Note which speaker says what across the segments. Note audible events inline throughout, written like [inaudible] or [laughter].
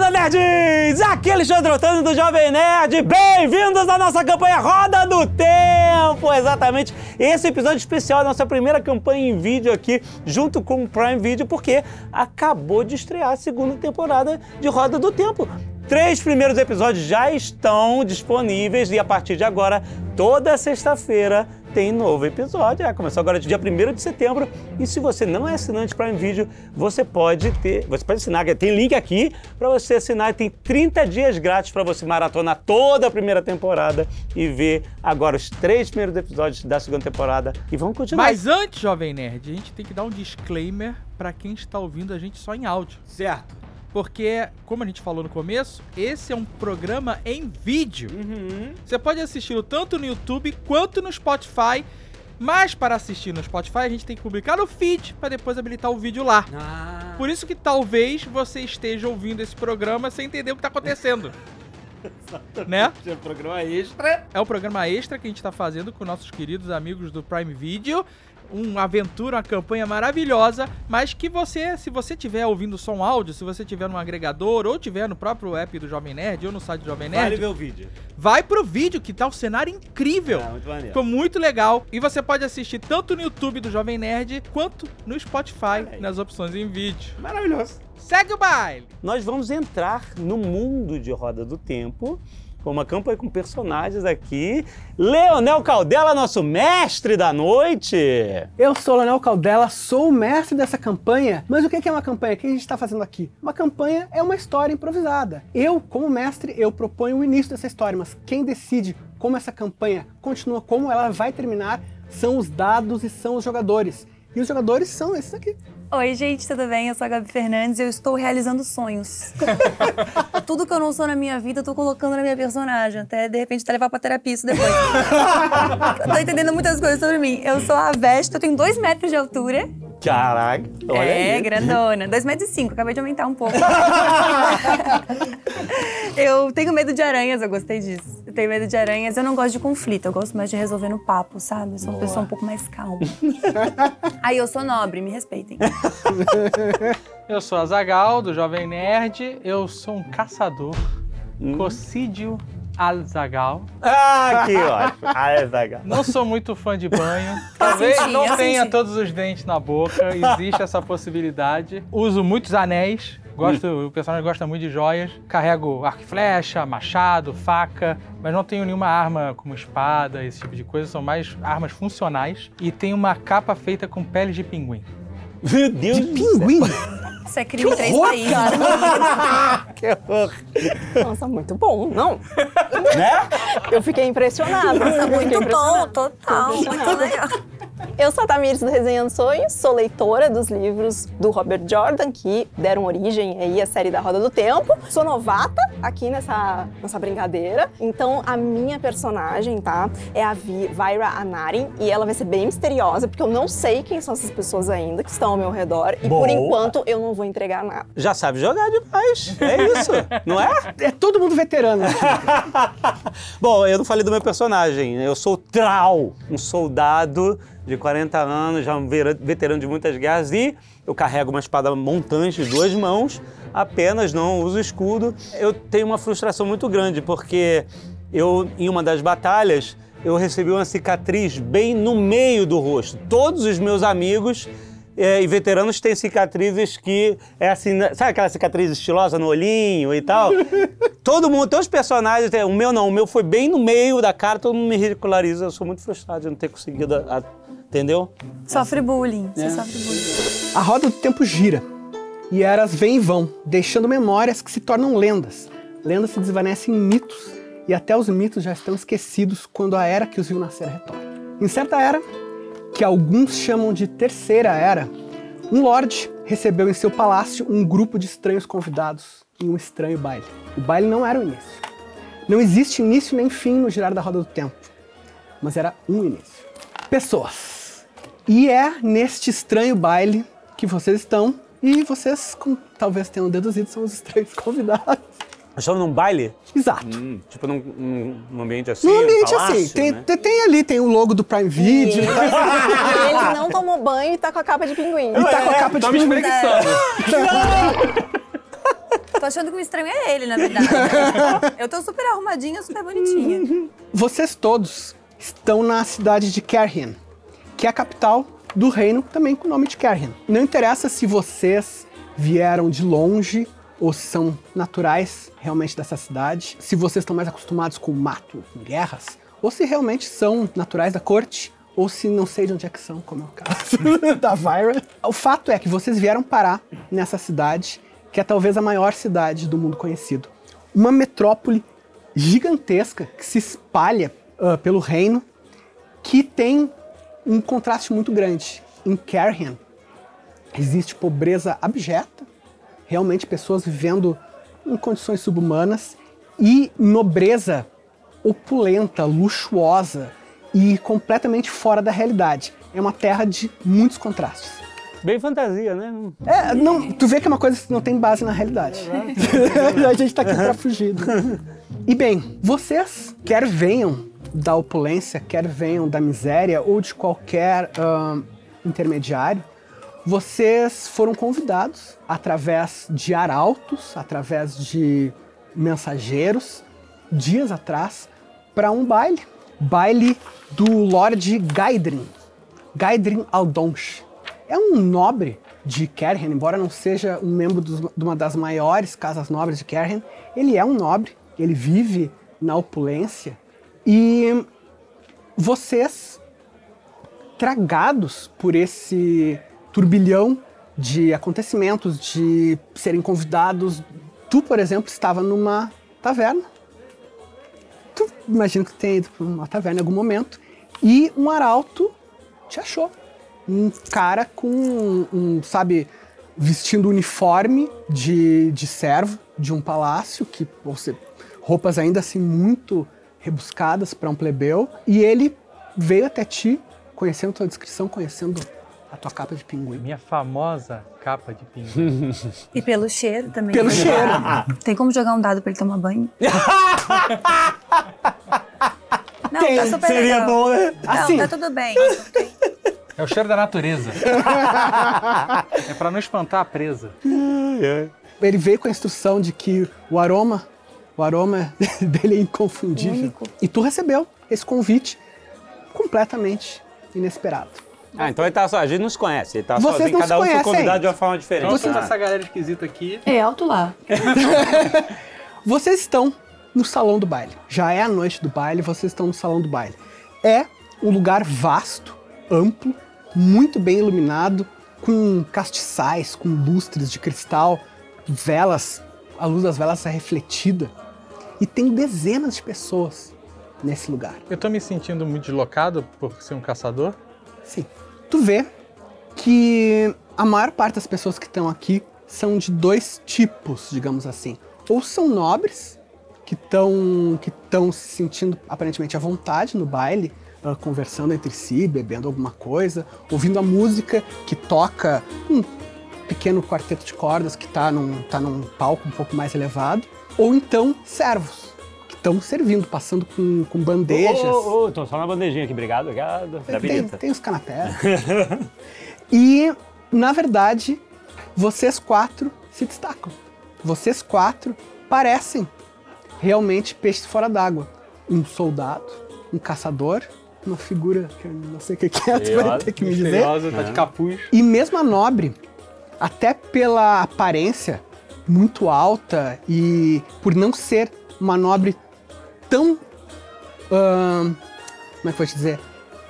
Speaker 1: Nerds! Aqui é Alexandre Ottano do Jovem Nerd. Bem-vindos à nossa campanha Roda do Tempo! Exatamente esse episódio especial, nossa primeira campanha em vídeo aqui, junto com o Prime Video, porque acabou de estrear a segunda temporada de Roda do Tempo. Três primeiros episódios já estão disponíveis e a partir de agora, toda sexta-feira, tem novo episódio. É, começou agora dia 1 de setembro. E se você não é assinante Prime Video, você pode ter. Você pode assinar, tem link aqui para você assinar. e Tem 30 dias grátis para você maratonar toda a primeira temporada e ver agora os três primeiros episódios da segunda temporada. E vamos continuar.
Speaker 2: Mas antes, Jovem Nerd, a gente tem que dar um disclaimer pra quem está ouvindo a gente só em áudio.
Speaker 3: Certo.
Speaker 2: Porque, como a gente falou no começo, esse é um programa em vídeo.
Speaker 1: Uhum.
Speaker 2: Você pode assisti-lo tanto no YouTube quanto no Spotify. Mas para assistir no Spotify, a gente tem que publicar no feed pra depois habilitar o vídeo lá.
Speaker 3: Ah.
Speaker 2: Por isso que talvez você esteja ouvindo esse programa sem entender o que tá acontecendo. né?
Speaker 3: Tinha programa extra.
Speaker 2: É o programa extra que a gente está fazendo com nossos queridos amigos do Prime Video. Uma aventura, uma campanha maravilhosa, mas que você, se você estiver ouvindo só um áudio, se você tiver num agregador ou tiver no próprio app do Jovem Nerd ou no site do Jovem
Speaker 3: Vale
Speaker 2: Nerd,
Speaker 3: ver o vídeo.
Speaker 2: vai pro vídeo que tá um cenário incrível.
Speaker 3: Ah, muito maneiro.
Speaker 2: Ficou muito legal. E você pode assistir tanto no YouTube do Jovem Nerd quanto no Spotify,
Speaker 3: aí.
Speaker 2: nas opções em vídeo.
Speaker 3: Maravilhoso.
Speaker 2: Segue o baile!
Speaker 1: nós vamos entrar no mundo de Roda do Tempo com uma campanha com personagens aqui. Leonel Caldela, nosso mestre da noite.
Speaker 4: Eu sou o Leonel Caldela, sou o mestre dessa campanha, mas o que é uma campanha? O que a gente está fazendo aqui? Uma campanha é uma história improvisada. Eu, como mestre, eu proponho o início dessa história, mas quem decide como essa campanha continua, como ela vai terminar, são os dados e são os jogadores. E os jogadores são esses aqui.
Speaker 5: Oi, gente, tudo bem? Eu sou a Gabi Fernandes e eu estou realizando
Speaker 1: [laughs]
Speaker 5: sonhos. Tudo que eu não sou na minha vida, eu tô colocando na minha personagem. Até, de repente, até levar pra terapia isso
Speaker 1: [laughs]
Speaker 5: depois. eu tô entendendo muitas coisas sobre mim. Eu sou a Vesta, eu tenho dois metros de altura.
Speaker 1: Caraca, olha
Speaker 5: é,
Speaker 1: aí.
Speaker 5: grandona. Dois metros e cinco, acabei de aumentar um
Speaker 1: [laughs]
Speaker 5: pouco. eu tenho medo de aranhas, eu gostei disso. Eu tenho medo de aranhas. Eu não gosto de conflito, eu gosto mais de resolver no papo, sabe? Eu sou uma pessoa um pouco mais calma. Aí eu sou nobre, me respeitem.
Speaker 2: Eu sou a Zagal, do Jovem Nerd. Eu sou um caçador. Cocídio Alzagal.
Speaker 1: Ah, que ótimo. Ah, é legal.
Speaker 2: Não sou muito fã de banho. Talvez
Speaker 5: senti,
Speaker 2: não
Speaker 5: eu
Speaker 2: tenha
Speaker 5: senti.
Speaker 2: todos os dentes na boca. Existe essa possibilidade. Uso muitos anéis. Gosto, O personagem gosta muito de joias. Carrego arco e flecha, machado, faca, mas não tenho nenhuma arma como espada, esse tipo de coisa. São mais armas funcionais. E tenho uma capa feita com peles de pinguim.
Speaker 1: Meu Deus do céu.
Speaker 4: Pinguim!
Speaker 5: Isso é crime em três países.
Speaker 1: Que horror.
Speaker 6: Nossa, muito bom, não?
Speaker 1: Né?
Speaker 6: Eu fiquei impressionada.
Speaker 5: Nossa,
Speaker 6: [laughs] fiquei
Speaker 5: muito bom,
Speaker 6: impressionada.
Speaker 5: total, muito legal.
Speaker 6: Eu sou a Tamires do Resenhando Sonhos, sou leitora dos livros do Robert Jordan, que deram origem aí à série da Roda do Tempo. Sou novata aqui nessa, nessa brincadeira. Então, a minha personagem, tá, é a Vi, Vaira Anarin, e ela vai ser bem misteriosa, porque eu não sei quem são essas pessoas ainda que estão ao meu redor. E,
Speaker 1: Boa.
Speaker 6: por enquanto, eu não vou entregar nada. [laughs]
Speaker 1: Já sabe jogar demais. É isso, não é?
Speaker 4: É todo mundo veterano.
Speaker 1: [laughs] Bom, eu não falei do meu personagem. Eu sou o Trau, um soldado de 40 anos, já um vera- veterano de muitas guerras e eu carrego uma espada montante de duas mãos, apenas não uso escudo. Eu tenho uma frustração muito grande porque eu em uma das batalhas eu recebi uma cicatriz bem no meio do rosto. Todos os meus amigos é, e veteranos têm cicatrizes que é assim, né? sabe aquela cicatriz estilosa no olhinho e [laughs] tal? todo mundo, todos os personagens, é, o meu não, o meu foi bem no meio da cara, todo mundo me ridiculariza, eu sou muito frustrado de não ter conseguido, a- a- entendeu?
Speaker 5: Sofre bullying, você sofre bullying.
Speaker 4: A roda do tempo gira e eras vêm e vão, deixando memórias que se tornam lendas. Lendas se desvanecem em mitos e até os mitos já estão esquecidos quando a era que os viu nascer retorna. Em certa era, que alguns chamam de Terceira Era, um lorde recebeu em seu palácio um grupo de estranhos convidados em um estranho baile. O baile não era o início. Não existe início nem fim no girar da roda do tempo, mas era um início. Pessoas. E é neste estranho baile que vocês estão e vocês, como talvez tenham deduzido, são os estranhos [laughs] convidados.
Speaker 1: Nós estamos num baile,
Speaker 4: Exato.
Speaker 1: tipo num, num- num ambiente assim,
Speaker 4: Num ambiente
Speaker 1: palácio,
Speaker 4: assim, tem,
Speaker 1: né?
Speaker 4: tem- tem ali, tem o logo do Prime Video, tá,
Speaker 6: Ele não tomou banho e tá com a capa de pinguim.
Speaker 4: e tá com a capa de
Speaker 3: Tá me
Speaker 4: pinguim.
Speaker 3: espreguiçando.
Speaker 5: Tô achando que o estranho é ele, na verdade. Eu tô super arrumadinha, super bonitinha.
Speaker 4: Vocês todos estão na cidade de Kerhen, que é a capital do reino também com o nome de Kerhen. Não interessa se vocês vieram de longe ou se são naturais realmente dessa cidade, se vocês estão mais acostumados com mato, com guerras, ou se realmente são naturais da corte, ou se não sei de onde é que são, como é o caso [laughs] da Vyra. O fato é que vocês vieram parar nessa cidade, que é talvez a maior cidade do mundo conhecido. Uma metrópole gigantesca que se espalha ah, pelo reino, que tem um contraste muito grande. Em Carrion existe pobreza abjeta, realmente pessoas vivendo em condições subhumanas, e nobreza opulenta, luxuosa e completamente fora da realidade. É uma terra de muitos contrastes.
Speaker 1: Bem fantasia, né?
Speaker 4: É, não, tu vê que é uma coisa que não tem base na realidade. [laughs] a gente tá aqui pra fugir. do- E bem, vocês, quer venham da opulência, quer venham da miséria ou de qualquer ahn, intermediário, vocês foram convidados através de arautos, através de mensageiros, dias atrás, para um baile. Baile do Lorde Gaidrin, Gaidrin Aldonch. É um nobre de Kerhen, embora não seja um membro dos- de uma das maiores casas nobres de Kerhen, ele é um nobre, ele vive na opulência. E vocês, tragados por esse turbilhão de acontecimentos, de serem convidados, tu, por exemplo, estava numa taverna tu imagino que tenha ido para uma taverna em algum momento, e um arauto te achou. Um cara com um, um, sabe, vestindo uniforme de, de servo de um palácio, que, ou seja, roupas ainda assim muito rebuscadas para um plebeu, e ele veio até ti, conhecendo tua descrição, conhecendo a tua capa de pinguim.
Speaker 2: Minha famosa capa de pinguim.
Speaker 5: E pelo cheiro também.
Speaker 4: Pelo
Speaker 7: [laughs]
Speaker 4: cheiro.
Speaker 5: Tem como jogar um dado pra ele tomar banho? Não, tá super
Speaker 1: Seria
Speaker 5: legal.
Speaker 1: bom, né?
Speaker 5: Não,
Speaker 4: Assim.
Speaker 5: tá tudo bem.
Speaker 2: É o cheiro da natureza.
Speaker 4: [laughs]
Speaker 2: é pra não espantar a presa.
Speaker 1: É.
Speaker 4: Ele veio com a instrução de que o aroma, o aroma [laughs] dele é inconfundível.
Speaker 5: Único.
Speaker 4: E tu recebeu esse convite completamente inesperado.
Speaker 1: Ah, então ele tá só. A gente não se conhece. Ele tá
Speaker 4: Vocês
Speaker 1: sozinho.
Speaker 4: não
Speaker 1: Cada
Speaker 4: se
Speaker 1: um foi
Speaker 4: conhecem
Speaker 1: convidado
Speaker 4: ainda.
Speaker 1: de uma forma diferente.
Speaker 2: Vamos
Speaker 4: Você-
Speaker 2: botar
Speaker 1: Ah.
Speaker 2: essa galera esquisita aqui.
Speaker 3: É alto lá.
Speaker 4: Vocês estão no salão do baile. Já é a noite do baile, vocês estão no salão do baile. É um lugar vasto, amplo, muito bem iluminado, com castiçais, com lustres de cristal, velas, a luz das velas é refletida. E tem dezenas de pessoas nesse lugar.
Speaker 2: Eu tô me sentindo muito deslocado por ser um caçador.
Speaker 4: Sim. Tu vê que a maior parte das pessoas que estão aqui são de dois tipos, digamos assim. Ou são nobres, que estão que tão se sentindo aparentemente à vontade no baile, ah, conversando entre si, bebendo alguma coisa, ouvindo a música que toca um pequeno quarteto de cordas que está num, tá num palco um pouco mais elevado. Ou então servos, que estão servindo, passando com, com bandejas.
Speaker 1: Ô, ô, ô, tô só na bandejinha aqui. Obrigado, obrigado. Da
Speaker 4: Tem,
Speaker 1: vinheta.
Speaker 4: tem os canapés. e, na verdade, vocês quatro se destacam. Vocês quatro parecem realmente peixes fora d'água. Um soldado, um caçador, uma figura que eu não sei o que que é, tu vai
Speaker 1: Misteriosa,
Speaker 4: ter que me dizer. Ah.
Speaker 2: Misteriosa, tá de capuz.
Speaker 4: E mesmo a nobre, até pela aparência muito alta e por não ser uma nobre tão. ahn, como é que eu vou te dizer?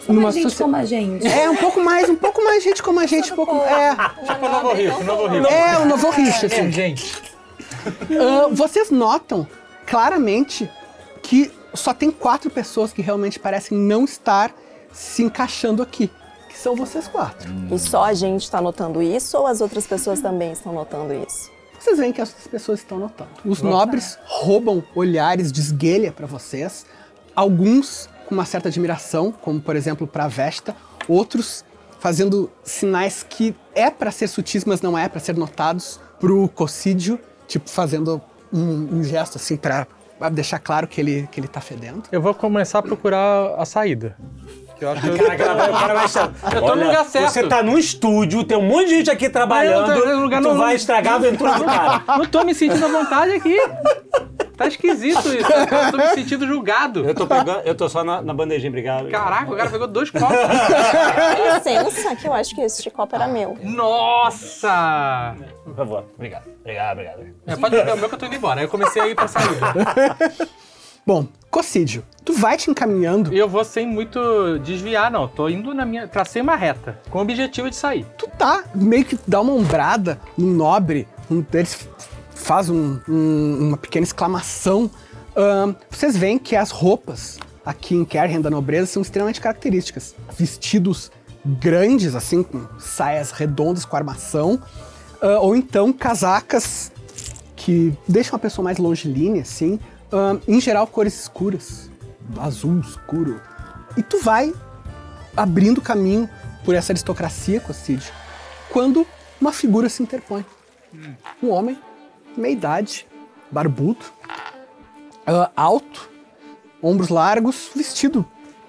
Speaker 3: Como
Speaker 4: Numa
Speaker 3: a gente,
Speaker 4: socie-
Speaker 3: como a gente.
Speaker 4: É, um pouco mais, um pouco mais gente como a gente, um pouco. É,
Speaker 2: Tipo Novo Rio, Novo Rio.
Speaker 4: é o novo Rich, assim.
Speaker 2: Gente,
Speaker 4: Ah, vocês notam claramente que só tem quatro pessoas que realmente parecem não estar se encaixando aqui. Que são vocês quatro.
Speaker 6: E só a gente está notando isso ou as outras pessoas também estão notando isso?
Speaker 4: Vocês veem que as pessoas estão notando. Os nobres roubam olhares de esguelha para vocês, alguns com uma certa admiração, como por exemplo para Vesta, outros fazendo sinais que é para ser sutis, mas não é para ser notados, pro Cossídio, tipo fazendo um, um gesto assim para deixar claro que ele que ele tá fedendo.
Speaker 2: eu vou começar a procurar a saída. Eu acho que eu...
Speaker 1: Caraca, ela vai- o cara vai achar.
Speaker 2: Eu tô no lugar certo.
Speaker 1: Você tá num estúdio, tem um monte de gente aqui trabalhando.
Speaker 2: Não, eu tô no lugar
Speaker 1: tu
Speaker 2: não-
Speaker 1: vai estragar a aventura do cara.
Speaker 2: Não tô me sentindo à vontade aqui. Tá esquisito isso. Eu tô me sentindo julgado.
Speaker 1: Eu tô pegando, eu tô só na, na bandejinha, obrigado.
Speaker 2: Caraca, o cara pegou dois copos.
Speaker 6: Licença, que eu acho que esse copo era meu.
Speaker 2: Nossa!
Speaker 1: Por favor, obrigado. Obrigado, obrigado.
Speaker 2: É, pode jogar o meu que eu tô indo embora. Aí eu comecei a ir pra saída.
Speaker 4: Bom, Cocídio, tu vai te encaminhando,
Speaker 2: E eu vou sem muito desviar, não. Tô indo na minha. Tracei uma reta. Com o objetivo de sair.
Speaker 4: tu tá meio que dá uma ombrada no nobre, um deles faz um- um- uma pequena exclamação. Ahn, vocês veem que as roupas aqui em Kerhen da nobreza são extremamente características. Vestidos grandes, assim, com saias redondas com armação, ah, ou então casacas que deixam a pessoa mais longilínea, assim. Ahn, em geral, cores escuras, azul escuro. E tu vai abrindo caminho por essa aristocracia, Cocid, quando uma figura se interpõe. Um homem, meia-idade, barbudo, ah, alto, ombros largos, vestido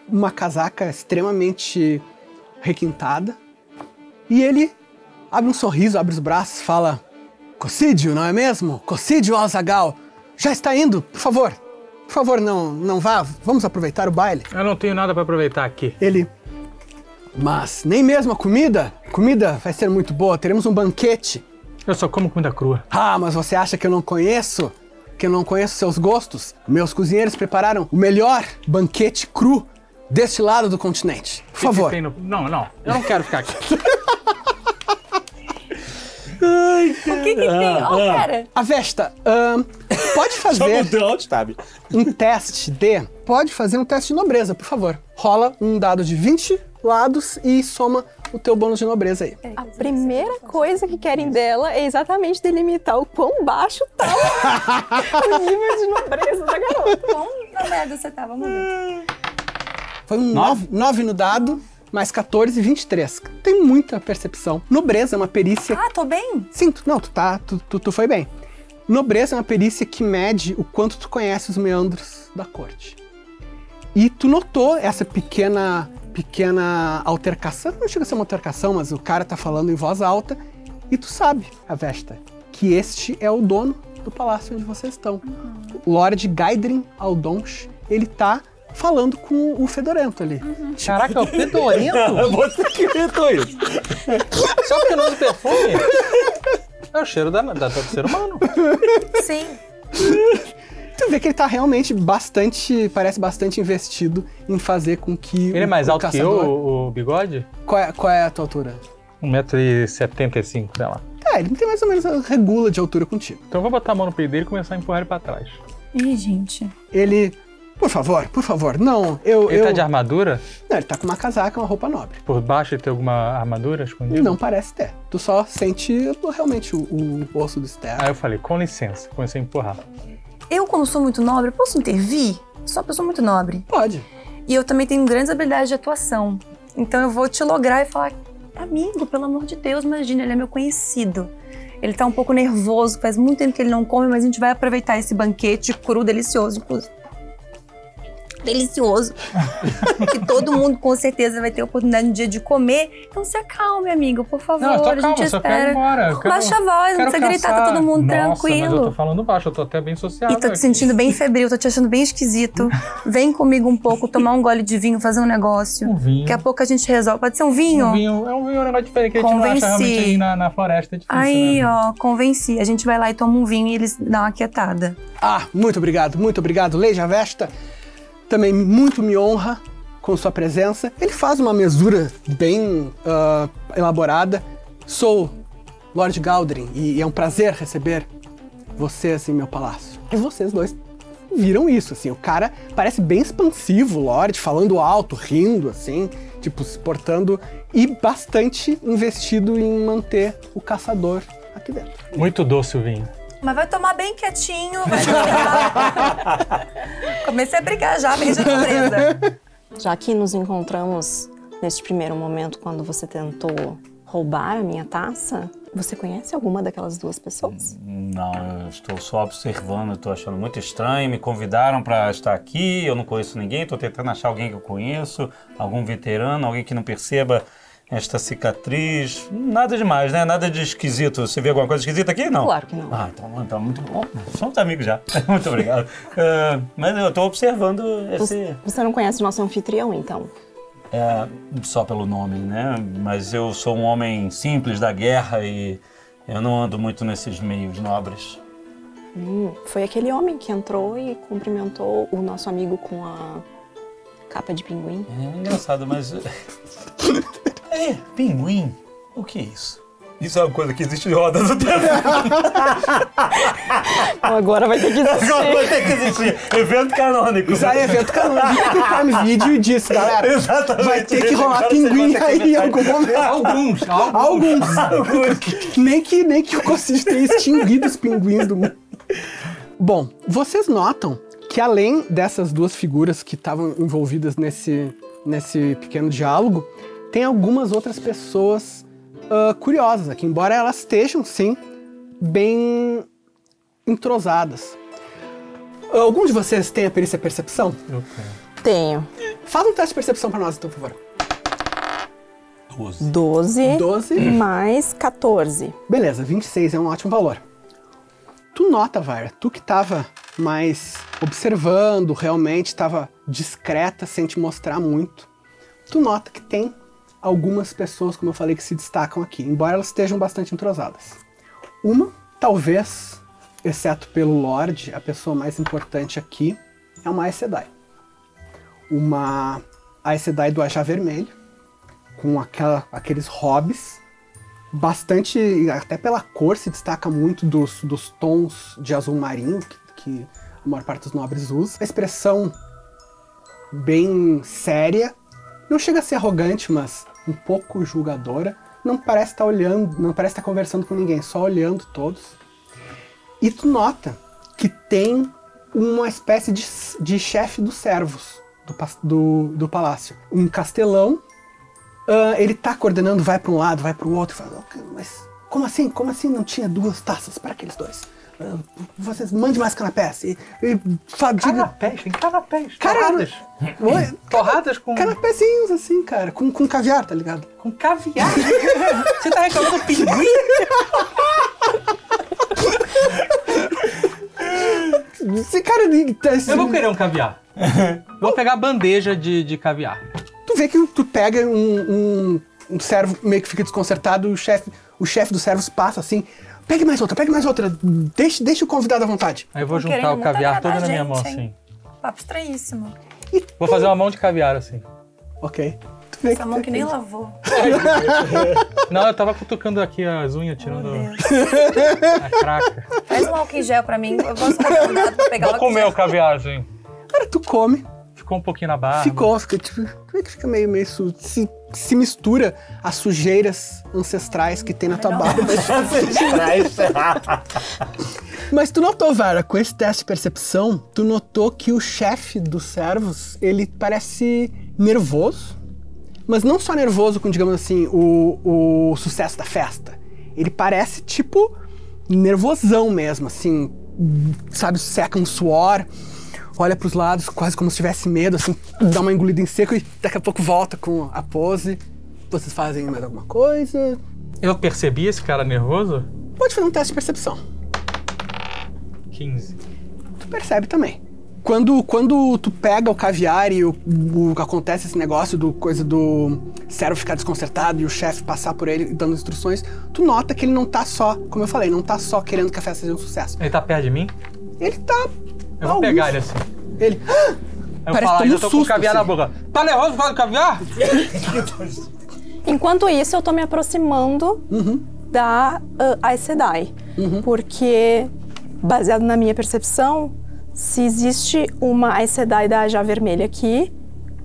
Speaker 4: uma casaca extremamente requintada. E ele abre um sorriso, abre os braços, fala: Cocídio, não é mesmo? Cocídio Alzagal, já está indo, por favor. Por favor, não, não vá, vamos aproveitar o baile.
Speaker 2: Eu não tenho nada pra aproveitar aqui.
Speaker 4: Ele. Mas nem mesmo a comida? Comida vai ser muito boa, teremos um banquete.
Speaker 2: Eu só como comida crua.
Speaker 4: Ah, mas você acha que eu não conheço? Que eu não conheço seus gostos? Meus cozinheiros prepararam o melhor banquete cru deste lado do continente.
Speaker 2: O
Speaker 4: Por
Speaker 2: que que
Speaker 4: favor.
Speaker 2: tem no- Não, não. Eu não quero ficar
Speaker 4: [laughs]
Speaker 2: aqui.
Speaker 5: O que que tem? Ó, cara.
Speaker 4: A Vesta, ahn, pode
Speaker 1: Só
Speaker 4: fazer
Speaker 1: mudou alt tab.
Speaker 4: um teste de. Pode fazer um teste de nobreza, por favor. Rola um dado de 20 lados e soma o teu bônus de nobreza aí.
Speaker 6: A
Speaker 5: [laughs]
Speaker 6: primeira coisa que querem dela é exatamente delimitar o quão baixo tá o [laughs] o nível de nobreza da garota.
Speaker 5: Bom, na merda você tá, vamos ver.
Speaker 4: Foi um 9 no dado, mais 14, 23. Tem muita percepção. Nobreza é uma perícia.
Speaker 5: Ah, tô bem?
Speaker 4: Sim, tu, não, tu tá. Tu, tu, tu foi bem. Nobreza é uma perícia que mede o quanto tu conhece os meandros da corte. E tu notou essa pequena pequena altercação. Não chega a ser uma altercação, mas o cara tá falando em voz alta. E tu sabe, Avesta, que este é o dono do palácio onde vocês estão. Lord Gaidrin Aldonch, ele tá falando com o Fedorento ali.
Speaker 2: Caraca, é o
Speaker 4: [laughs]
Speaker 2: fedorento?
Speaker 1: Você que inventou isso.
Speaker 2: Só porque não usa perfume? É o cheiro da, da, do ser humano.
Speaker 5: Sim.
Speaker 4: Tu vê que ele tá realmente bastante. Parece bastante investido em fazer com que.
Speaker 2: Ele é mais alto que eu,
Speaker 4: caçador-
Speaker 2: o, o bigode?
Speaker 4: Qual é, qual é a tua altura?
Speaker 2: 1,75m, sei lá.
Speaker 4: É, ele tem mais ou menos a regula de altura contigo.
Speaker 2: Então eu vou botar a mão no peito dele e começar a empurrar ele pra trás.
Speaker 5: Ih, gente.
Speaker 4: Ele. Por favor, por favor, não, eu.
Speaker 2: Ele
Speaker 4: eu...
Speaker 2: tá de armadura?
Speaker 4: Não, ele tá com uma casaca, uma roupa nobre.
Speaker 2: Por baixo ele tem alguma armadura escondida?
Speaker 4: Não parece ter. Tu só sente realmente o, o osso do Esther.
Speaker 2: Aí eu falei, com licença. Comecei a empurrar.
Speaker 5: Eu, como sou muito nobre, posso intervir? Sou uma pessoa muito nobre.
Speaker 4: Pode.
Speaker 5: E eu também tenho grandes habilidades de atuação. Então eu vou te lograr e falar: amigo, pelo amor de Deus, imagina, ele é meu conhecido. Ele tá um pouco nervoso, faz muito tempo que ele não come, mas a gente vai aproveitar esse banquete cru, delicioso, inclusive. Delicioso. [laughs] que todo mundo com certeza vai ter a oportunidade um dia de comer. Então se acalme, amigo, por favor.
Speaker 2: Não, eu tô
Speaker 5: a gente
Speaker 2: calmo, só quero ir
Speaker 5: espera.
Speaker 2: embora. Eu quero-
Speaker 5: Baixa a voz, não
Speaker 2: quero
Speaker 5: precisa gritar, tá
Speaker 2: caçar.
Speaker 5: todo mundo
Speaker 2: Nossa, Mas eu tô
Speaker 5: tranquilo.
Speaker 2: falando baixo, eu tô até bem sociável.
Speaker 5: E tô te
Speaker 2: aqui.
Speaker 5: sentindo bem febril, tô te achando bem esquisito. Vem comigo um pouco, tomar um gole de vinho, fazer um negócio.
Speaker 2: Um vinho.
Speaker 5: Daqui a pouco a gente resolve. Pode ser um vinho?
Speaker 2: Um vinho. É um vinho, um negócio diferente que a gente não acha
Speaker 5: Convenci.
Speaker 2: realmente aí na, na floresta. É difícil,
Speaker 5: Aí,
Speaker 2: né?
Speaker 5: ó, convenci. A gente vai lá e toma um vinho e eles dão uma quietada.
Speaker 4: Ah, muito obrigado, muito obrigado, Leija Vesta. Também muito me honra com sua presença. Ele faz uma mesura bem ah, elaborada. Sou Lord Galdrin e é um prazer receber vocês em meu palácio. E vocês dois viram isso, assim. O cara parece bem expansivo, Lorde, falando alto, rindo, assim, tipo, se portando e bastante investido em manter o caçador aqui dentro.
Speaker 2: Muito doce o vinho.
Speaker 5: Mas vai tomar bem quietinho, vai tomar. [laughs] Comecei a brigar já, perdi a presa.
Speaker 6: Já que nos encontramos neste primeiro momento, quando você tentou roubar a minha taça, você conhece alguma daquelas duas pessoas?
Speaker 1: Não, eu estou só observando, eu estou achando muito estranho. Me convidaram para estar aqui, eu não conheço ninguém, estou tentando achar alguém que eu conheço, algum veterano, alguém que não perceba esta cicatriz. Nada demais, né? Nada de esquisito. Você vê alguma coisa esquisita aqui? Não.
Speaker 6: Claro que não.
Speaker 1: Ah, então, então muito bom. Somos amigos já. [laughs] muito obrigado. Ah, mas eu estou observando esse.
Speaker 6: Você, você não conhece o nosso anfitrião, então?
Speaker 1: É, só pelo nome, né? Mas eu sou um homem simples da guerra e eu não ando muito nesses meios nobres.
Speaker 6: Hum, foi aquele homem que entrou e cumprimentou o nosso amigo com a capa de pinguim.
Speaker 1: É engraçado, mas. [laughs] é, pinguim? O que é isso? Isso é uma coisa que existe em roda do [laughs] tempo.
Speaker 6: Ah, Agora vai ter que
Speaker 1: Agora
Speaker 6: descer.
Speaker 1: vai ter que existir. Evento canônico.
Speaker 4: Isso aí é evento canônico do Prime Video e disso, galera.
Speaker 1: [laughs] Exatamente.
Speaker 4: Vai ter que rolar
Speaker 1: Agora
Speaker 4: pinguim
Speaker 1: você vai ter que
Speaker 4: aí em algum momento.
Speaker 2: Alguns, alguns.
Speaker 4: Alguns. nem que nem que o Cossis tenha extinguido os pinguins do mundo. Bom, vocês notam que além dessas duas figuras que estavam envolvidas nesse, nesse pequeno diálogo, tem algumas outras pessoas ah, curiosas aqui, embora elas estejam, sim, bem entrosadas. Algum de vocês tem a perícia percepção?
Speaker 6: [laughs] Tenho.
Speaker 4: Faz um teste de percepção pra nós, então, por favor.
Speaker 6: 12
Speaker 4: 12.
Speaker 6: mais 14.
Speaker 4: Beleza, 26 é um ótimo valor. Tu nota, Vaira, tu que tava mais observando, realmente tava discreta, sem te mostrar muito, tu nota que tem algumas pessoas, como eu falei, que se destacam aqui, embora elas estejam bastante entrosadas. Uma, talvez, exceto pelo Lorde, a pessoa mais importante aqui, é uma Aes Sedai. Uma Aes Sedai do Ajá Vermelho, com aquela, aqueles hobbies bastante, até pela cor, se destaca muito dos, dos tons de azul marinho que, que a maior parte dos nobres usa. A expressão bem séria, não chega a ser arrogante, mas um pouco julgadora. Não parece estar olhando, não parece estar conversando com ninguém, só olhando todos. E tu nota que tem uma espécie de, s- de chefe dos servos do, pas- do, do palácio. Um castelão ah, ele tá coordenando, vai pra um lado, vai pro outro, fala, "Ok, mas como assim? Como assim não tinha duas taças para aqueles dois? Ah, vocês mandem mais canapés e, e fa- diga.
Speaker 2: Canapés, tem canapés.
Speaker 4: Cara-
Speaker 2: Torradas.
Speaker 4: Oi,
Speaker 2: Torradas com,
Speaker 4: Canapézinhos assim, cara, com, com caviar, tá ligado?
Speaker 2: com caviar. [laughs] Você tá reclamando do pinguim?
Speaker 4: Esse cara. ele tá-
Speaker 2: Eu vou querer um caviar. Vou pegar a bandeja de, de caviar.
Speaker 4: Tu vê que tu pega um, um, um servo meio que fica desconcertado, o chefe o chefe dos servos passa assim. Pegue mais outra, pegue mais outra. Deixa, deixa o convidado à vontade.
Speaker 2: Aí eu vou
Speaker 7: Tô
Speaker 2: juntar
Speaker 7: querendo
Speaker 2: o
Speaker 7: muito
Speaker 2: caviar todo
Speaker 7: agradar
Speaker 2: na
Speaker 7: a
Speaker 2: minha
Speaker 7: gente,
Speaker 2: mão, assim.
Speaker 7: hein? Papo estranhíssimo.
Speaker 2: Vou fazer uma mão de caviar, assim.
Speaker 4: Ok. Tu vê
Speaker 7: Essa mão que nem lavou.
Speaker 2: Não, eu tava cutucando aqui as unhas, tirando
Speaker 7: Meu Deus.
Speaker 2: a craca.
Speaker 7: Faz um álcool em gel pra mim. Eu posso ficar cuidado pra pegar o
Speaker 2: Vou
Speaker 7: álcool em
Speaker 2: comer
Speaker 7: gel.
Speaker 2: o caviar, assim.
Speaker 4: Cara, tu come.
Speaker 2: Ficou um pouquinho na barra.
Speaker 4: Ficou, fica tipo, como é que fica meio, meio su- se, se mistura as sujeiras ancestrais que tem na tua
Speaker 7: Melhor. [laughs]
Speaker 4: barba. assim, Mas tu notou, Vara, com esse teste de percepção, tu notou que o chefe dos servos, ele parece nervoso, mas não só nervoso com, digamos assim, o, o sucesso da festa. Ele parece, tipo, nervosão mesmo, assim, sabe, seca um suor, olha pros lados quase como se tivesse medo, assim, dá uma engolida em seco e daqui a pouco volta com a pose. Vocês fazem mais alguma coisa?
Speaker 2: Eu percebi esse cara nervoso?
Speaker 4: Pode fazer um teste de percepção.
Speaker 2: 15.
Speaker 4: tu percebe também. Quando, quando tu pega o caviar e o, o- acontece esse negócio do coisa do servo ficar desconcertado e o chefe passar por ele dando instruções, tu nota que ele não tá só, como eu falei, não tá só querendo que a festa seja um sucesso.
Speaker 2: Ele tá perto de mim?
Speaker 4: Ele tá.
Speaker 2: Eu vou
Speaker 4: alguns-
Speaker 2: pegar ele assim.
Speaker 4: Ele. "Ah,
Speaker 2: Eu
Speaker 4: Parece
Speaker 2: falo,
Speaker 4: que
Speaker 2: ainda tô
Speaker 4: tomou um
Speaker 2: com o
Speaker 4: susto,
Speaker 2: caviar
Speaker 4: assim.
Speaker 2: na boca. Tá nervoso por causa do caviar?
Speaker 6: Enquanto isso, eu tô me aproximando da uh, Aes Sedai. Porque, baseado na minha percepção, se existe uma Aes Sedai da Ajá Vermelha aqui,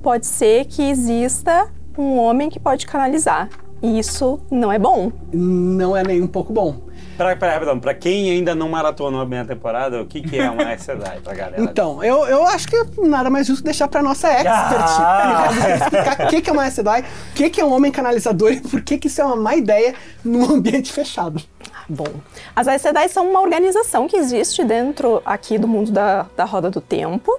Speaker 6: pode ser que exista um homem que pode canalizar. E isso não é bom.
Speaker 4: Não é nem um pouco bom.
Speaker 8: Peraí, peraí, rapidão. Pra quem ainda não maratonou bem a temporada, o que, que é uma SEDAI pra galera?
Speaker 4: Então, eu, eu acho que é nada mais justo deixar pra nossa expert
Speaker 8: Ah!
Speaker 4: que vai nos explicar o que, que é uma SDI, o que, que é um homem canalizador e por que, que isso é uma má ideia num ambiente fechado.
Speaker 6: Bom, as Aesedais são uma organização que existe dentro aqui do mundo da, da Roda do Tempo.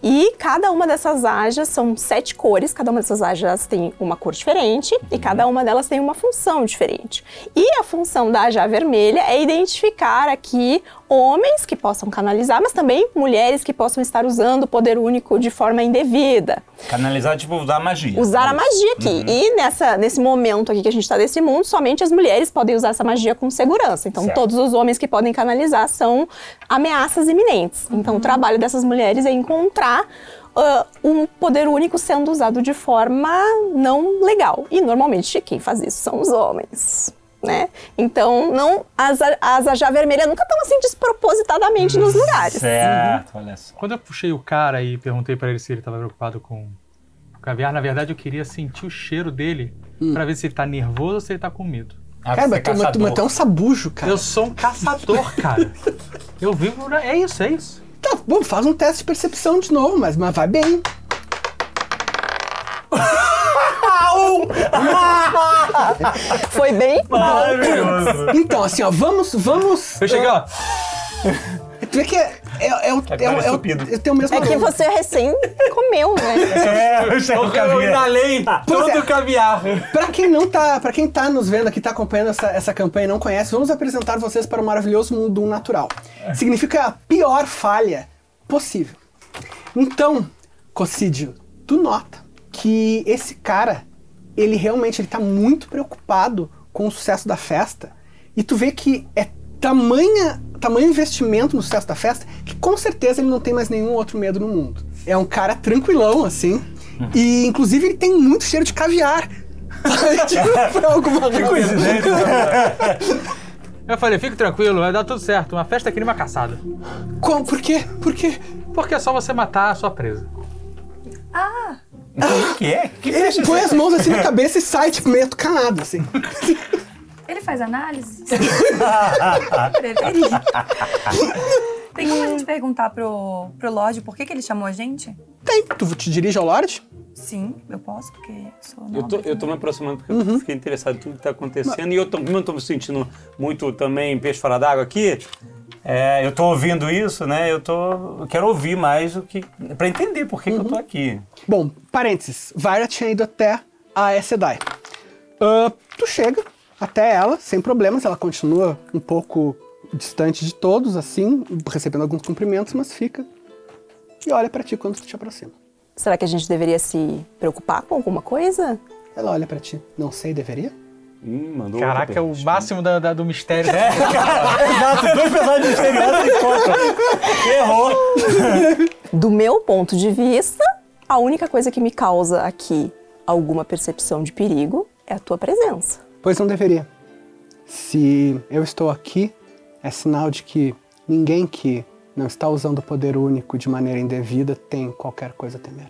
Speaker 6: E cada uma dessas ajas são sete cores, cada uma dessas ajas tem uma cor diferente e cada uma delas tem uma função diferente. E a função da aja vermelha é identificar aqui homens que possam canalizar, mas também mulheres que possam estar usando o poder único de forma indevida
Speaker 3: Canalizar, tipo, usar magia.
Speaker 6: usar a magia aqui. E nessa, nesse momento aqui que a gente está nesse mundo, somente as mulheres podem usar essa magia com segurança. Então,
Speaker 3: Certo.
Speaker 6: todos os homens que podem canalizar são ameaças iminentes. Então, o trabalho dessas mulheres é encontrar ah, um poder único sendo usado de forma não legal. E normalmente quem faz isso são os homens. Né? Então, não, as, a- as Ajá Vermelha nunca estão assim despropositadamente nos lugares.
Speaker 3: Certo, olha só.
Speaker 2: Quando eu puxei o cara e perguntei pra ele se ele tava preocupado com o caviar, na verdade eu queria sentir o cheiro dele
Speaker 4: Hum.
Speaker 2: pra ver se ele tá nervoso ou se ele tá com medo.
Speaker 3: Ah,
Speaker 4: Cara,
Speaker 3: você é
Speaker 4: mas tu, mas tu- mas tu é um sabujo, cara.
Speaker 2: Eu sou um caçador, cara. Eu vivo. na- É isso, é isso.
Speaker 4: Tá, bom, faz um teste de percepção de novo, mas, mas vai bem.
Speaker 6: Foi bem?
Speaker 3: Maravilhoso.
Speaker 4: Então, assim, ó, vamos, vamos.
Speaker 2: Eu cheguei, ó.
Speaker 4: Tu vê que é, é, é o.
Speaker 3: Agora
Speaker 4: É, o-
Speaker 3: é
Speaker 4: é, o-
Speaker 3: estupido.
Speaker 4: eu tenho o mesmo.
Speaker 6: É que você recém comeu, né?
Speaker 3: é, eu chego
Speaker 2: Eu inalei
Speaker 4: Pois
Speaker 2: todo
Speaker 4: é.
Speaker 2: o caviar.
Speaker 4: Pra quem não tá, para quem tá nos vendo aqui, tá acompanhando essa, essa campanha e não conhece, vamos apresentar vocês para o maravilhoso mundo do natural.
Speaker 3: É.
Speaker 4: Significa a pior falha possível. Então, Cocídio, tu nota que esse cara, ele realmente ele tá muito preocupado com o sucesso da festa e tu vê que é tamanha, tamanho investimento no sucesso da festa que com certeza ele não tem mais nenhum outro medo no mundo. É um cara tranquilão, assim. E, inclusive, ele tem muito cheiro de caviar. [laughs] tipo, pra alguma coisa.
Speaker 2: Eu falei, fique tranquilo, vai dar tudo certo. Uma festa é que nem uma caçada.
Speaker 4: Como? Por quê? Por quê?
Speaker 2: Porque é só você matar a sua presa.
Speaker 3: O que é? Que
Speaker 4: Ele põe as mãos assim na cabeça e sai, tipo, meio tucanado, assim.
Speaker 5: Ele faz análise? [laughs] Deveria. Tem como a gente perguntar pro, pro Lorde por que, que ele chamou a gente?
Speaker 4: Tem. Tu te dirige ao Lorde?
Speaker 5: Sim, eu posso, porque sou
Speaker 1: Eu tô,
Speaker 5: nobre.
Speaker 1: eu tô me aproximando porque
Speaker 2: Uhum.
Speaker 1: eu fiquei interessado em tudo que tá acontecendo. E eu tô, como eu tô me sentindo muito também peixe fora d'água aqui.
Speaker 3: É, eu tô ouvindo isso, né? Eu tô. Eu quero ouvir mais o que. Pra entender por que, que eu
Speaker 2: Uhum.
Speaker 3: tô aqui.
Speaker 4: Bom, parênteses. Vaira tinha ido até a Aes Sedai. Ah, tu chega até ela, sem problemas. Ela continua um pouco distante de todos, assim, recebendo alguns cumprimentos, mas fica e olha pra ti quando tu te aproxima.
Speaker 6: Será que a gente deveria se preocupar com alguma coisa?
Speaker 4: Ela olha pra ti. Não sei, deveria?
Speaker 1: Hum, mandou outra
Speaker 2: Caraca, é o
Speaker 1: pergunta.
Speaker 2: [laughs] máximo da- da- do mistério. É,
Speaker 3: Exato, dois personagens misteriosos se encontram. Errou.
Speaker 6: Do meu ponto de vista, a única coisa que me causa aqui alguma percepção de perigo é a tua presença.
Speaker 4: Pois não deveria. Se eu estou aqui, é sinal de que ninguém que não está usando o poder único de maneira indevida tem qualquer coisa a temer.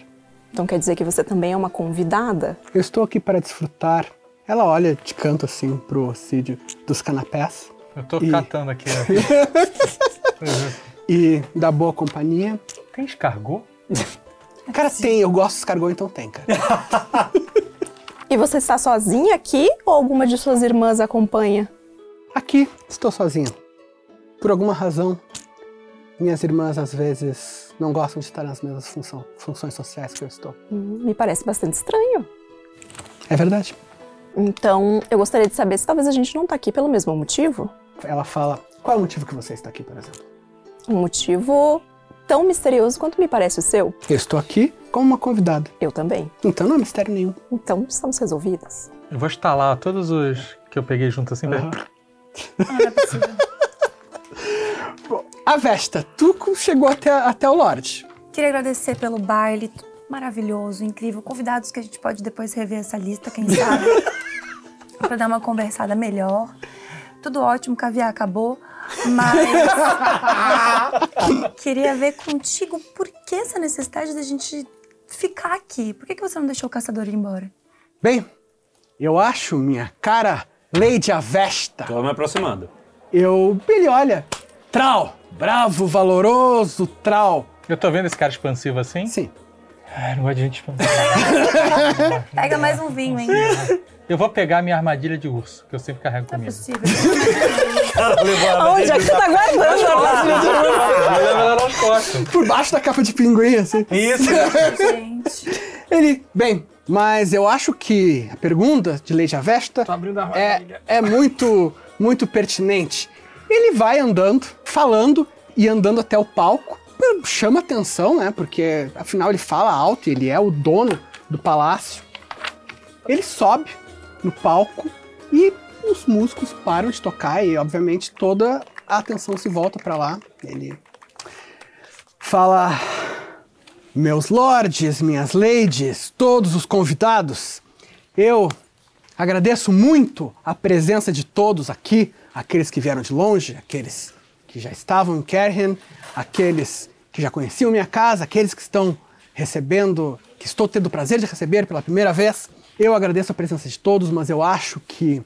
Speaker 6: Então quer dizer que você também é uma convidada?
Speaker 4: Eu estou aqui para desfrutar. Ela olha de canto assim pro Cid dos canapés
Speaker 2: Eu tô
Speaker 4: Ih.
Speaker 2: catando aqui. Né?
Speaker 4: e da boa companhia.
Speaker 2: Tem escargot?
Speaker 4: Cara, tem, eu gosto dos cargos, então tem, cara.
Speaker 6: E você está sozinha aqui ou alguma de suas irmãs acompanha?
Speaker 4: Aqui estou sozinho. Por alguma razão, minhas irmãs às vezes não gostam de estar nas mesmas função- funções sociais que eu estou.
Speaker 6: Hum, Me parece bastante estranho.
Speaker 4: É verdade.
Speaker 6: Então, eu gostaria de saber se talvez a gente não está aqui pelo mesmo motivo.
Speaker 4: Ela fala: Qual é o motivo que você está aqui, por exemplo?
Speaker 6: Um motivo tão misterioso quanto me parece o seu.
Speaker 4: Eu estou aqui como uma convidada.
Speaker 6: Eu também.
Speaker 4: Então não é mistério nenhum.
Speaker 6: Então, estamos resolvidas.
Speaker 2: Eu vou instalar todos os que eu peguei junto assim. pra-
Speaker 4: A Vesta, tu chegou até, até o Lorde.
Speaker 5: Queria agradecer pelo baile maravilhoso, incrível. Convidados que a gente pode depois rever essa lista, quem sabe,
Speaker 1: [laughs]
Speaker 5: Pra dar uma conversada melhor. Tudo ótimo, caviar acabou,
Speaker 1: [laughs]
Speaker 5: mas queria ver contigo por que essa necessidade da gente ficar aqui. Por que, que você não deixou o caçador ir embora?
Speaker 4: Bem, eu acho, minha cara Lady Avesta.
Speaker 1: Tô me aproximando.
Speaker 4: Eu. Ele olha. Trau! Bravo, valoroso, Trau!
Speaker 2: Eu tô vendo esse cara expansivo assim.
Speaker 4: Sim.
Speaker 2: Ah, não gosto de gente expansiva.
Speaker 5: Pega mais um vinho, hein?
Speaker 2: Eu vou pegar minha armadilha de urso, que eu sempre carrego
Speaker 5: Não é
Speaker 2: comigo.
Speaker 5: possível.
Speaker 6: Aonde é que você tá guardando a armadilha de urso?
Speaker 2: Eu vou Ah, levar ela nas costas.
Speaker 4: Por baixo da capa de pinguim, assim.
Speaker 3: Isso,
Speaker 5: Gente.
Speaker 4: Ele, bem, mas eu acho que a pergunta de Lady Avesta
Speaker 2: abrindo a armadilha.
Speaker 4: é, é muito, muito pertinente. Ele vai andando, falando e andando até o palco. Chama atenção, né? Porque afinal ele fala alto, e ele é o dono do palácio. Ele sobe no palco e os músicos param de tocar e, obviamente, toda a atenção se volta para lá. Ele fala: Meus lords, minhas ladies, todos os convidados, eu agradeço muito a presença de todos aqui, aqueles que vieram de longe, aqueles que já estavam em Kerhen, aqueles que já conheciam minha casa, aqueles que estão recebendo, que estou tendo o prazer de receber pela primeira vez. Eu agradeço a presença de todos, mas eu acho que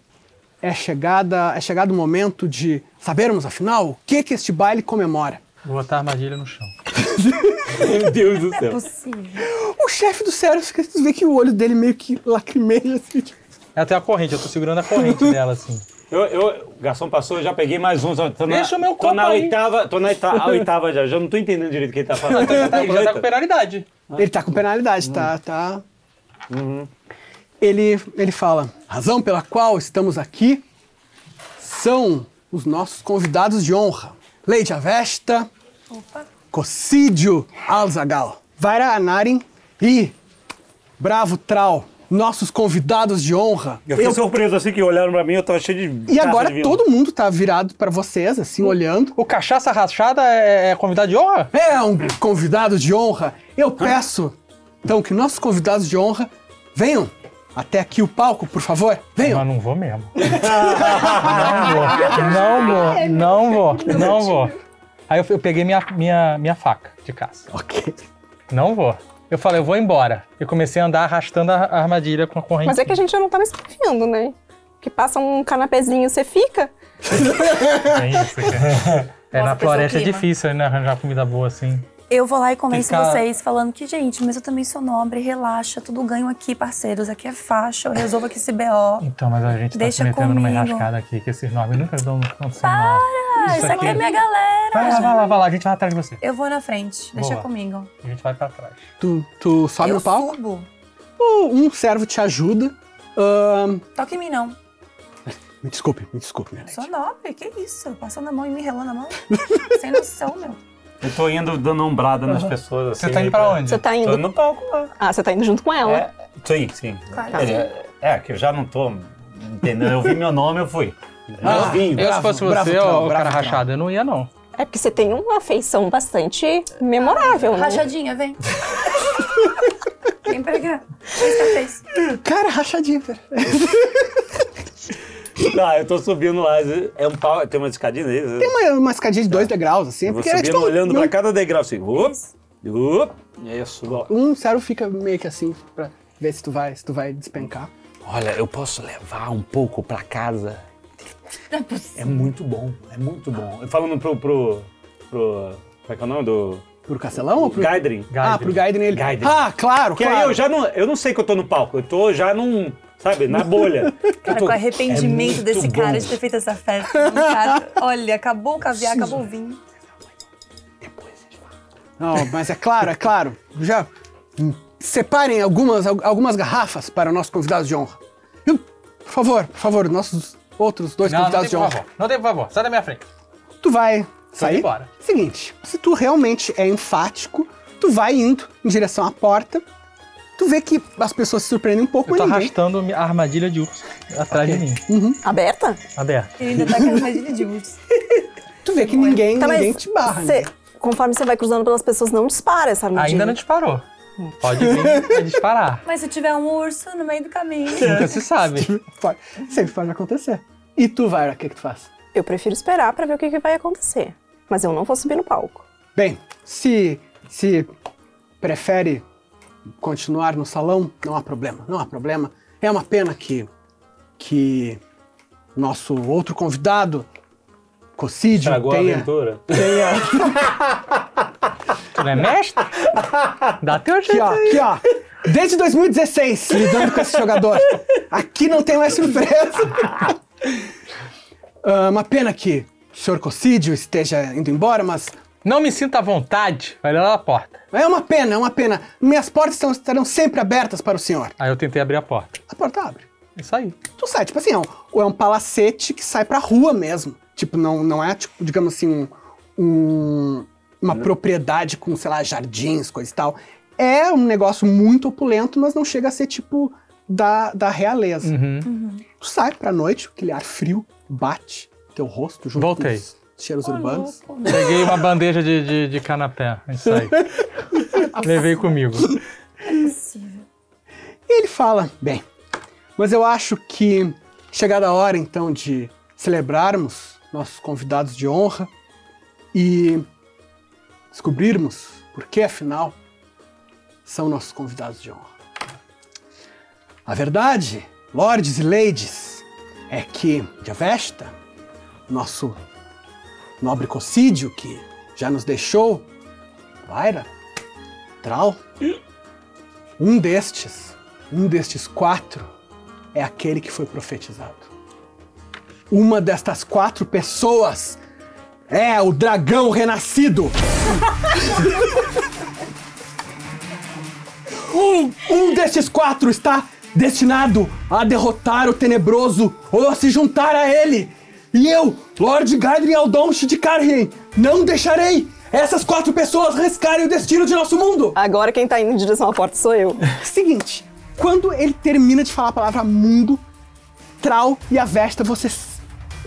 Speaker 4: é chegada, é chegado o momento de sabermos afinal o que que este baile comemora.
Speaker 2: Vou botar a armadilha no chão.
Speaker 1: Meu Deus do céu.
Speaker 5: é Possível.
Speaker 4: O chefe do Sérgio, tu vê que o olho dele meio que lacrimeja assim. tipo,
Speaker 2: Ela tem É a corrente, eu tô segurando a [laughs] corrente dela, assim.
Speaker 1: Eu, eu, o garçom passou, eu já peguei mais um. Tô na,
Speaker 2: Deixa o meu
Speaker 1: tô
Speaker 2: copo
Speaker 1: na
Speaker 2: aí.
Speaker 1: oitava, Tô na oita- a oitava já, já não tô entendendo direito o que ele tá
Speaker 2: [laughs]
Speaker 1: falando.
Speaker 2: Ele já tá com penalidade.
Speaker 1: Ah,
Speaker 4: Ele tá com penalidade, tá?
Speaker 1: Uhum.
Speaker 4: tá... Ele, ele fala: razão pela qual estamos aqui são os nossos convidados de honra. Lady Avesta,
Speaker 5: Opa.
Speaker 4: Cocídio Alzagal, Vaira Anarin e Bravo Trau, nossos convidados de honra.
Speaker 1: Eu fiquei surpreso assim que olharam pra mim, eu tô cheio de.
Speaker 4: E
Speaker 1: taça
Speaker 4: agora
Speaker 1: de vinho.
Speaker 4: todo mundo tá virado pra vocês, assim, olhando.
Speaker 2: O cachaça rachada é, é convidado de honra?
Speaker 4: É um convidado de honra. Eu peço, então, que nossos convidados de honra venham até aqui o palco, por favor. Venham.
Speaker 2: Mas não vou mesmo. [laughs] não vou,
Speaker 6: É
Speaker 2: não vou, não vou, não vou. Aí eu, eu peguei minha, minha, minha faca de caça.
Speaker 4: Ok.
Speaker 2: Não vou. Eu falei, eu vou embora. Eu comecei a andar arrastando a a armadilha com a corrente.
Speaker 6: Mas é que a gente já não tá mais confiando, né? Que passa um canapezinho, você fica.
Speaker 2: [laughs] É, isso, cara. É,
Speaker 5: Nossa,
Speaker 2: na floresta
Speaker 5: pensou
Speaker 2: é
Speaker 5: o clima.
Speaker 2: difícil né, arranjar comida boa assim.
Speaker 5: Eu vou lá e convenço
Speaker 2: Tem que ficar-
Speaker 5: vocês falando que, gente, mas eu também sou nobre, relaxa, tudo ganho aqui, parceiros. Aqui é faixa, eu resolvo aqui esse BO.
Speaker 2: Então, mas a gente
Speaker 5: Deixa
Speaker 2: tá se metendo numa
Speaker 5: comigo.
Speaker 2: enrascada aqui, que esses nomes nunca dão quanto são
Speaker 5: Ah, isso aqui é minha galera.
Speaker 2: Vai lá, vai lá, vai lá, a gente vai atrás de você.
Speaker 5: Eu vou na frente, deixa
Speaker 2: Boa.
Speaker 5: comigo.
Speaker 2: A gente vai pra trás.
Speaker 4: Tu, tu sobe
Speaker 5: eu
Speaker 4: Tá no palco,
Speaker 5: subo.
Speaker 4: um servo te ajuda. Ahn,
Speaker 5: Toca em mim, não.
Speaker 4: me desculpe, me desculpe. minha
Speaker 5: Sou nobre, que isso? Passando a mão e me relando a mão. Sem noção, meu.
Speaker 3: Eu tô indo dando ombrada nas pessoas assim.
Speaker 2: Você tá indo
Speaker 1: né?
Speaker 2: pra onde?
Speaker 6: Você tá
Speaker 3: Tô
Speaker 6: indo.
Speaker 3: no palco lá.
Speaker 6: Ah, você tá indo junto com ela.
Speaker 3: É, sim, sim.
Speaker 5: Claro.
Speaker 3: Quer dizer, é, que eu já não tô entendendo. Eu vi meu nome, eu fui.
Speaker 1: Ah, vinho.
Speaker 2: Eu, se fosse
Speaker 4: bravo,
Speaker 2: você,
Speaker 4: Trau,
Speaker 2: ó, o
Speaker 4: bravo,
Speaker 2: cara
Speaker 4: Trau.
Speaker 2: rachado, eu não ia, não.
Speaker 6: É porque você tem uma afeição bastante memorável, né?
Speaker 5: Rachadinha, vem. vem pra cá. Fez que tá fez.
Speaker 4: noite. Cara, rachadinha, velho. É
Speaker 1: Tá, eu tô subindo lá. É um pau, tem umas escadinhas aí.
Speaker 4: Tem uma, uma escadinha de dois degraus, assim. é
Speaker 1: Eu vou
Speaker 4: porque era
Speaker 1: subindo
Speaker 4: tipo.
Speaker 1: olhando
Speaker 4: não-
Speaker 1: pra cada degrau assim. Up, up. E aí eu subo. ó.
Speaker 4: Um servo fica meio que assim, pra ver se tu vai, se tu vai despencar.
Speaker 1: Olha, eu posso levar um pouco pra casa? É muito bom, é muito bom. Falando pro. pro. pro. Como é que é o nome? Do.
Speaker 4: Pro Castelão ou pro.
Speaker 1: Gaidrin.
Speaker 4: Ah, pro Gaiden ele.
Speaker 1: Gaiden.
Speaker 4: Ah, claro,
Speaker 1: Porque aí
Speaker 4: claro.
Speaker 1: eu já não. Eu não sei que eu tô no palco, eu tô já num. Sabe, na bolha. Eu
Speaker 5: Cara,
Speaker 1: tô-
Speaker 5: com
Speaker 1: é
Speaker 5: arrependimento
Speaker 1: muito
Speaker 5: desse
Speaker 1: bom.
Speaker 5: cara de ter feito essa festa.
Speaker 1: [laughs]
Speaker 5: Cara, olha, acabou o caviar, acabou o vinho.
Speaker 4: Não, mas é claro, é claro. Já hum, separem algumas, al- algumas garrafas para o nosso convidado de honra. Hum, Por favor, por favor, nossos outros dois
Speaker 2: Não, não
Speaker 4: convidados
Speaker 2: tem Então
Speaker 4: de
Speaker 2: por
Speaker 4: honra.
Speaker 2: favor. Não tem por favor. Sai da minha frente.
Speaker 4: tu vai sair.
Speaker 2: embora.
Speaker 4: Seguinte, se tu realmente é enfático, tu vai indo em direção à porta. Tu vê que as pessoas se surpreendem um pouco,
Speaker 2: Eu tô
Speaker 4: mas ninguém.
Speaker 2: arrastando minha armadilha de urso atrás de mim.
Speaker 6: Aberta?
Speaker 2: Aberto.
Speaker 5: Ele ainda tá com a armadilha de urso.
Speaker 4: Tu vê que ninguém,
Speaker 6: Tá, mas
Speaker 4: ninguém te barra.
Speaker 6: você-
Speaker 4: né?
Speaker 6: Conforme você vai cruzando pelas pessoas, não dispara essa armadilha.
Speaker 2: Ainda não Hum. disparou. Pode [laughs] vir a disparar.
Speaker 5: Mas se tiver um urso no meio do caminho. tá
Speaker 2: Nunca se sabe.
Speaker 4: Pode- [laughs] Sempre pode acontecer. E tu, Vaira, o que, que tu faz?
Speaker 6: Eu prefiro esperar pra ver o que, que vai acontecer. Mas eu não vou subir no palco.
Speaker 4: Bem, se se prefere continuar no salão, não há problema, não há problema. É uma pena que que nosso outro convidado, Cocídio,
Speaker 1: Estragou a
Speaker 4: tenha,
Speaker 1: aventura.
Speaker 2: Tu não é mestre? Dá teu
Speaker 4: Aqui,
Speaker 2: jeito.
Speaker 4: ó,
Speaker 2: aí.
Speaker 4: aqui, ó. Desde 2016, lidando com esse jogador. Aqui não tem mais surpresa. [laughs] Ah, uma pena que o senhor Cocídio esteja indo embora, mas
Speaker 2: Não me sinta à vontade. Vai lá na porta.
Speaker 4: é uma pena, é uma pena. Minhas portas estão- estarão sempre abertas para o senhor.
Speaker 2: Aí eu tentei abrir a porta.
Speaker 4: A porta abre.
Speaker 2: Isso aí.
Speaker 4: Tu sai, tipo assim, é um, ou é um palacete que sai pra rua mesmo. Tipo, não, não é, tipo, digamos assim, um, um- uma propriedade com, sei lá, jardins, coisa e tal. É um negócio muito opulento, mas não chega a ser, tipo, da, da realeza. Tu sai pra noite, aquele ar frio bate teu rosto junto
Speaker 2: Voltei.
Speaker 4: com os cheiros urbanos.
Speaker 5: né?
Speaker 1: [laughs]
Speaker 2: Peguei uma bandeja de, de, de canapé. Isso aí. Levei comigo.
Speaker 4: E ele fala: Bem, mas eu acho que chegada a hora então de celebrarmos nossos convidados de honra e descobrirmos por que, afinal, são nossos convidados de honra. A verdade, lords e ladies, é que Javesta, nosso nobre cocídio que já nos deixou, Vaira, Trau, um destes, um destes quatro, é aquele que foi profetizado. Uma destas quatro pessoas é o dragão renascido. [laughs] um, um destes quatro está destinado a derrotar o tenebroso ou a se juntar a ele. E eu, Lord Gaidrin Aldonch de Carrion, não deixarei essas quatro pessoas riscarem o destino de nosso mundo.
Speaker 6: Agora quem tá indo em direção à porta sou eu.
Speaker 4: Seguinte, quando ele termina de falar a palavra mundo, Trau e a Vesta, vocês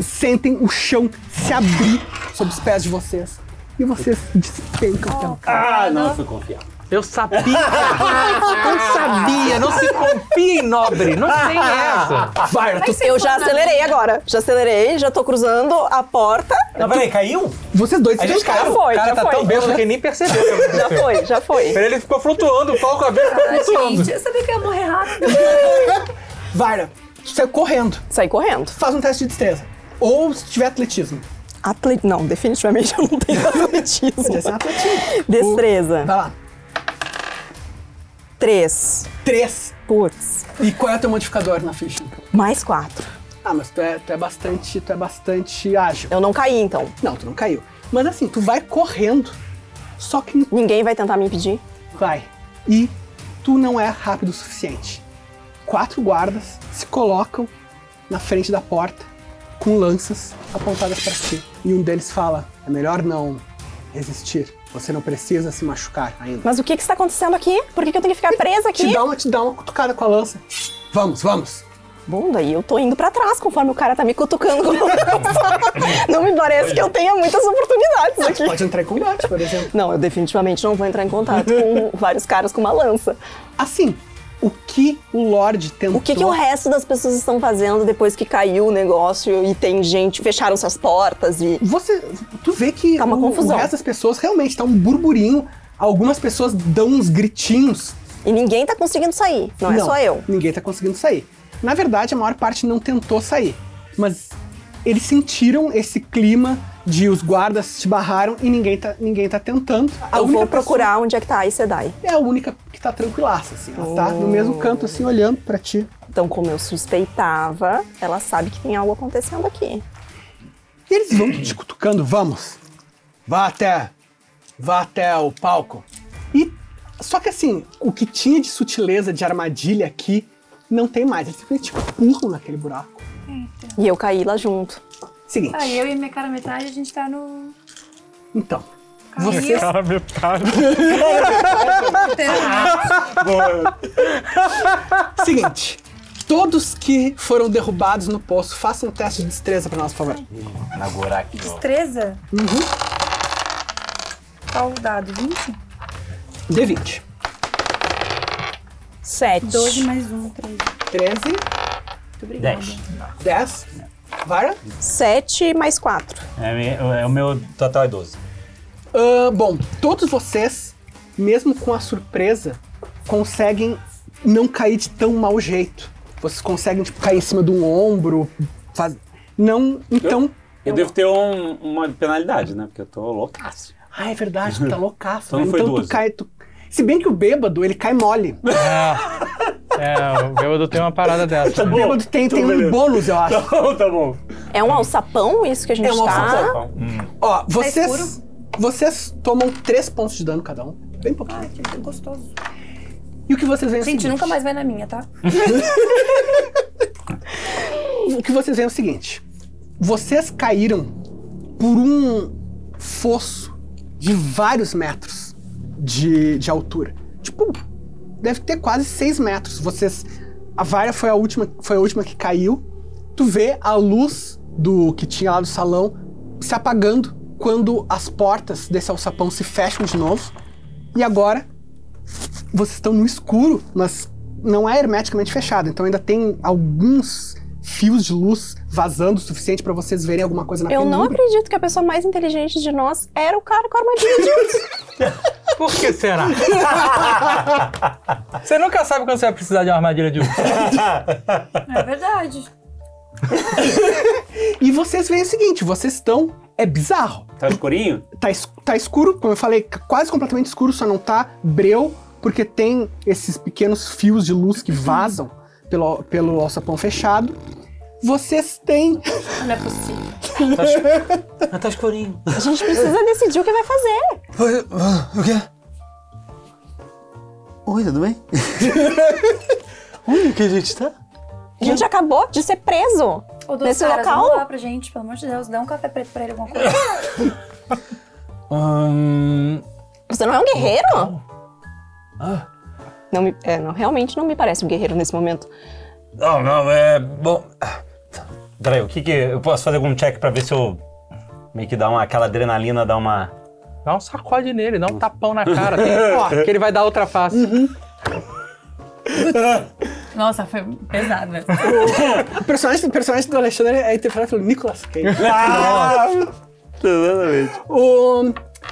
Speaker 4: sentem o chão se abrir sob os pés de vocês. E vocês despencam
Speaker 6: Oh,
Speaker 4: pelo cara.
Speaker 3: Ah, não, fui confiar.
Speaker 2: Eu sabia! Eu sabia! Não se confie, nobre! [laughs] Não tem essa!
Speaker 4: Vai, Ah, tu-
Speaker 6: Eu já acelerei agora. Já acelerei, já tô cruzando a porta.
Speaker 3: Não, peraí, caiu?
Speaker 4: vocês dois se
Speaker 6: Já
Speaker 4: trancaram.
Speaker 6: foi,
Speaker 2: O cara
Speaker 6: já
Speaker 2: tá
Speaker 6: foi.
Speaker 2: tão bêbado que ele nem percebeu. o que aconteceu.
Speaker 6: Já foi, já foi.
Speaker 2: Ele ficou flutuando, o palco aberto
Speaker 5: Ah,
Speaker 2: ficou flutuando.
Speaker 5: gente, eu sabia que eu ia morrer rápido.
Speaker 4: [laughs] Vaira, tu saiu correndo.
Speaker 6: Saí correndo.
Speaker 4: Faz um teste de destreza. Ou se tiver atletismo.
Speaker 6: Atle... Não, definitivamente eu não
Speaker 4: [laughs]
Speaker 6: tenho
Speaker 4: Podia ser um
Speaker 6: atletismo.
Speaker 4: atletismo.
Speaker 6: Destreza.
Speaker 4: Vai lá.
Speaker 6: Três.
Speaker 4: Três.
Speaker 6: Putz.
Speaker 4: E qual é o teu modificador na ficha?
Speaker 6: Mais quatro.
Speaker 4: Ah, mas tu é, tu é bastante. Tu é bastante ágil.
Speaker 6: Eu não caí, então.
Speaker 4: Não, tu não caiu. Mas assim, tu vai correndo. Só que
Speaker 6: Ninguém vai tentar me impedir.
Speaker 4: Vai. E tu não é rápido o suficiente. Quatro guardas se colocam na frente da porta com lanças apontadas para ti. E um deles fala: é melhor não resistir. Você não precisa se machucar ainda.
Speaker 6: Mas o que que está acontecendo aqui? Por que, que eu tenho que ficar presa aqui?
Speaker 4: Te dá uma, te dá uma cutucada com a lança. Vamos, vamos.
Speaker 6: Bom, daí eu tô indo pra trás conforme o cara tá me
Speaker 4: [laughs]
Speaker 6: cutucando. com a lança. não me parece que eu tenha muitas oportunidades aqui.
Speaker 4: Pode entrar em combate, por exemplo.
Speaker 6: Não, eu definitivamente não vou entrar em contato
Speaker 4: [laughs]
Speaker 6: com vários caras com uma lança.
Speaker 4: Assim, o que o Lorde tentou.
Speaker 6: O que, que o resto das pessoas estão fazendo depois que caiu o negócio e tem gente, fecharam suas portas e.
Speaker 4: Você, tu vê que
Speaker 6: Tá uma
Speaker 4: o,
Speaker 6: confusão.
Speaker 4: o resto das pessoas realmente tá um burburinho. Algumas pessoas dão uns gritinhos
Speaker 6: E ninguém tá conseguindo sair. Não, é só eu.
Speaker 4: Ninguém tá conseguindo sair. Na verdade, a maior parte não tentou sair. Mas eles sentiram esse clima de os guardas te barraram e ninguém tá, ninguém tá tentando. A
Speaker 6: eu vou
Speaker 4: única pessoa
Speaker 6: procurar onde é que tá a Sedai.
Speaker 4: É a única que tá tranquilaça, assim. Ela tá no mesmo canto, assim, olhando pra ti.
Speaker 6: Então, como eu suspeitava, ela sabe que tem algo acontecendo aqui.
Speaker 4: E eles vão te cutucando, vamos. Vá até. Vá até o palco. E. Só que assim, o que tinha de sutileza, de armadilha aqui, não tem mais. Eles simplesmente te empurram naquele buraco.
Speaker 6: E eu caí lá junto.
Speaker 4: Seguinte.
Speaker 5: Ah, eu e a minha cara metade, a gente tá no.
Speaker 4: Então.
Speaker 5: Caiu.
Speaker 4: Vocês
Speaker 1: é
Speaker 2: Cara, metade.
Speaker 4: Seguinte. Todos que foram derrubados no poço, façam um teste de destreza pra nós, por favor.
Speaker 3: Na Goraki, ó.
Speaker 5: Destreza? Uhum. Qual o dado? 20?
Speaker 4: D20.
Speaker 6: Sete.
Speaker 5: 12 mais 1, 13.
Speaker 4: 13,
Speaker 5: Muito obrigada.
Speaker 4: 10. Vara?
Speaker 6: Sete mais quatro.
Speaker 3: É, me- é o meu total é 12.
Speaker 4: Ah, bom, todos vocês, mesmo com a surpresa, conseguem não cair de tão mau jeito. Vocês conseguem, tipo, cair em cima de um ombro. faz- Não. Então.
Speaker 3: Eu devo ter um- uma penalidade, né? Porque eu tô loucaço.
Speaker 4: Ah, é verdade,
Speaker 9: [laughs]
Speaker 4: tu tá loucaço.
Speaker 3: Então não foi
Speaker 4: então tu
Speaker 3: 12.
Speaker 4: cai. Tu... Se bem que o bêbado, ele cai mole.
Speaker 2: É, o bêbado tem uma parada dessa. né?
Speaker 9: bom.
Speaker 4: Bêbado tem,
Speaker 9: Então,
Speaker 4: tem um
Speaker 9: beleza.
Speaker 4: bônus, eu acho.
Speaker 9: Então, tá bom.
Speaker 6: É um alçapão isso que a gente
Speaker 4: É um
Speaker 6: tá?
Speaker 4: alçapão. Ó, vocês.
Speaker 7: Tá escuro?
Speaker 4: Vocês tomam três pontos de dano cada um. Bem pouquinho.
Speaker 7: Ai, que gostoso.
Speaker 4: E o que vocês veem é o
Speaker 7: Gente,
Speaker 4: seguinte.
Speaker 7: nunca mais vai na minha, tá?
Speaker 4: O que vocês veem é o seguinte. Vocês caíram por um fosso de vários metros de, de altura. Tipo, deve ter quase seis metros. Vocês. A Varya foi a última, foi a última que caiu. Tu vê a luz do que tinha lá no salão se apagando quando as portas desse alçapão se fecham de novo. E agora vocês estão no escuro, mas não é hermeticamente fechado, então ainda tem alguns fios de luz vazando o suficiente para vocês verem alguma coisa na
Speaker 6: Eu não
Speaker 4: penumbra.
Speaker 6: acredito que a pessoa mais inteligente de nós era o cara com a armadilha
Speaker 2: [laughs]
Speaker 6: de
Speaker 2: Por que será? [laughs] Você nunca sabe quando você vai precisar de uma armadilha de urso.
Speaker 7: É verdade.
Speaker 4: E vocês veem o seguinte, vocês estão é bizarro.
Speaker 10: Ah?
Speaker 9: Tá escurinho?
Speaker 4: Tá, es- tá escuro, como eu falei, c- quase completamente escuro, só não tá breu, porque tem esses pequenos fios de luz que vazam pelo, pelo alçapão fechado. Vocês [laughs] têm
Speaker 7: Não é possível.
Speaker 9: Tá escurinho.
Speaker 6: A gente precisa decidir o que vai fazer.
Speaker 1: É. ah, O quê? Oi, tudo
Speaker 6: [laughs]
Speaker 1: bem? Onde que a gente tá?
Speaker 6: A gente acabou de ser preso
Speaker 7: Ô, dos
Speaker 6: nesse
Speaker 7: caras,
Speaker 6: local.
Speaker 7: Vamos lá pra gente, pelo amor de Deus. Dá um café preto pra ele, alguma coisa.
Speaker 1: Hum,
Speaker 6: Você não é um guerreiro?
Speaker 1: Ah.
Speaker 6: Não me, é, não, realmente não me parece um guerreiro nesse momento.
Speaker 10: Não, não, é. Bom. Peraí, o que que. Eu posso fazer algum check pra ver se eu. Meio que dá uma, aquela adrenalina, dá uma.
Speaker 2: Dá um sacode nele, dá um tapão na cara. [laughs] Tem... que ele vai dar outra face. [laughs]
Speaker 7: Nossa, foi pesado, [laughs] velho.
Speaker 4: O personagem, o personagem do Alexandre é interpretado pelo Nicolas Cage. [laughs] O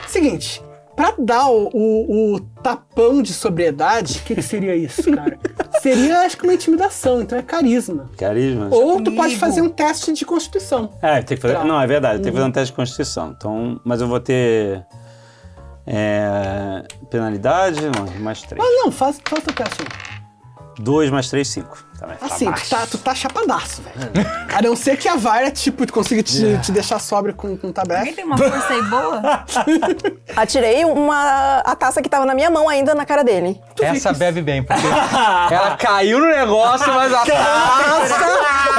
Speaker 4: seguinte, pra dar o, o- o tapão de sobriedade, o que, que seria isso, [laughs] cara? seria acho que uma intimidação, então é carisma.
Speaker 1: carisma.
Speaker 4: Ou tu pode fazer um teste de constituição.
Speaker 1: É, tem que fazer.
Speaker 4: Tá.
Speaker 1: Não, é verdade, tem que
Speaker 6: Uhum.
Speaker 1: fazer um teste de constituição. Então, mas eu vou ter. É, penalidade, não, mais três.
Speaker 4: Ah, não, faz, faz teu teste. aí.
Speaker 1: Dois mais três, cinco. Tá, vai ficar
Speaker 4: Assim, tu
Speaker 1: baixo.
Speaker 4: tá, tu tá chapadaço, velho. A não ser que a vara, tipo, tu consiga te, te deixar sóbrio com, com
Speaker 7: Alguém
Speaker 4: tablet.
Speaker 7: tem uma força aí boa?
Speaker 6: Atirei uma, a taça que tava na minha mão ainda na cara dele.
Speaker 2: Essa bebe bem, porque é
Speaker 1: [laughs]
Speaker 2: ela caiu no negócio, mas a taça,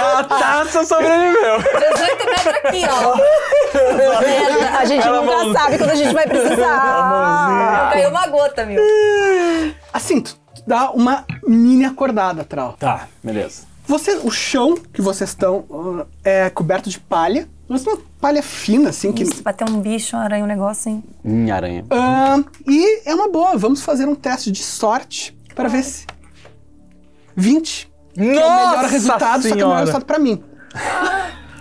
Speaker 2: a taça sobreviveu.
Speaker 7: 18 metros aqui, ó.
Speaker 6: É,
Speaker 1: [laughs]
Speaker 6: a gente nunca sabe quando a gente vai precisar.
Speaker 7: Caiu uma gota, meu.
Speaker 4: Assim, tu tu dá uma mini acordada, Trau.
Speaker 1: Tá, beleza.
Speaker 4: Você, o chão que vocês estão ah, é coberto de palha, mas uma palha fina, assim, que.
Speaker 7: Se bater um bicho, um aranha, um negócio, hein?
Speaker 1: Minha aranha.
Speaker 4: Ahn, e é uma boa, vamos fazer um teste de sorte para ver se. 20. que é o melhor resultado, só que é o melhor resultado pra mim.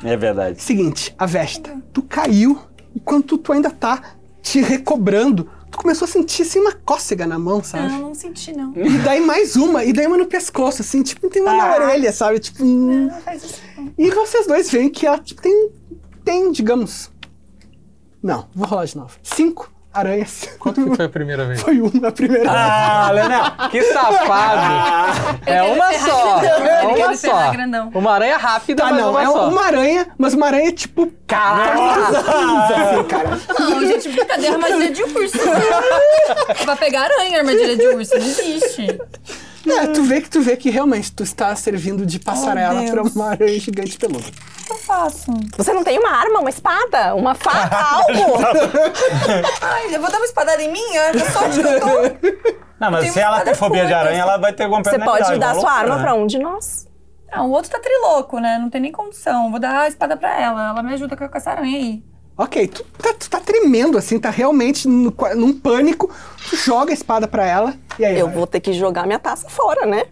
Speaker 1: É verdade.
Speaker 4: Seguinte, a Vesta, tu caiu, enquanto tu ainda tá te recobrando, tu começou a sentir assim uma cócega na mão,
Speaker 7: Não,
Speaker 4: sabe?
Speaker 7: não senti, não.
Speaker 4: E daí mais uma, e daí uma no pescoço, assim, tipo, tem uma na orelha, sabe? Tipo. hum.
Speaker 7: Ah. Não faz isso.
Speaker 4: E vocês dois veem que ela tipo, tem, tem, digamos. Não, vou rolar de novo. Cinco aranhas.
Speaker 2: Quanto que foi a primeira vez?
Speaker 4: [laughs] Foi uma a primeira
Speaker 2: Ah, Leonel, [laughs] que safado. é
Speaker 7: quero
Speaker 2: uma
Speaker 7: ferrar
Speaker 2: só,
Speaker 7: grandão,
Speaker 2: é
Speaker 7: eu
Speaker 2: uma
Speaker 7: quero ferrar
Speaker 2: só.
Speaker 7: grandão.
Speaker 2: Uma aranha rápida,
Speaker 4: Tá,
Speaker 2: mas
Speaker 4: não,
Speaker 2: Ah, uma
Speaker 4: é
Speaker 2: só. Ah,
Speaker 4: uma aranha, mas uma aranha tipo. Caraca! assim, cara.
Speaker 2: [laughs]
Speaker 7: Não, gente, cadê a armadilha de urso? né? [laughs] pra pegar aranha, a armadilha de urso. Não existe.
Speaker 4: É, tu vê que tu vê que realmente tu está servindo de passarela
Speaker 7: Oh, Deus.
Speaker 4: pra uma aranha gigante peluda.
Speaker 7: O que eu faço?
Speaker 6: Você não tem uma arma, uma espada,
Speaker 1: [laughs]
Speaker 6: uma faca,
Speaker 1: Tá,
Speaker 6: algo?
Speaker 7: Ai, eu vou dar uma espadada em mim? Olha só onde que eu tô.
Speaker 10: Não, mas
Speaker 7: Tem
Speaker 10: se ela tem
Speaker 7: várias
Speaker 10: fobia de
Speaker 7: coisas.
Speaker 10: aranha, ela vai ter alguma
Speaker 1: tá,
Speaker 6: Você pode dar sua arma pra
Speaker 10: um.
Speaker 6: um de nós.
Speaker 7: Ah, o outro tá triloco, né? Não tem nem condição. Vou dar a espada pra ela. Ela me ajuda com com essa aranha aí.
Speaker 4: Ok, tu tá, tu tá tremendo assim, tá realmente no- num pânico. Tu joga a espada pra ela e aí.
Speaker 6: Eu
Speaker 4: vai.
Speaker 6: vou ter que jogar minha taça fora, né?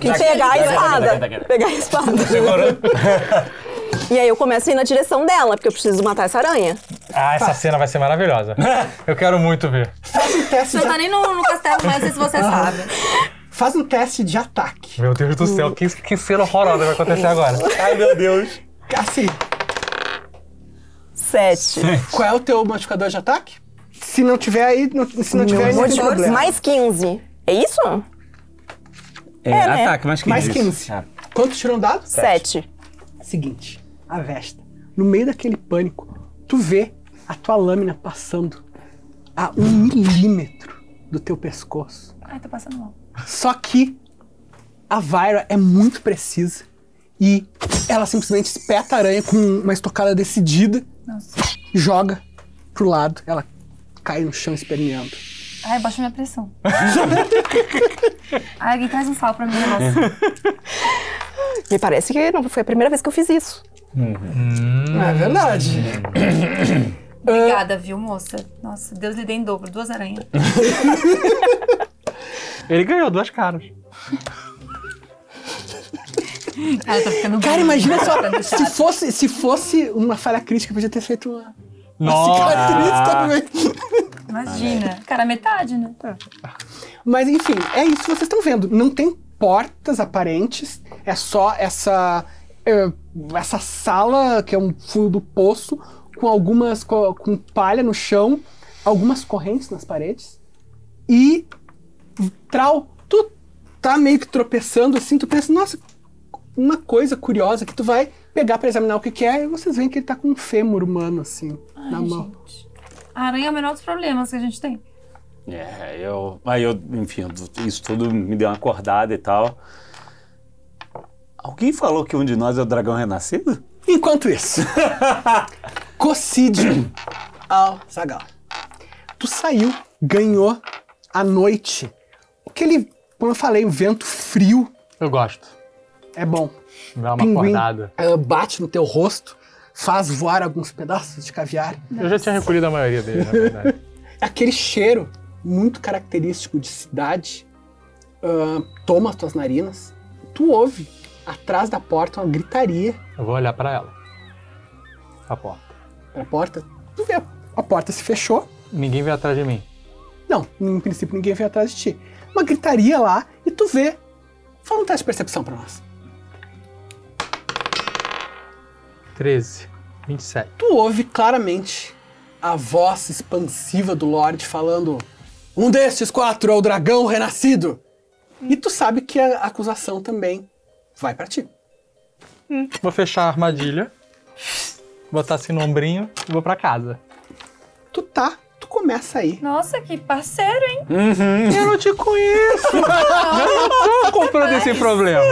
Speaker 6: E
Speaker 10: Daqui,
Speaker 6: pegar
Speaker 10: daqui,
Speaker 6: a
Speaker 10: daqui,
Speaker 6: espada.
Speaker 10: daqui, daqui.
Speaker 6: Pegar a espada. [laughs] E aí eu começo a ir na direção dela, porque eu preciso matar essa aranha.
Speaker 2: Ah, essa cena vai ser maravilhosa. Eu quero muito ver.
Speaker 4: Faz, um teste
Speaker 7: Você
Speaker 4: de,
Speaker 7: não tá nem no, no castelo mais, não sei se você sabe.
Speaker 4: faz um teste de ataque.
Speaker 2: Meu Deus do céu, que, que cena horrorosa vai acontecer agora.
Speaker 10: Ai, meu Deus.
Speaker 4: Assim,
Speaker 6: Sete.
Speaker 4: qual é o teu modificador de ataque? Se não tiver aí, não- se não tiver aí, não tem
Speaker 6: Modificadores
Speaker 4: problema.
Speaker 6: mais 15. É isso?
Speaker 11: É,
Speaker 6: É, né?
Speaker 11: Ataque, mais 15.
Speaker 4: Mais 15.
Speaker 1: Ah,
Speaker 11: É.
Speaker 4: Quantos tirou dados?
Speaker 6: Sete.
Speaker 4: um Seguinte, a Vesta. No meio daquele pânico, tu vê a tua lâmina passando a um milímetro do teu pescoço.
Speaker 5: Ai, tô passando mal.
Speaker 4: Só que a Vyra é muito precisa e ela simplesmente espeta a aranha com uma estocada decidida,
Speaker 5: Nossa.
Speaker 4: joga pro lado, ela cai no chão esperneando.
Speaker 5: Ai, baixa minha pressão. [laughs] Ai, alguém traz um sal pra mim, nossa.
Speaker 6: Me parece que não foi a primeira vez que eu fiz isso.
Speaker 4: É verdade.
Speaker 2: É.
Speaker 5: Obrigada, viu, moça? Nossa, Deus lhe dê em dobro, duas
Speaker 2: [laughs]
Speaker 5: aranhas.
Speaker 2: Ele ganhou duas caras.
Speaker 5: Ai, eu tô ficando
Speaker 4: Cara,
Speaker 5: boa.
Speaker 4: imagina
Speaker 5: Tá
Speaker 4: só,
Speaker 5: deixado.
Speaker 4: se fosse, se fosse uma falha crítica, podia ter feito uma, uma
Speaker 2: Nossa!
Speaker 4: cicatriz também.
Speaker 5: Imagina. Cara, metade, né?
Speaker 4: Tá. Mas enfim, é isso que vocês estão vendo. Não tem portas aparentes, é só essa eh, essa sala que é um fundo do poço com algumas co- com palha no chão, algumas correntes nas paredes e Trau, tu tá meio que tropeçando assim, tu pensa, nossa, uma coisa curiosa que tu vai pegar pra examinar o que que é e vocês veem que ele tá com um fêmur humano assim na
Speaker 5: Ai,
Speaker 4: mão.
Speaker 5: gente. A aranha é o menor dos problemas que a gente tem.
Speaker 11: É, eu. Aí eu, enfim, isso tudo me deu uma acordada e tal. Alguém falou que um de nós é o dragão renascido?
Speaker 2: [laughs]
Speaker 4: Enquanto isso, Cocídio ao Zagal. Tu saiu, ganhou a noite. Aquele, como eu falei, o vento frio
Speaker 2: [laughs] Eu gosto.
Speaker 4: é bom.
Speaker 2: Me dá uma
Speaker 4: Pinguim
Speaker 2: acordada.
Speaker 4: ah, bate no teu rosto, faz voar alguns pedaços de caviar.
Speaker 2: Eu já tinha recolhido a maioria dele, na verdade.
Speaker 4: Aquele cheiro muito característico de cidade ah, toma as tuas narinas. Tu ouve atrás da porta uma gritaria
Speaker 2: Eu vou olhar pra ela. A porta.
Speaker 4: pra porta. Tu vê, a porta se fechou.
Speaker 2: Ninguém veio atrás de mim.
Speaker 4: Não, em princípio ninguém veio atrás de ti. Uma gritaria lá e tu vê. Fala um teste de percepção pra nós.
Speaker 2: 13. 27.
Speaker 4: Tu ouve claramente a voz expansiva do Lorde falando: Um destes quatro é o dragão renascido! E tu sabe que a acusação também vai pra ti.
Speaker 2: Vou fechar a armadilha. Botar assim no ombrinho e vou pra casa.
Speaker 4: Tu tá, tu começa aí.
Speaker 5: Nossa, que parceiro, hein?
Speaker 2: Eu não te conheço! [laughs] Eu não tô comprando esse problema.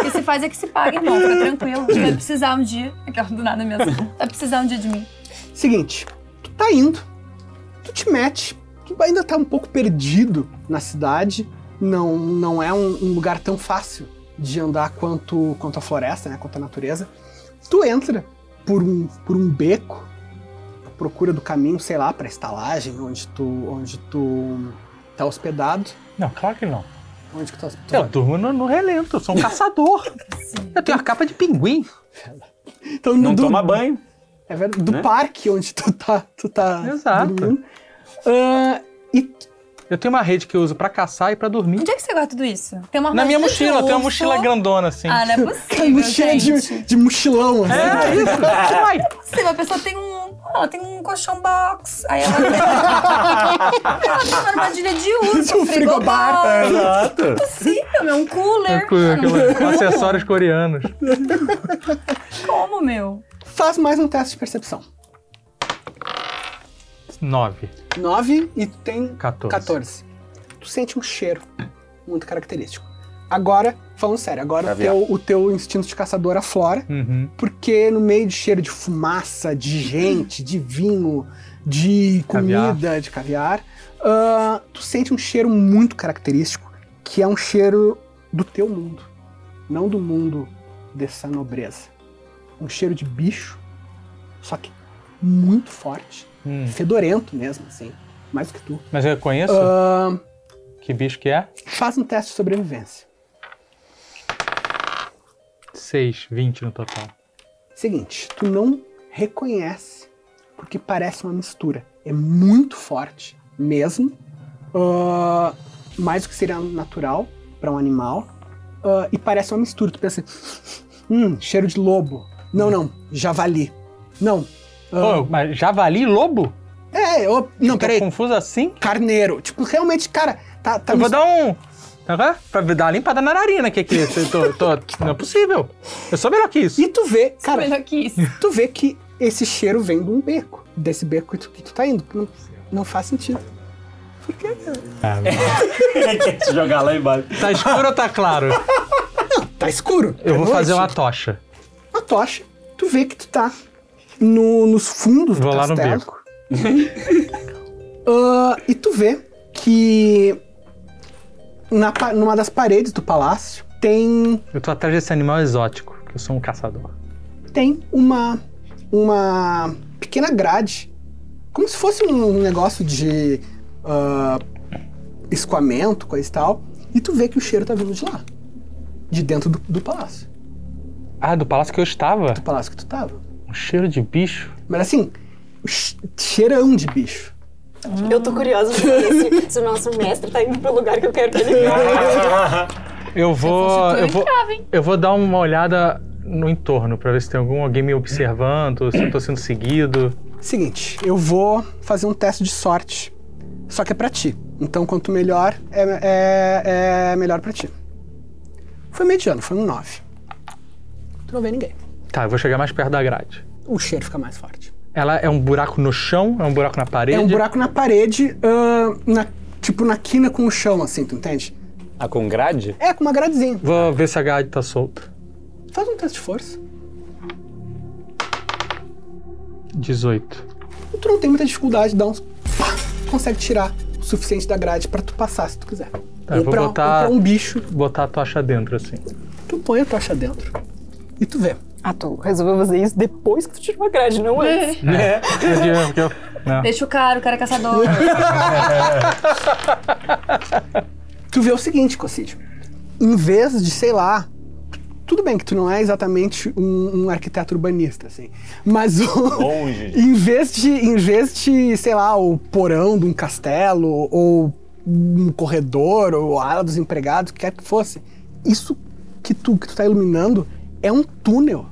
Speaker 5: O que se faz é que se paga, irmão. Fica tranquilo. Vai precisar um dia. Aquela do nada mesmo. Vai precisar um dia de mim.
Speaker 4: Seguinte, tu tá indo, tu te mete, tu ainda tá um pouco perdido na cidade, não, não é um, um lugar tão fácil de andar quanto, quanto a floresta, né, quanto a natureza. Tu entra por um, por um beco, à procura do caminho, sei lá, pra estalagem, onde tu, onde tu tá hospedado.
Speaker 2: Não, claro que não.
Speaker 4: Onde que tu tá hospedado?
Speaker 2: Eu durmo no, no relento, eu sou um caçador. Eu tenho uma capa de pinguim.
Speaker 4: Então,
Speaker 11: Não
Speaker 4: do-
Speaker 11: toma [laughs] banho.
Speaker 4: É verdade, do
Speaker 11: Né?
Speaker 4: parque onde tu tá, tu tá
Speaker 2: Exato.
Speaker 4: dormindo. Ah, e
Speaker 2: Eu tenho uma rede que eu uso pra caçar e pra dormir.
Speaker 5: Onde é que você guarda tudo isso? Tem uma
Speaker 2: Na
Speaker 4: é
Speaker 5: armadilha
Speaker 2: minha
Speaker 5: de
Speaker 2: mochila, eu tenho
Speaker 5: urso.
Speaker 2: uma mochila grandona assim.
Speaker 5: Ah, não é
Speaker 4: tá
Speaker 5: possível,
Speaker 4: mochila
Speaker 5: gente.
Speaker 4: de, de mochilão. assim.
Speaker 2: É isso, vai.
Speaker 5: Não é possível, a pessoa tem um... Ela tem um colchão box. Aí ela
Speaker 2: [laughs]
Speaker 5: tem... ela tem uma armadilha de urso,
Speaker 4: Um
Speaker 5: um
Speaker 4: frigobar.
Speaker 5: frigobar. Não é
Speaker 2: tá?
Speaker 11: Exato.
Speaker 5: possível, meu. Um
Speaker 4: né?
Speaker 5: cooler.
Speaker 2: É Acessórios coreanos.
Speaker 5: Como, meu?
Speaker 4: Faz mais um teste de percepção.
Speaker 2: 9.
Speaker 4: 9 e tu tem
Speaker 2: 14.
Speaker 4: 14. Tu sente um cheiro muito característico. Agora, falando sério, agora o
Speaker 11: Caviar.
Speaker 4: teu, o teu instinto de caçador aflora,
Speaker 2: Uhum.
Speaker 4: porque no meio de cheiro de fumaça, de gente, de vinho, de comida,
Speaker 2: Caviar.
Speaker 4: de caviar, ah, tu sente um cheiro muito característico, que é um cheiro do teu mundo, não do mundo dessa nobreza. Um cheiro de bicho, só que muito forte.
Speaker 2: Hum.
Speaker 4: fedorento mesmo, assim. Mais do que tu.
Speaker 2: Mas eu conheço?
Speaker 4: Ahn,
Speaker 2: Que bicho que é?
Speaker 4: faz um teste de sobrevivência.
Speaker 2: 6, 20 no total.
Speaker 4: Seguinte, tu não reconhece, porque parece uma mistura. É muito forte, mesmo. Ahn, mais do que seria natural para um animal. Ahn, e parece uma mistura. Tu pensa, hum, cheiro de lobo. Não, não, javali. Não. ahn,
Speaker 2: Pô, mas javali e lobo?
Speaker 4: é, ô, não,
Speaker 2: Tô
Speaker 4: peraí.
Speaker 2: confuso assim?
Speaker 4: Carneiro. Tipo, realmente, cara, tá, tá
Speaker 2: eu vou dar um. Agora, pra dar uma limpada na narina, que aqui. Tô, tô- não é possível. Eu sou melhor que isso.
Speaker 4: E tu vê, cara,
Speaker 7: melhor que isso.
Speaker 4: tu vê que esse cheiro vem de um beco. Desse beco que tu, que tu tá indo. Não, não faz sentido. Por quê?
Speaker 2: Ah,
Speaker 11: é Quer se jogar lá embaixo.
Speaker 2: Tá escuro ou tá claro?
Speaker 4: Tá escuro.
Speaker 2: Eu
Speaker 4: É
Speaker 2: vou
Speaker 4: noite.
Speaker 2: fazer uma tocha.
Speaker 4: Uma tocha. Tu vê que tu tá no- nos fundos
Speaker 2: Vou
Speaker 4: do
Speaker 2: lá no
Speaker 4: castelo.
Speaker 2: beco.
Speaker 4: [laughs] Ah, e tu vê que na pa- numa das paredes do palácio tem
Speaker 2: Eu tô atrás desse animal exótico, que eu sou um caçador.
Speaker 4: tem uma uma pequena grade, como se fosse um negócio de ah, escoamento, coisa e tal. E tu vê que o cheiro tá vindo de lá, de dentro do, do palácio,
Speaker 2: Ah, do palácio que eu estava?
Speaker 4: do palácio que tu tava.
Speaker 2: Um cheiro de bicho.
Speaker 4: Mas assim, che- cheirão de bicho.
Speaker 6: Eu tô curiosa pra saber se, se o nosso mestre tá indo pro lugar que eu quero que ele vá.
Speaker 2: Eu vou.
Speaker 7: tu, eu
Speaker 2: Eu vou,
Speaker 7: entrava, hein?
Speaker 2: eu vou dar uma olhada no entorno pra ver se tem algum alguém me observando, se eu tô sendo seguido.
Speaker 4: Seguinte, eu vou fazer um teste de sorte, só que é pra ti. Então, quanto melhor, é, é- é melhor pra ti. Foi mediano, foi um 9. Tu não vê ninguém.
Speaker 2: Tá, eu vou chegar mais perto da grade.
Speaker 4: O cheiro fica mais forte.
Speaker 2: Ela é um buraco no chão? É um buraco na parede?
Speaker 4: É um buraco na parede, ahn, na- tipo na quina com o chão, assim, tu entende?
Speaker 11: Ah, com grade?
Speaker 4: É, com uma gradezinha.
Speaker 2: Vou ver se a grade tá solta.
Speaker 4: Faz um teste de força.
Speaker 2: 18.
Speaker 4: E tu não tem muita dificuldade, dá uns... pá, consegue tirar o suficiente da grade pra tu passar, se tu quiser.
Speaker 2: Tá, eu vou
Speaker 4: pra,
Speaker 2: botar-
Speaker 4: ou pra um bicho,
Speaker 2: Botar a tocha dentro, assim.
Speaker 4: tu põe a tocha dentro e tu vê.
Speaker 6: Ah, tu resolveu fazer isso depois que tu tirou a grade, não antes.
Speaker 2: Né? Eu digo, É. porque eu- Não.
Speaker 5: Deixa o cara, o cara é caçador.
Speaker 4: tu vê o seguinte, Cocídio. Em vez de, sei lá, tudo bem que tu não é exatamente um, um arquiteto urbanista, assim, mas o,
Speaker 11: Longe.
Speaker 4: em vez de, em vez de, sei lá, o porão de um castelo ou um corredor ou a ala dos empregados, o que quer que fosse, isso que tu que tu tá iluminando é um túnel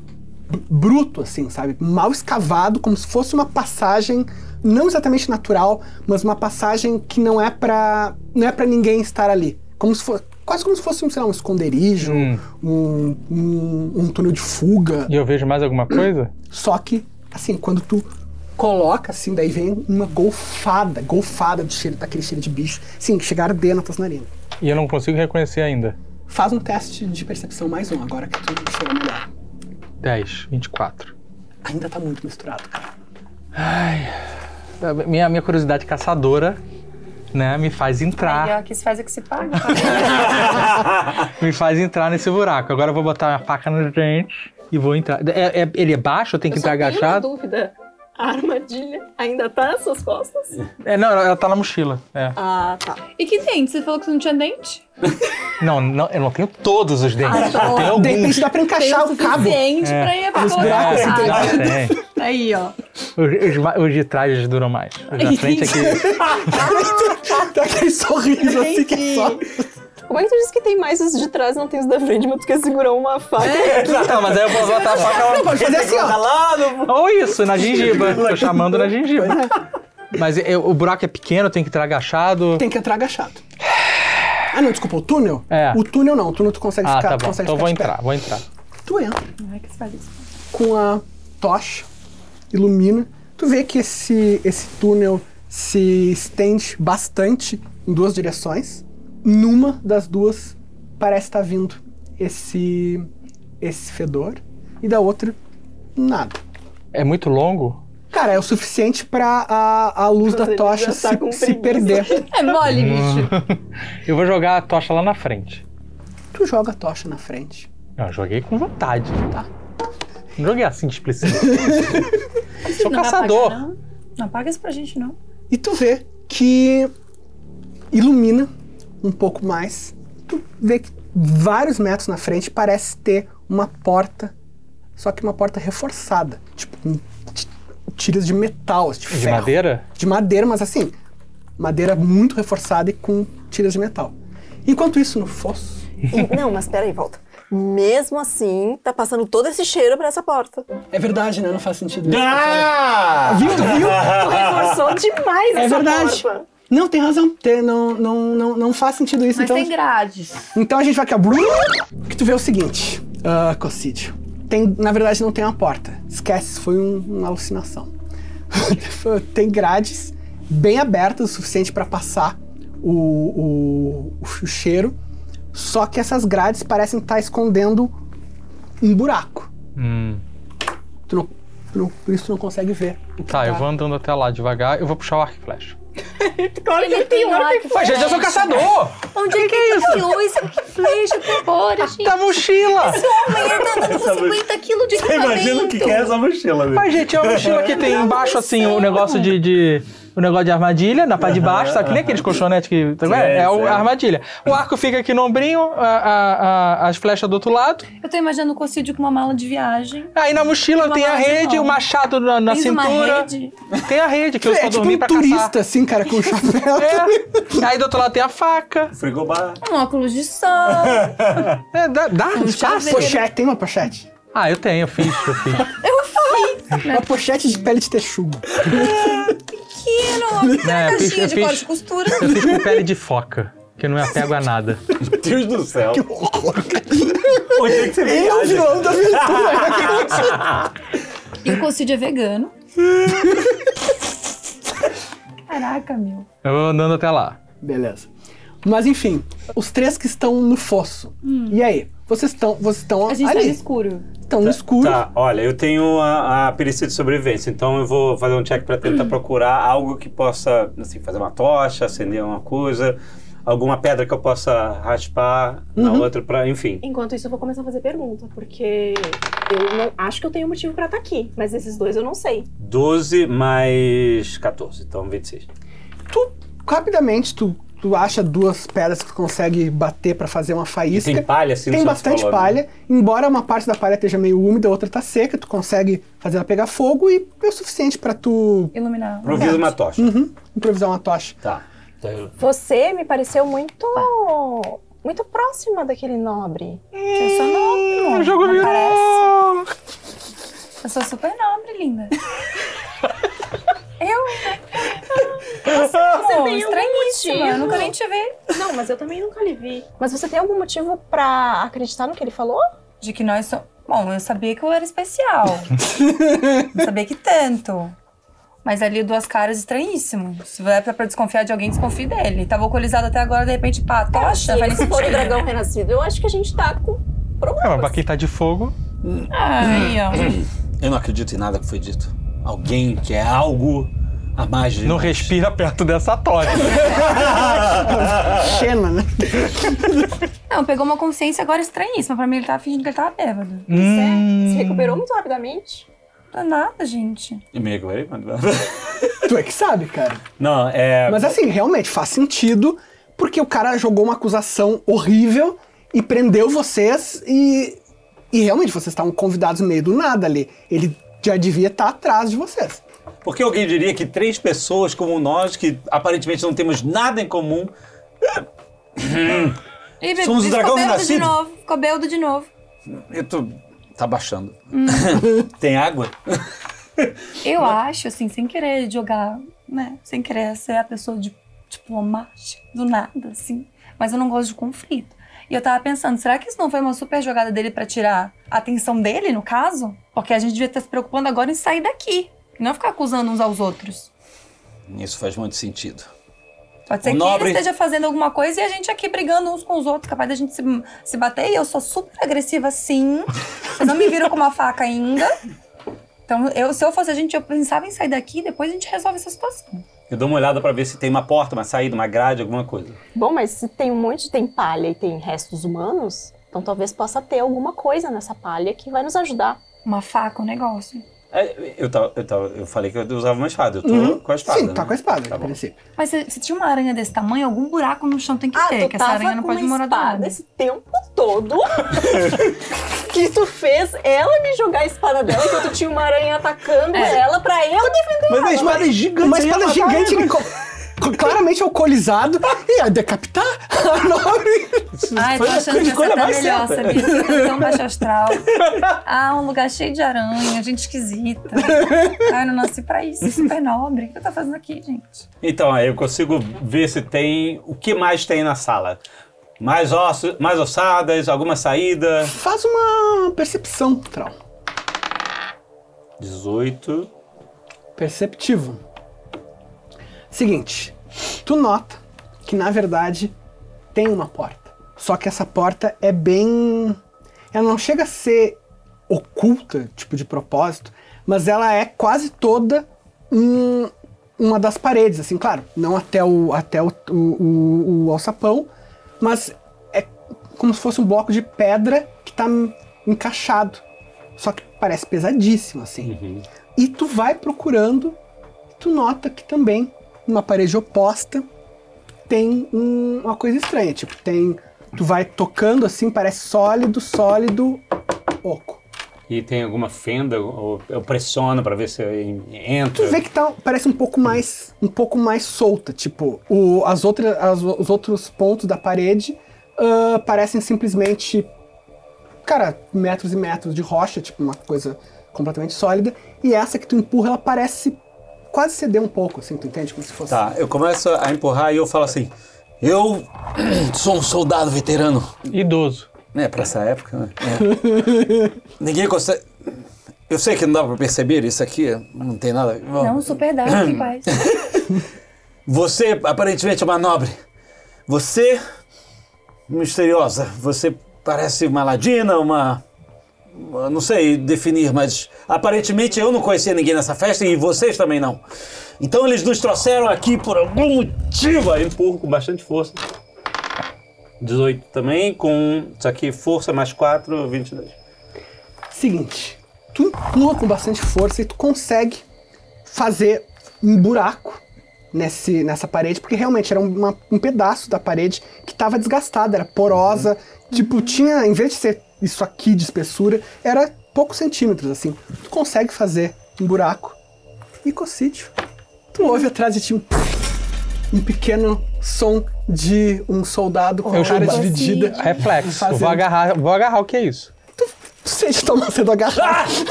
Speaker 4: br- bruto, assim, sabe? Mal escavado, como se fosse uma passagem não exatamente natural, mas uma passagem que não é para não é para ninguém estar ali, como se fosse quase como se fosse um, sei lá, um esconderijo, um, um, um túnel de fuga.
Speaker 2: Hum, E eu vejo mais alguma coisa?
Speaker 4: Só que, assim, quando tu coloca, assim, daí vem uma golfada, golfada do cheiro, daquele cheiro de bicho, assim, que chega a arder nas tuas narinas.
Speaker 2: E eu não consigo reconhecer ainda.
Speaker 4: Faz um teste de percepção mais um, agora que tu cheira melhor.
Speaker 2: 10, 24.
Speaker 4: Ainda tá muito misturado, cara.
Speaker 2: Minha, minha curiosidade caçadora, né, me faz entrar.
Speaker 7: Melhor que se faz é que se paga.
Speaker 2: Me faz entrar nesse buraco. Agora eu vou botar a faca no dente e vou entrar. É- é- ele é baixo? Eu tenho que
Speaker 6: Eu só
Speaker 2: entrar
Speaker 6: tenho uma
Speaker 2: agachado?
Speaker 6: dúvida. A armadilha ainda tá nas suas costas?
Speaker 2: É, não, ela ela tá na mochila. É.
Speaker 6: Ah, tá.
Speaker 7: E que dente? Você falou que não tinha dente?
Speaker 2: Não, não, eu não tenho todos os
Speaker 4: Ah,
Speaker 2: dentes. eu tenho
Speaker 4: De
Speaker 2: Ah, alguns.
Speaker 4: repente dá pra
Speaker 7: Tem
Speaker 4: encaixar
Speaker 7: o
Speaker 4: o cabo.
Speaker 7: suficiente pra ir pra
Speaker 4: buracos,
Speaker 7: outra
Speaker 4: entendeu?
Speaker 7: área.
Speaker 2: É, tem.
Speaker 7: Aí, ó.
Speaker 2: Os, os ma- os de trás duram mais. Os da
Speaker 4: [laughs]
Speaker 2: frente aqui.
Speaker 5: [laughs]
Speaker 4: Dá Tá, aquele sorriso assim que é só.
Speaker 6: Como é que tu disse que tem mais os de trás e não tem os da frente, mas tu quer segurar uma faca?
Speaker 2: Tá, mas aí eu vou botar a faca.
Speaker 4: Não, pode fazer assim, ó.
Speaker 2: Ou isso, na gengiba. Tô chamando na gengiba. Mas eu- o buraco é pequeno, tem que entrar agachado.
Speaker 4: Tem que entrar agachado. Ah, não, desculpa, o túnel?
Speaker 2: É.
Speaker 4: O túnel não, o túnel tu consegue
Speaker 2: Ah,
Speaker 4: ficar.
Speaker 2: tá
Speaker 4: tu
Speaker 2: bom.
Speaker 4: consegue
Speaker 2: Então
Speaker 4: ficar
Speaker 2: vou
Speaker 4: de pé.
Speaker 2: entrar, vou entrar.
Speaker 4: Tu entra.
Speaker 7: Não é que se faz isso.
Speaker 4: com a tocha, ilumina. Tu vê que esse, esse túnel se estende bastante em duas direções. Numa das duas parece estar vindo esse, esse fedor, e da outra, nada.
Speaker 2: É muito longo?
Speaker 4: Cara, é o suficiente pra a, a luz da
Speaker 6: Ele já
Speaker 4: tocha
Speaker 6: tá
Speaker 4: se,
Speaker 6: com
Speaker 4: se
Speaker 6: preguiça.
Speaker 4: perder.
Speaker 7: É mole,
Speaker 2: Hum.
Speaker 7: bicho.
Speaker 2: Eu vou jogar a tocha lá na frente.
Speaker 4: Tu joga a tocha na frente.
Speaker 2: Não, eu Ah, joguei com vontade, tá? Não joguei assim
Speaker 7: [laughs]
Speaker 2: displicente. Sou
Speaker 7: Não vai
Speaker 2: caçador.
Speaker 7: apagar, não. Não apaga isso pra gente, não.
Speaker 4: E tu vê que ilumina um pouco mais. Tu vê que vários metros na frente parece ter uma porta, só que uma porta reforçada, tipo com ti- tiras de metal, de,
Speaker 2: De
Speaker 4: ferro.
Speaker 2: madeira?
Speaker 4: De madeira, mas assim, madeira muito reforçada e com tiras de metal. Enquanto isso, no fosso,
Speaker 6: E- não, mas peraí, volta. Mesmo assim, tá passando todo esse cheiro pra essa porta.
Speaker 4: é verdade, né? Não faz sentido.
Speaker 11: Ah! [laughs]
Speaker 4: Viu, viu?
Speaker 6: Tu reforçou demais
Speaker 4: É
Speaker 6: essa
Speaker 4: verdade.
Speaker 6: porta.
Speaker 4: Não, tem razão. Tem- não, não, não, não faz sentido isso.
Speaker 7: Mas
Speaker 4: então,
Speaker 7: tem grades.
Speaker 4: então a gente vai aqui, ó. blu, Que tu vê o seguinte. Ah, Cocídio. Tem, na verdade, não tem uma porta. Esquece, foi um- uma alucinação. [laughs] tem grades bem abertas o suficiente para passar o, o, o cheiro. Só que essas grades parecem estar escondendo um buraco.
Speaker 2: Hum.
Speaker 4: Tu não, tu não- por isso tu não consegue ver. o que
Speaker 2: Tá, eu vou andando até lá devagar, eu vou puxar o arco e flecha.
Speaker 7: Claro
Speaker 5: é
Speaker 7: que ele tem um arco.
Speaker 2: Mas, gente, eu sou caçador!
Speaker 5: Onde é que é isso? Tirou esse arco e flecha por
Speaker 7: [laughs]
Speaker 5: hora, gente.
Speaker 2: Da Tá mochila!
Speaker 7: Amanhã ele tá andando com 50 quilos de equipamento.
Speaker 3: Imagina o que que é essa mochila, viu?
Speaker 2: Mas, gente, é uma mochila que tem embaixo, assim, o negócio de... de- O negócio de armadilha, na parte de baixo, sabe? Que nem aqueles colchonetes que. tá vendo? É, o-
Speaker 3: sei.
Speaker 2: a armadilha. O arco fica aqui no ombrinho, a- a- a- as flechas do outro lado.
Speaker 7: Eu tô imaginando o Cocídio com uma mala de viagem.
Speaker 2: Aí na mochila
Speaker 7: Uma
Speaker 2: tem a
Speaker 7: mala de
Speaker 2: rede,
Speaker 7: pau.
Speaker 2: o machado na, na
Speaker 7: Tens uma
Speaker 2: cintura.
Speaker 7: rede?
Speaker 2: Tem a rede que eu
Speaker 4: É,
Speaker 2: só
Speaker 4: tipo
Speaker 2: dormi
Speaker 4: um
Speaker 2: pra
Speaker 4: turista,
Speaker 2: caçar.
Speaker 4: assim,
Speaker 2: [laughs]
Speaker 4: cara, com o chapéu.
Speaker 2: É. Aí do outro lado tem a faca.
Speaker 3: Frigobar.
Speaker 7: Um óculos de
Speaker 3: [laughs]
Speaker 7: sol. um
Speaker 2: É, dá, dá espaço.
Speaker 4: Ah, Pochete, tem uma pochete?
Speaker 2: Ah, eu tenho, eu fiz, eu fiz.
Speaker 4: Uma pochete de pele de texugo.
Speaker 5: Pequeno, uma pequena
Speaker 3: Né,
Speaker 2: É, eu fiz-
Speaker 5: caixinha
Speaker 2: eu
Speaker 5: de
Speaker 2: fiz-
Speaker 5: corte
Speaker 3: [laughs]
Speaker 5: de costura.
Speaker 2: Eu fiz com pele de foca, que eu não me apego a nada.
Speaker 3: Meu Deus do
Speaker 11: [laughs]
Speaker 3: céu. Que horror, cara. Onde é que você
Speaker 4: Ele é o
Speaker 3: viaja?
Speaker 4: vilão da aventura.
Speaker 7: E o Cocídio
Speaker 3: [laughs]
Speaker 7: é vegano. Caraca, meu.
Speaker 2: Eu vou andando até lá.
Speaker 4: [laughs] Beleza. Mas enfim, os três que estão no fosso. E aí? Vocês estão vocês estão
Speaker 7: Hum. A gente tá no
Speaker 4: ali,
Speaker 7: escuro.
Speaker 4: estão no escuro.
Speaker 3: Tá, olha, eu tenho a, a perícia de sobrevivência, então eu vou fazer um check pra
Speaker 4: Hum.
Speaker 3: tentar procurar algo que possa, assim, fazer uma tocha, acender uma coisa, alguma pedra que eu possa raspar na
Speaker 4: Uhum.
Speaker 3: outra, pra, enfim.
Speaker 6: Enquanto isso, eu vou começar a fazer pergunta, porque eu não acho que eu tenho um motivo pra estar aqui, mas esses dois eu não sei.
Speaker 3: 12 mais 14, então 26.
Speaker 4: Tu, rapidamente, tu, tu acha duas pedras que tu consegue bater pra fazer uma
Speaker 3: E
Speaker 4: faísca.
Speaker 3: tem palha, assim, no
Speaker 4: é- Tem
Speaker 3: seu
Speaker 4: bastante
Speaker 3: falou, né?
Speaker 4: palha, embora uma parte da palha esteja meio úmida, a outra tá seca, tu consegue fazer ela pegar fogo e é o suficiente pra tu
Speaker 7: Iluminar.
Speaker 3: Improvisa uma tocha.
Speaker 4: uhum, improvisar uma tocha.
Speaker 3: Tá. Então eu-
Speaker 6: Você me pareceu muito. muito próxima daquele nobre.
Speaker 7: Eu sou nobre.
Speaker 2: O jogo
Speaker 7: não parece?
Speaker 2: virou!
Speaker 7: Eu sou super nobre, linda.
Speaker 6: Você
Speaker 7: Pô,
Speaker 6: tem algum
Speaker 7: estranhíssima.
Speaker 6: motivo?
Speaker 7: Eu nunca nem te vi.
Speaker 6: Não, mas eu também nunca lhe vi. Mas você tem algum motivo pra acreditar no que ele falou?
Speaker 7: De que nós somos. Bom, eu sabia que eu era
Speaker 6: [laughs]
Speaker 7: especial. não sabia que tanto. Mas ali duas caras estranhíssimo. Se é pra pra desconfiar de alguém, desconfie dele. Tava alcoolizado até agora, de repente, pá, tocha, vai
Speaker 6: [laughs]
Speaker 7: nesse
Speaker 6: se for o
Speaker 7: sentido.
Speaker 6: assim, dragão renascido, eu acho que a gente tá com
Speaker 2: É, mas pra
Speaker 6: problemas.
Speaker 2: quem tá de fogo.
Speaker 7: Ai, ó.
Speaker 12: Eu não acredito em nada que foi dito. Alguém
Speaker 3: é
Speaker 12: quer algo a mais de
Speaker 2: Não
Speaker 12: nós.
Speaker 2: respira perto dessa tocha.
Speaker 3: Ah,
Speaker 4: Xena, né? [laughs]
Speaker 7: Não, pegou uma consciência agora estranhíssima. Pra mim, ele tava fingindo que ele tava bêbado.
Speaker 6: Se recuperou muito rapidamente.
Speaker 7: Não é nada, gente.
Speaker 3: E me recuperei, mano.
Speaker 4: Tu é que sabe, cara.
Speaker 3: [laughs] Não, é...
Speaker 4: Mas assim, realmente faz sentido, porque o cara jogou uma acusação horrível e prendeu vocês e. E realmente vocês estavam convidados no meio do nada ali. Ele já devia estar atrás de vocês.
Speaker 3: Por que alguém diria que três pessoas como nós, que aparentemente não temos nada em comum,
Speaker 7: E
Speaker 3: Somos o dragão
Speaker 7: ficou bêbado de
Speaker 3: renascido?
Speaker 7: novo. Ficou bêbado de novo.
Speaker 12: Eu tô... Tá baixando.
Speaker 4: Hum.
Speaker 3: [laughs] tem água?
Speaker 7: Eu acho, assim, sem querer jogar, né? Sem querer ser a pessoa de diplomática, do nada, assim. Mas eu não gosto de conflito. E eu tava pensando, será que isso não foi uma super jogada dele pra tirar a atenção dele, no caso? Porque a gente devia estar se preocupando agora em sair daqui. e Não ficar acusando uns aos outros.
Speaker 12: Isso faz muito sentido.
Speaker 7: Pode ser
Speaker 12: O
Speaker 7: que
Speaker 12: nobre-
Speaker 7: ele esteja fazendo alguma coisa e a gente aqui brigando uns com os outros, capaz da gente se, se bater. E eu sou super agressiva, sim. Vocês não me viram com uma faca ainda. Então, eu, se eu fosse a gente, eu pensava em sair daqui e depois a gente resolve essa situação.
Speaker 3: Eu dou uma olhada pra ver se tem uma porta, uma saída, uma grade, alguma coisa.
Speaker 6: Bom, mas se tem um monte, tem palha e tem restos humanos, então talvez possa ter alguma coisa nessa palha que vai nos ajudar.
Speaker 7: Uma faca, um negócio.
Speaker 3: É, Eu, tava, eu, tava, eu falei que eu usava uma espada, eu tô
Speaker 4: Uhum.
Speaker 3: com a espada.
Speaker 4: Sim,
Speaker 3: né?
Speaker 4: tá com a espada,
Speaker 3: Tá
Speaker 4: a
Speaker 3: bom.
Speaker 4: princípio.
Speaker 7: Mas se, se tinha uma aranha desse tamanho, algum buraco no chão tem que ter,
Speaker 6: Ah, tu
Speaker 7: que essa
Speaker 6: tava
Speaker 7: aranha não
Speaker 6: com
Speaker 7: pode
Speaker 6: uma
Speaker 7: morar do
Speaker 6: espada
Speaker 7: lado.
Speaker 6: esse tempo
Speaker 2: [laughs]
Speaker 6: todo que tu fez ela me jogar a espada dela enquanto tinha É. uma aranha atacando ela pra eu defender
Speaker 3: Mas a
Speaker 4: Uma
Speaker 3: espada é gigante.
Speaker 4: Uma espada
Speaker 3: aí,
Speaker 4: gigante
Speaker 3: caralho.
Speaker 4: ele co- [laughs] claramente alcoolizado e ia decapitar [laughs] a nobre.
Speaker 3: [laughs]
Speaker 7: Ai, tô
Speaker 3: Foi a
Speaker 7: achando que
Speaker 3: escolha
Speaker 7: você tá
Speaker 3: mais
Speaker 7: melhor,
Speaker 3: certa.
Speaker 7: sabia? Você é tão baixo astral. Ah, um lugar cheio de aranha, gente esquisita. Ai, eu não nasci pra isso, super nobre. O que eu tô fazendo aqui, gente?
Speaker 11: Então, aí eu consigo ver se tem. O que mais tem na sala? Mais ossos, mais ossadas, alguma saída.
Speaker 4: Faz uma percepção, Trau.
Speaker 11: 18.
Speaker 4: Perceptivo. Seguinte, tu nota que na verdade tem uma porta. Só que essa porta é bem. Ela não chega a ser oculta, tipo de propósito, mas ela é quase toda em uma das paredes, assim, claro, não até o, até o, o, o- o alçapão, mas é como se fosse um bloco de pedra que tá encaixado. Só que parece pesadíssimo, assim. E tu vai procurando, tu nota que também, numa parede oposta, tem um- uma coisa estranha. Tipo, tem. Tu vai tocando assim, parece sólido, sólido, oco.
Speaker 11: E tem alguma fenda? Ou eu pressiono pra ver se
Speaker 4: Tu
Speaker 1: É.
Speaker 11: entra.
Speaker 4: vê que tá, parece um pouco mais. Um pouco mais solta. Tipo, o- as outras, as- os outros pontos da parede ah, parecem simplesmente. Cara, metros e metros de rocha, tipo, uma coisa completamente sólida. E essa que tu empurra, ela parece quase ceder um pouco, assim, tu entende? Como se fosse.
Speaker 11: Tá, eu começo a empurrar e eu falo assim.
Speaker 12: Eu [clears throat] sou um soldado veterano.
Speaker 2: Idoso.
Speaker 12: É, pra essa época, né? É. Ninguém consegue. Eu sei que não dá pra perceber isso aqui, não tem nada. Bom,
Speaker 7: Não, super dá, fique em paz.
Speaker 12: Você, aparentemente, é uma nobre. Você, misteriosa. Você parece uma ladina, uma. uma- Não sei definir, mas aparentemente eu não conhecia ninguém nessa festa e vocês também não. Então eles nos trouxeram aqui por algum motivo.
Speaker 11: Eu empurro com bastante força. 18 também, com. Só que força mais 4, 22.
Speaker 4: Seguinte, tu empurra com bastante força e tu consegue fazer um buraco nesse, nessa parede, porque realmente era uma- um pedaço da parede que estava desgastada, era porosa, tipo, tinha, em vez de ser isso aqui de espessura, era poucos centímetros, assim. Tu consegue fazer um buraco e cocídio. Tu ouve atrás de ti um, [laughs] um pequeno som de um soldado com a
Speaker 2: Eu
Speaker 4: cara
Speaker 2: chuto-
Speaker 4: dividida.
Speaker 2: Reflexo. Eu Vou
Speaker 4: Fazendo.
Speaker 2: agarrar, vou agarrar o que é isso.
Speaker 4: [laughs] Tu sente tomar sendo
Speaker 2: Ah!
Speaker 4: agarrado.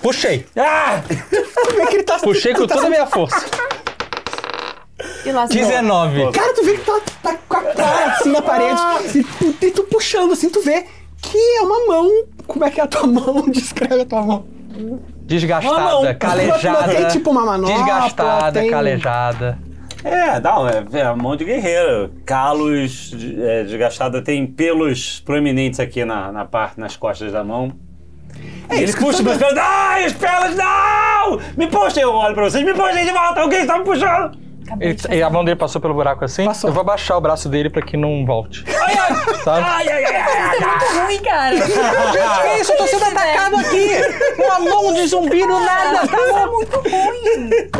Speaker 2: Puxei.
Speaker 4: Tu vê que ele tá
Speaker 2: Puxei com
Speaker 4: ele tá
Speaker 2: toda a minha força.
Speaker 7: E lá,
Speaker 2: 19.
Speaker 4: Cara, tu vê que tá, tá com a cara assim na parede. E tu, e tu puxando assim, tu vê que é uma mão. Como é que é a tua mão? [laughs] Descreve a tua mão.
Speaker 2: Desgastada,
Speaker 4: Não, não.
Speaker 2: calejada.
Speaker 4: Tem tipo uma manopla,
Speaker 2: Desgastada,
Speaker 4: tem-
Speaker 2: calejada.
Speaker 11: É, não, é, é mão de guerreiro. Calos de- é, desgastada, tem pelos proeminentes aqui na, na parte, nas costas da mão. E
Speaker 2: É
Speaker 11: ele
Speaker 4: isso que eu
Speaker 11: puxa
Speaker 4: tô
Speaker 11: meus pelos. Ai, os pelos não! Me puxem, eu olho pra vocês, me puxem de volta, alguém está me puxando!
Speaker 7: acabei
Speaker 2: Ele- tá,
Speaker 7: de fazer.
Speaker 2: e a mão dele passou pelo buraco assim?
Speaker 4: Passou.
Speaker 2: Eu vou abaixar o braço dele pra que não volte. Sabe?
Speaker 11: Ai, ai, ai, ai, ai.
Speaker 7: Isso é muito ruim, [laughs] cara.
Speaker 2: Gente, que isso? Eu tô [laughs] sendo atacado aqui! Uma mão de zumbi do nada! Tá é muito ruim!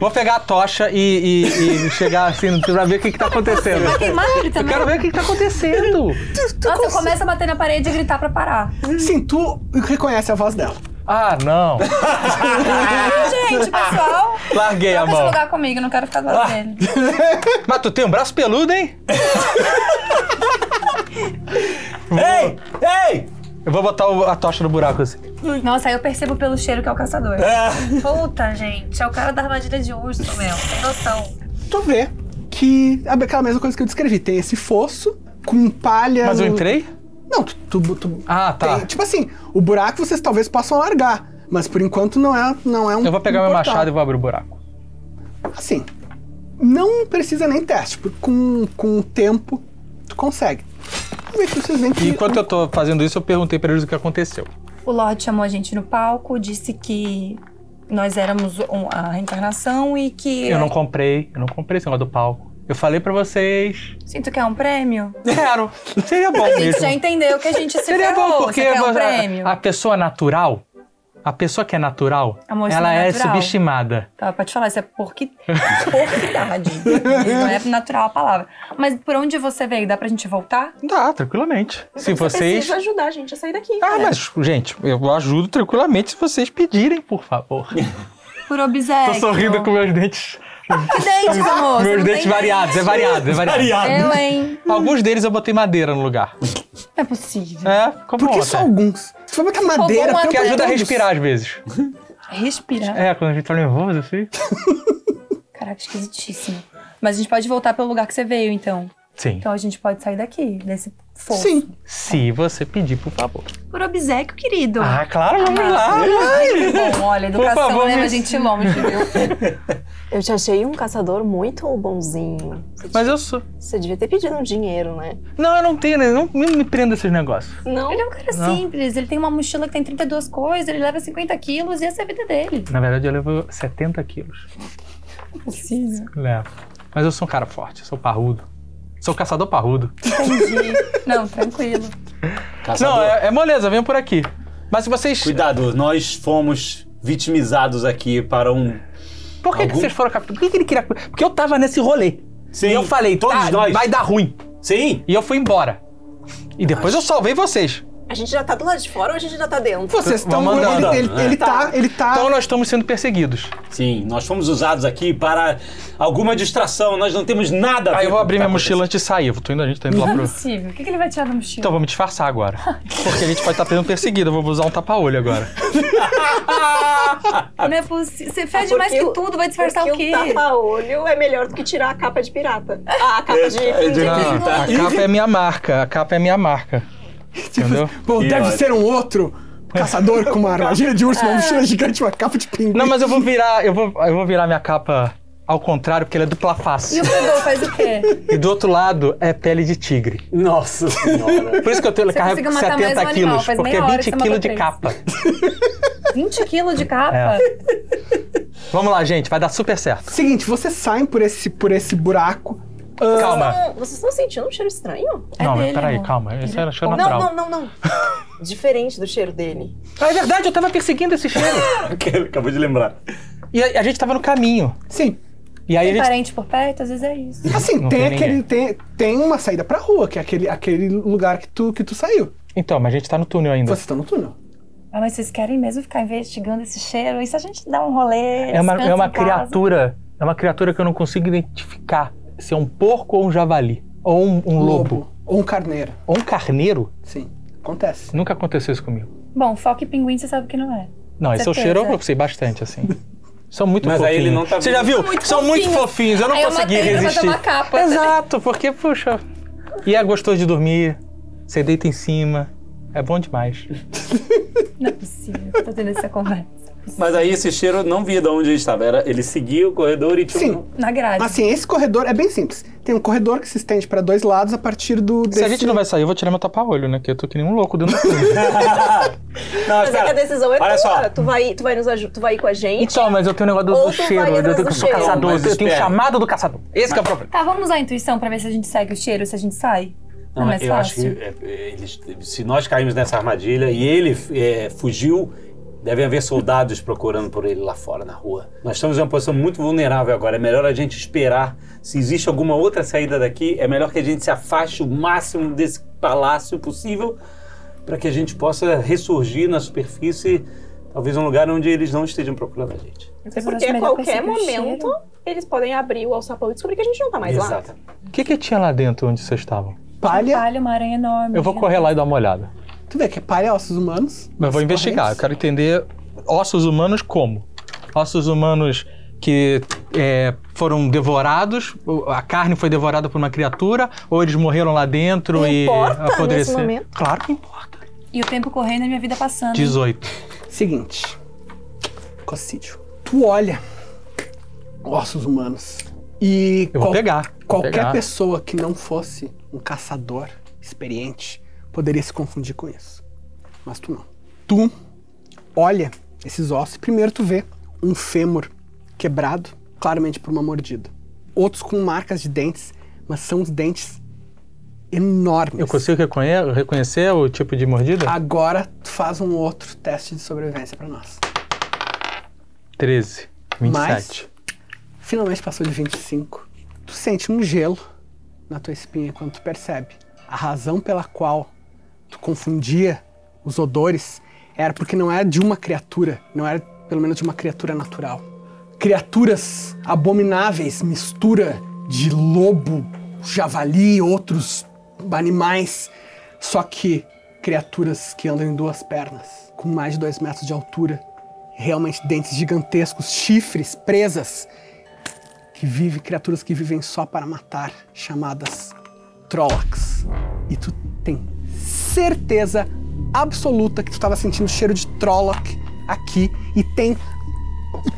Speaker 2: Vou pegar a tocha e, e- e chegar assim pra ver o que, que tá acontecendo.
Speaker 7: Queimar ele
Speaker 2: Eu
Speaker 7: também.
Speaker 2: quero ver o que, que tá acontecendo.
Speaker 7: Nossa, eu começo a bater na parede e gritar pra [laughs] parar.
Speaker 4: Sim, tu reconhece a voz dela.
Speaker 2: Ah, não.
Speaker 7: Ah, gente, pessoal.
Speaker 2: Larguei a
Speaker 7: Troca esse
Speaker 2: mão.
Speaker 7: lugar comigo, eu não quero ficar do lado dele.
Speaker 2: Mas tu tem um braço peludo, hein?
Speaker 11: Ei, ei!
Speaker 2: Eu vou botar o- a tocha no buraco assim.
Speaker 7: Nossa, aí eu percebo pelo cheiro que é o caçador. Puta, gente, é o cara da armadilha de urso, meu. Tem noção.
Speaker 4: Tu vê que é aquela mesma coisa que eu descrevi. Tem esse fosso com palha.
Speaker 2: Mas eu
Speaker 4: no-
Speaker 2: entrei?
Speaker 4: Não, tu. tu- tu-
Speaker 2: Ah, tá.
Speaker 4: tem- tipo assim, o buraco vocês talvez possam largar. Mas por enquanto não é, não é um.
Speaker 2: Eu vou pegar
Speaker 4: um
Speaker 2: meu
Speaker 4: portal.
Speaker 2: machado e vou abrir o buraco.
Speaker 4: Assim, não precisa nem teste, porque com, com o tempo tu consegue. Vamos ver se vocês veem
Speaker 2: E
Speaker 4: que.
Speaker 2: enquanto eu tô fazendo isso, eu perguntei pra eles o que aconteceu.
Speaker 7: O Lorde chamou a gente no palco, disse que nós éramos um- a reencarnação e que.
Speaker 2: Eu não comprei, eu não comprei esse negócio do palco. Eu falei pra vocês.
Speaker 7: Sinto que é um prêmio.
Speaker 2: Quero. Seria bom
Speaker 7: A gente
Speaker 2: É mesmo.
Speaker 7: já entendeu que a gente se
Speaker 2: Seria
Speaker 7: ferrou.
Speaker 2: bom porque
Speaker 7: Você quer um
Speaker 2: você- a-
Speaker 7: prêmio.
Speaker 2: a, pessoa natural, a pessoa que é natural,
Speaker 7: A mocinha
Speaker 2: ela é
Speaker 7: natural.
Speaker 2: subestimada.
Speaker 7: Tava pra te falar, isso é porqui... [laughs] porquidade. não é natural a palavra. Mas por onde você veio? Dá pra gente voltar?
Speaker 2: Dá, tranquilamente. Se vocês.
Speaker 6: Precisa ajudar a gente a sair daqui.
Speaker 2: Ah, mas, gente, eu ajudo tranquilamente se vocês pedirem, por favor.
Speaker 7: Por obséquio.
Speaker 2: Tô sorrindo com meus dentes
Speaker 5: Dente, amor.
Speaker 2: Meus dentes variados, é variado, é variado.
Speaker 5: Eu, hein?
Speaker 2: Alguns deles eu botei madeira no lugar.
Speaker 7: Não é possível.
Speaker 2: É, como
Speaker 4: Por que
Speaker 2: outra.
Speaker 4: só alguns? Tu vai botar madeira,
Speaker 7: Roubou uma
Speaker 4: tampa
Speaker 2: Que ajuda a
Speaker 4: todos.
Speaker 2: respirar às vezes.
Speaker 7: Respirar.
Speaker 2: É, quando a gente tá nervoso, assim.
Speaker 7: Caraca, esquisitíssimo. Mas a gente pode voltar pelo lugar que você veio, então.
Speaker 2: Sim.
Speaker 7: Então a gente pode sair daqui, desse fosso.
Speaker 4: Sim.
Speaker 2: Se você pedir, por favor.
Speaker 7: Por obséquio, querido.
Speaker 2: Ah, claro, vamos lá.
Speaker 7: Bom, olha,
Speaker 2: Por
Speaker 7: educação
Speaker 2: favor,
Speaker 7: leva
Speaker 2: me-
Speaker 7: a gente longe, viu?
Speaker 6: Eu te achei um caçador muito bonzinho.
Speaker 2: Mas eu sou.
Speaker 6: Você devia ter pedido um dinheiro, né?
Speaker 2: Não, eu não tenho, né? Não não me prenda esses negócios.
Speaker 6: Não.
Speaker 7: Ele é um cara
Speaker 2: [laughs] Não.
Speaker 7: simples, ele tem uma mochila que tem 32 coisas, ele leva 50 quilos e essa é a vida dele.
Speaker 2: Na verdade, eu levo 70 quilos.
Speaker 7: Preciso.
Speaker 2: Levo. Mas eu sou um cara forte, sou parrudo. Sou caçador parrudo.
Speaker 7: Entendi. Não, tranquilo.
Speaker 12: Caçador.
Speaker 2: Não, é, é moleza, venham por aqui. Mas se vocês.
Speaker 11: Cuidado, nós fomos vitimizados aqui para um.
Speaker 2: Por que, que
Speaker 11: Algum-
Speaker 2: vocês foram capturados? Por que, que ele queria. Porque eu tava nesse rolê.
Speaker 11: Sim,
Speaker 2: e eu falei,
Speaker 11: todos
Speaker 2: tá,
Speaker 11: nós.
Speaker 2: vai dar ruim.
Speaker 11: Sim!
Speaker 2: E eu fui embora. E depois eu salvei vocês.
Speaker 6: A gente já tá do lado de fora ou a gente já tá dentro?
Speaker 4: Vocês estão.
Speaker 2: Vamos andando.
Speaker 4: Ele, ele, ele tá. Ele tá.
Speaker 11: Ah.
Speaker 2: Então nós estamos sendo perseguidos.
Speaker 11: Sim, nós fomos usados aqui para alguma distração, nós não temos nada a ver
Speaker 2: Aí Ah, eu
Speaker 11: com
Speaker 2: vou
Speaker 11: o
Speaker 2: abrir
Speaker 11: que tá
Speaker 2: minha mochila antes de sair. Eu tô indo, a gente tá indo lá
Speaker 7: Não é
Speaker 11: [laughs]
Speaker 2: pro.
Speaker 7: possível. O que, que ele vai tirar da mochila?
Speaker 2: Então vamos disfarçar
Speaker 7: [laughs]
Speaker 2: agora. Porque a gente vai estar sendo perseguido. Eu vou usar um tapa-olho agora.
Speaker 11: [laughs] Ah,
Speaker 7: Não é possível. Você fede mais que
Speaker 6: Porque o-
Speaker 7: tudo, vai disfarçar o
Speaker 6: porque
Speaker 7: quê?
Speaker 6: [laughs] o tapa-olho é melhor do que tirar a capa de pirata. Ah, a
Speaker 2: É,
Speaker 6: capa de...
Speaker 2: Não, a capa é minha marca. A capa é minha marca. Entendeu?
Speaker 4: Pô,
Speaker 11: Que
Speaker 4: tipo, deve
Speaker 11: ódio.
Speaker 4: ser um outro caçador com uma armadilha de urso, uma mochila gigante, uma capa de pinguim.
Speaker 2: Não, mas eu vou virar. Eu vou, eu vou virar minha capa ao contrário, porque ela é dupla
Speaker 7: E
Speaker 2: face.
Speaker 7: o Fedor faz o quê?
Speaker 2: E do outro lado é pele de tigre.
Speaker 11: Nossa senhora!
Speaker 2: Por isso que eu tenho, carrego
Speaker 7: conseguiu
Speaker 2: 70
Speaker 7: matar mais um animal,
Speaker 2: quilos,
Speaker 7: faz
Speaker 2: porque
Speaker 7: meia
Speaker 2: é
Speaker 7: hora
Speaker 2: 20
Speaker 7: que você
Speaker 2: quilos
Speaker 7: matou
Speaker 2: de
Speaker 7: três.
Speaker 2: capa.
Speaker 7: 20 quilos de capa?
Speaker 2: Vamos lá, gente, vai dar super certo.
Speaker 4: Seguinte, vocês saem por esse, por esse buraco. Ah,
Speaker 2: Calma.
Speaker 6: Hum, Vocês estão sentindo um cheiro estranho?
Speaker 7: É
Speaker 2: não,
Speaker 7: dele, é
Speaker 2: peraí,
Speaker 7: amor.
Speaker 2: calma. Isso era cheiro
Speaker 6: Não,
Speaker 2: natural.
Speaker 6: não, não, não. Diferente do cheiro dele.
Speaker 2: Ah, é verdade, eu tava perseguindo esse cheiro.
Speaker 11: Acabou de lembrar.
Speaker 2: E a, a gente tava no caminho.
Speaker 4: Sim.
Speaker 2: E aí a
Speaker 7: Tem
Speaker 2: gente.
Speaker 7: parente por perto, às vezes é isso.
Speaker 4: Assim,
Speaker 2: Não
Speaker 4: tem,
Speaker 2: tem
Speaker 4: aquele. Tem, tem uma saída pra rua, que é aquele, aquele lugar que tu, que tu saiu.
Speaker 2: Então, mas a gente tá no túnel ainda.
Speaker 4: Vocês estão no túnel.
Speaker 7: Ah, mas vocês querem mesmo ficar investigando esse cheiro? E se a gente dá um rolê?
Speaker 2: É uma,
Speaker 7: descansa
Speaker 2: é uma
Speaker 7: em né? casa?
Speaker 2: criatura. É uma criatura que eu não consigo identificar se é um porco ou um javali. Ou um, um lobo.
Speaker 4: Ou um carneiro.
Speaker 2: Ou um carneiro.
Speaker 4: Sim. Acontece.
Speaker 2: Nunca aconteceu isso comigo.
Speaker 7: Bom, foca e pinguim você sabe que não é.
Speaker 2: Não, esse é o
Speaker 7: Certeza.
Speaker 2: cheiro eu sei bastante, assim. São muito
Speaker 11: Mas
Speaker 2: fofinhos.
Speaker 11: aí ele não tá
Speaker 2: Você já viu? São muito fofinhos. Eu não
Speaker 7: Aí eu
Speaker 2: consegui
Speaker 7: matei ele pra
Speaker 2: resistir.
Speaker 7: botar uma capa.
Speaker 2: Exato, porque, puxa. E é gostoso de dormir. Você deita em cima. É bom demais.
Speaker 7: Não é possível. Tô tendo essa conversa.
Speaker 11: Mas aí esse cheiro não via de onde ele estava. Era, ele seguia o corredor e tinha um-
Speaker 4: Sim.
Speaker 7: Na grade.
Speaker 4: Assim, esse corredor é bem simples. Tem um corredor que se estende pra dois lados a partir do.
Speaker 2: Se a
Speaker 4: desse-
Speaker 2: gente não vai sair, eu vou tirar meu tapa-olho, né? Que eu tô que nem um louco dentro do túnel.
Speaker 11: Não,
Speaker 6: Mas é
Speaker 11: espera.
Speaker 6: que a decisão é
Speaker 11: Ah, Olha
Speaker 6: tua.
Speaker 11: só.
Speaker 6: Tu vai, tu vai nos aj- tu vai ir com a
Speaker 7: tipo,
Speaker 6: gente.
Speaker 2: Então, mas eu tenho o negócio do,
Speaker 6: Ou
Speaker 2: do
Speaker 6: tu vai
Speaker 2: cheiro. Eu
Speaker 6: atrás
Speaker 2: tenho
Speaker 6: do
Speaker 2: que sou
Speaker 6: cheiro.
Speaker 2: caçador.
Speaker 11: Mas
Speaker 2: eu tenho o
Speaker 11: espera.
Speaker 2: chamado do caçador. Esse que é o problema.
Speaker 7: Tá, vamos usar a intuição pra ver se a gente segue o cheiro, se a gente sai. Não, é mais
Speaker 11: eu acho que
Speaker 7: fácil.
Speaker 11: é, é, eles- se nós caímos nessa armadilha e ele é, fugiu, devem haver soldados procurando por ele lá fora, na rua. Nós estamos em uma posição muito vulnerável agora. É melhor a gente esperar. Se existe alguma outra saída daqui, é melhor que a gente se afaste o máximo desse palácio possível para que a gente possa ressurgir na superfície, talvez um lugar onde eles não estejam procurando a gente.
Speaker 7: Eu
Speaker 6: É
Speaker 7: preciso
Speaker 6: porque
Speaker 7: de
Speaker 6: a
Speaker 7: melhor
Speaker 6: qualquer
Speaker 7: conhecer o cheiro.
Speaker 6: momento eles podem abrir o alçapão e descobrir que a gente não tá mais lá.
Speaker 11: Exato.
Speaker 2: O que que tinha lá dentro onde vocês estavam?
Speaker 4: palha.
Speaker 7: Palha, uma aranha enorme. né?
Speaker 2: Eu vou correr lá e dar uma olhada.
Speaker 4: Tu vê que é palha, ossos humanos.
Speaker 2: Mas eu vou
Speaker 4: ossos
Speaker 2: investigar. Eu
Speaker 4: correntes.
Speaker 2: quero entender ossos humanos como. Ossos humanos que é, foram devorados, ou a carne foi devorada por uma criatura, ou eles morreram lá dentro e
Speaker 6: Importa nesse
Speaker 2: apodreceram.
Speaker 6: momento?
Speaker 4: tá
Speaker 2: Claro que importa.
Speaker 7: E o tempo correndo e a minha vida passando.
Speaker 2: 18.
Speaker 4: Seguinte. Cossídio. Tu olha ossos humanos. E
Speaker 2: Eu vou pegar. vou
Speaker 4: qualquer
Speaker 2: pegar.
Speaker 4: pessoa que não fosse um caçador experiente poderia se confundir com isso. Mas tu não. Tu olha esses ossos e primeiro tu vê um fêmur quebrado, claramente por uma mordida. Outros com marcas de dentes, mas são os dentes enormes.
Speaker 2: Eu consigo reconhe- reconhecer o tipo de mordida?
Speaker 4: Ah. Agora tu faz um outro teste de sobrevivência pra nós.
Speaker 2: 13. 27.
Speaker 4: Finalmente passou de 25. Tu sente um gelo na tua espinha quando tu percebe. A razão pela qual tu confundia os odores era porque não era de uma criatura, não era pelo menos de uma criatura natural. criaturas abomináveis, mistura de lobo, javali e outros animais, só que criaturas que andam em duas pernas, com mais de dois metros de altura, realmente dentes gigantescos, chifres, presas, que vive criaturas que vivem só para matar, chamadas Trollocs. E tu tem certeza absoluta que tu estava sentindo cheiro de Trolloc aqui e tem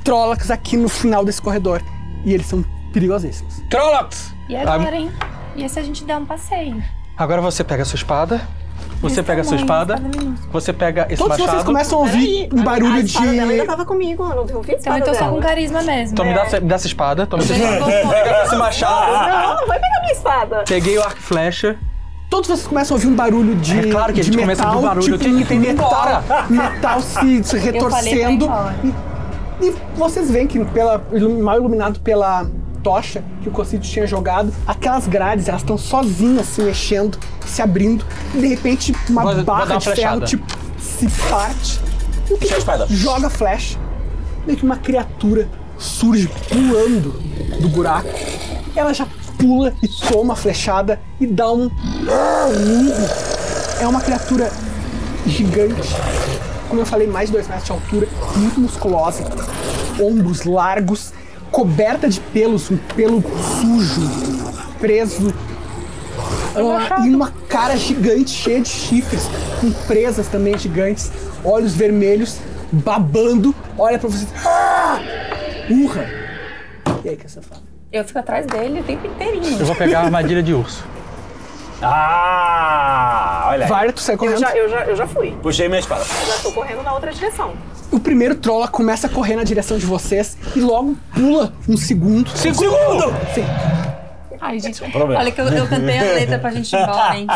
Speaker 4: Trollocs aqui no final desse corredor. E eles são perigosíssimos.
Speaker 2: Trollops!
Speaker 7: E agora, hein? E se a gente der um passeio?
Speaker 2: Agora você pega a sua espada. Você
Speaker 7: Esse
Speaker 2: pega a sua
Speaker 7: tamanho,
Speaker 2: espada.
Speaker 7: espada minúscula.
Speaker 2: Você pega esse
Speaker 4: Todos vocês
Speaker 2: machado.
Speaker 4: começam a ouvir um barulho de.
Speaker 6: A espada
Speaker 7: é
Speaker 6: dela ainda tava comigo, eu não ouvi a
Speaker 7: Então
Speaker 6: espada
Speaker 7: eu tô só
Speaker 6: dela.
Speaker 7: com carisma mesmo.
Speaker 2: Então me dá, essa- me dá essa espada. Toma essa
Speaker 7: Eu
Speaker 2: espada.
Speaker 7: vou- vou-
Speaker 2: Pega esse machado.
Speaker 6: Não, não Ah, vai pegar minha espada.
Speaker 2: Peguei o arco e flecha.
Speaker 4: Todos vocês começam a ouvir um barulho de.
Speaker 2: É claro que a
Speaker 4: de
Speaker 2: gente começa
Speaker 4: metal,
Speaker 2: a ouvir um barulho,
Speaker 4: Tipo,
Speaker 2: eu tenho que ter ido
Speaker 4: metal, metal se, se
Speaker 2: [laughs]
Speaker 7: Eu falei pra ir
Speaker 4: retorcendo.
Speaker 7: embora.
Speaker 4: E vocês veem que pela, ilu- mal iluminado pela tocha que o Cocito tinha jogado, aquelas grades, elas estão sozinhas se mexendo, se abrindo, e de repente uma
Speaker 2: Vou- vou
Speaker 4: barra
Speaker 2: dar uma
Speaker 4: de ferro
Speaker 2: flechada.
Speaker 4: tipo, se parte. O que
Speaker 12: Puxa a espada.
Speaker 4: joga flecha, meio que uma criatura surge pulando do buraco. Ela já pula e toma a flechada e dá um urro. É uma criatura gigante, como eu falei, mais de dois metros de altura, muito musculosa, ombros largos, coberta de pelos, um pelo sujo, preso, ah, e uma cara gigante cheia de chifres, com presas também gigantes, olhos vermelhos, babando, olha pra você. Ah! Urra! E aí, o que você fala?
Speaker 7: Eu fico atrás dele o tempo inteirinho.
Speaker 2: Eu vou pegar a armadilha de urso.
Speaker 12: Ah, olha aí.
Speaker 4: Vai, tu sai
Speaker 6: É. Eu
Speaker 4: correndo.
Speaker 6: já, eu, já, eu já fui,
Speaker 12: Puxei minha espada.
Speaker 6: já tô correndo na outra direção.
Speaker 4: O primeiro trola começa a correr na direção de vocês e logo pula um segundo. Segundo! Sim.
Speaker 7: Ai, gente. Olha que eu, eu cantei a letra pra gente ir
Speaker 2: [laughs]
Speaker 7: embora, hein?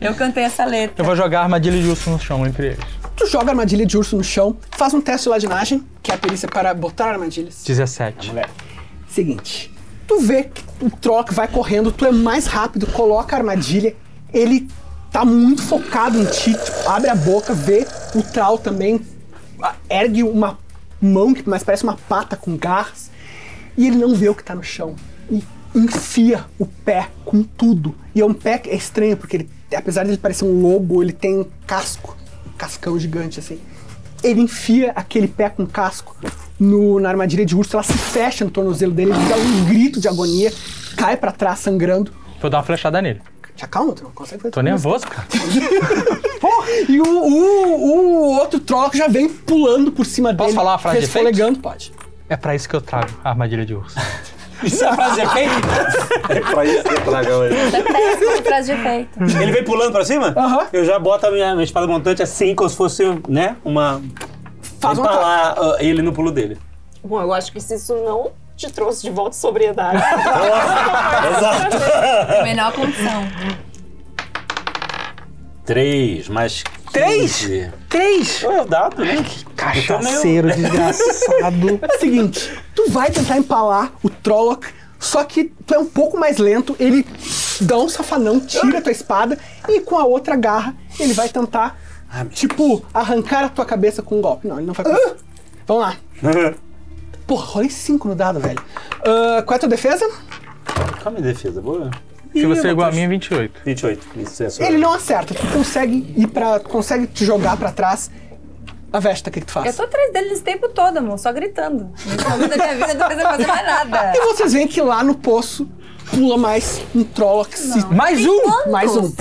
Speaker 7: Eu cantei essa letra.
Speaker 2: Eu vou jogar a armadilha de urso no chão entre eles.
Speaker 4: Tu joga a armadilha de urso no chão, faz um teste de ladinagem, que é a perícia para botar armadilhas.
Speaker 2: 17.
Speaker 4: Seguinte, tu vê que o troca vai correndo, tu é mais rápido, coloca a armadilha, ele tá muito focado em ti, tu abre a boca, vê o Troll também, a- ergue uma mão que mais parece uma pata com garras, e ele não vê o que tá no chão. E enfia o pé com tudo. E é um pé que é estranho, porque ele, apesar de ele parecer um lobo, ele tem um casco, um cascão gigante assim ele enfia aquele pé com casco no- na armadilha de urso, ela se fecha no tornozelo dele, ele dá um grito de agonia, cai pra trás sangrando.
Speaker 2: Vou dar uma flechada nele.
Speaker 4: Já calma, tu não consegue fazer
Speaker 2: Tô
Speaker 4: tudo
Speaker 2: nervoso, cara.
Speaker 4: Porra, E o, o- o outro troco já vem pulando por cima dele.
Speaker 2: Posso falar uma frase de efeito?
Speaker 4: resfolegando, pode.
Speaker 2: É pra isso que eu trago a armadilha de urso.
Speaker 12: Isso é frase de efeito? É pra isso que eu trago hoje.
Speaker 2: [laughs]
Speaker 7: Tá péssimo atrás de efeito.
Speaker 11: Ele vem pulando pra cima?
Speaker 4: Aham.
Speaker 11: Eu já boto a minha, minha espada montante assim, como se fosse, né, uma...
Speaker 4: Faz uma ataque.
Speaker 11: empalar ah, ele no pulo
Speaker 4: [laughs]
Speaker 11: dele.
Speaker 6: Bom, eu acho que se isso não te trouxe de
Speaker 11: [laughs]
Speaker 6: volta sobriedade.
Speaker 7: É a menor condição.
Speaker 11: Três, mais
Speaker 4: Três?
Speaker 11: 15.
Speaker 4: Três!
Speaker 11: É o dado, né?
Speaker 4: Cachaceiro desgraçado. É o Então, [laughs] seguinte, tu vai tentar empalar o Trolloc, só que tu é um pouco mais lento, ele dá um safanão, tira a tua espada e com a outra garra ele vai tentar, tipo, arrancar a tua cabeça com um golpe. Não, ele não vai conseguir. Vamos lá. Porra, rolei cinco no dado, velho. Ah, qual é a tua defesa?
Speaker 11: Qual a minha defesa? Boa.
Speaker 2: Se você é igual a mim, é 28.
Speaker 11: 28. Isso é só.
Speaker 4: Ele não acerta, tu consegue ir pra. consegue te jogar pra trás. A Vesta, o que, que tu faz?
Speaker 7: Eu tô atrás dele esse tempo todo, amor, só gritando. Nesse momento da minha vida, eu não tô pensando em fazer mais nada.
Speaker 4: E vocês veem que lá no poço pula mais um Trolloc. se-
Speaker 2: Mais um!
Speaker 4: Mais um.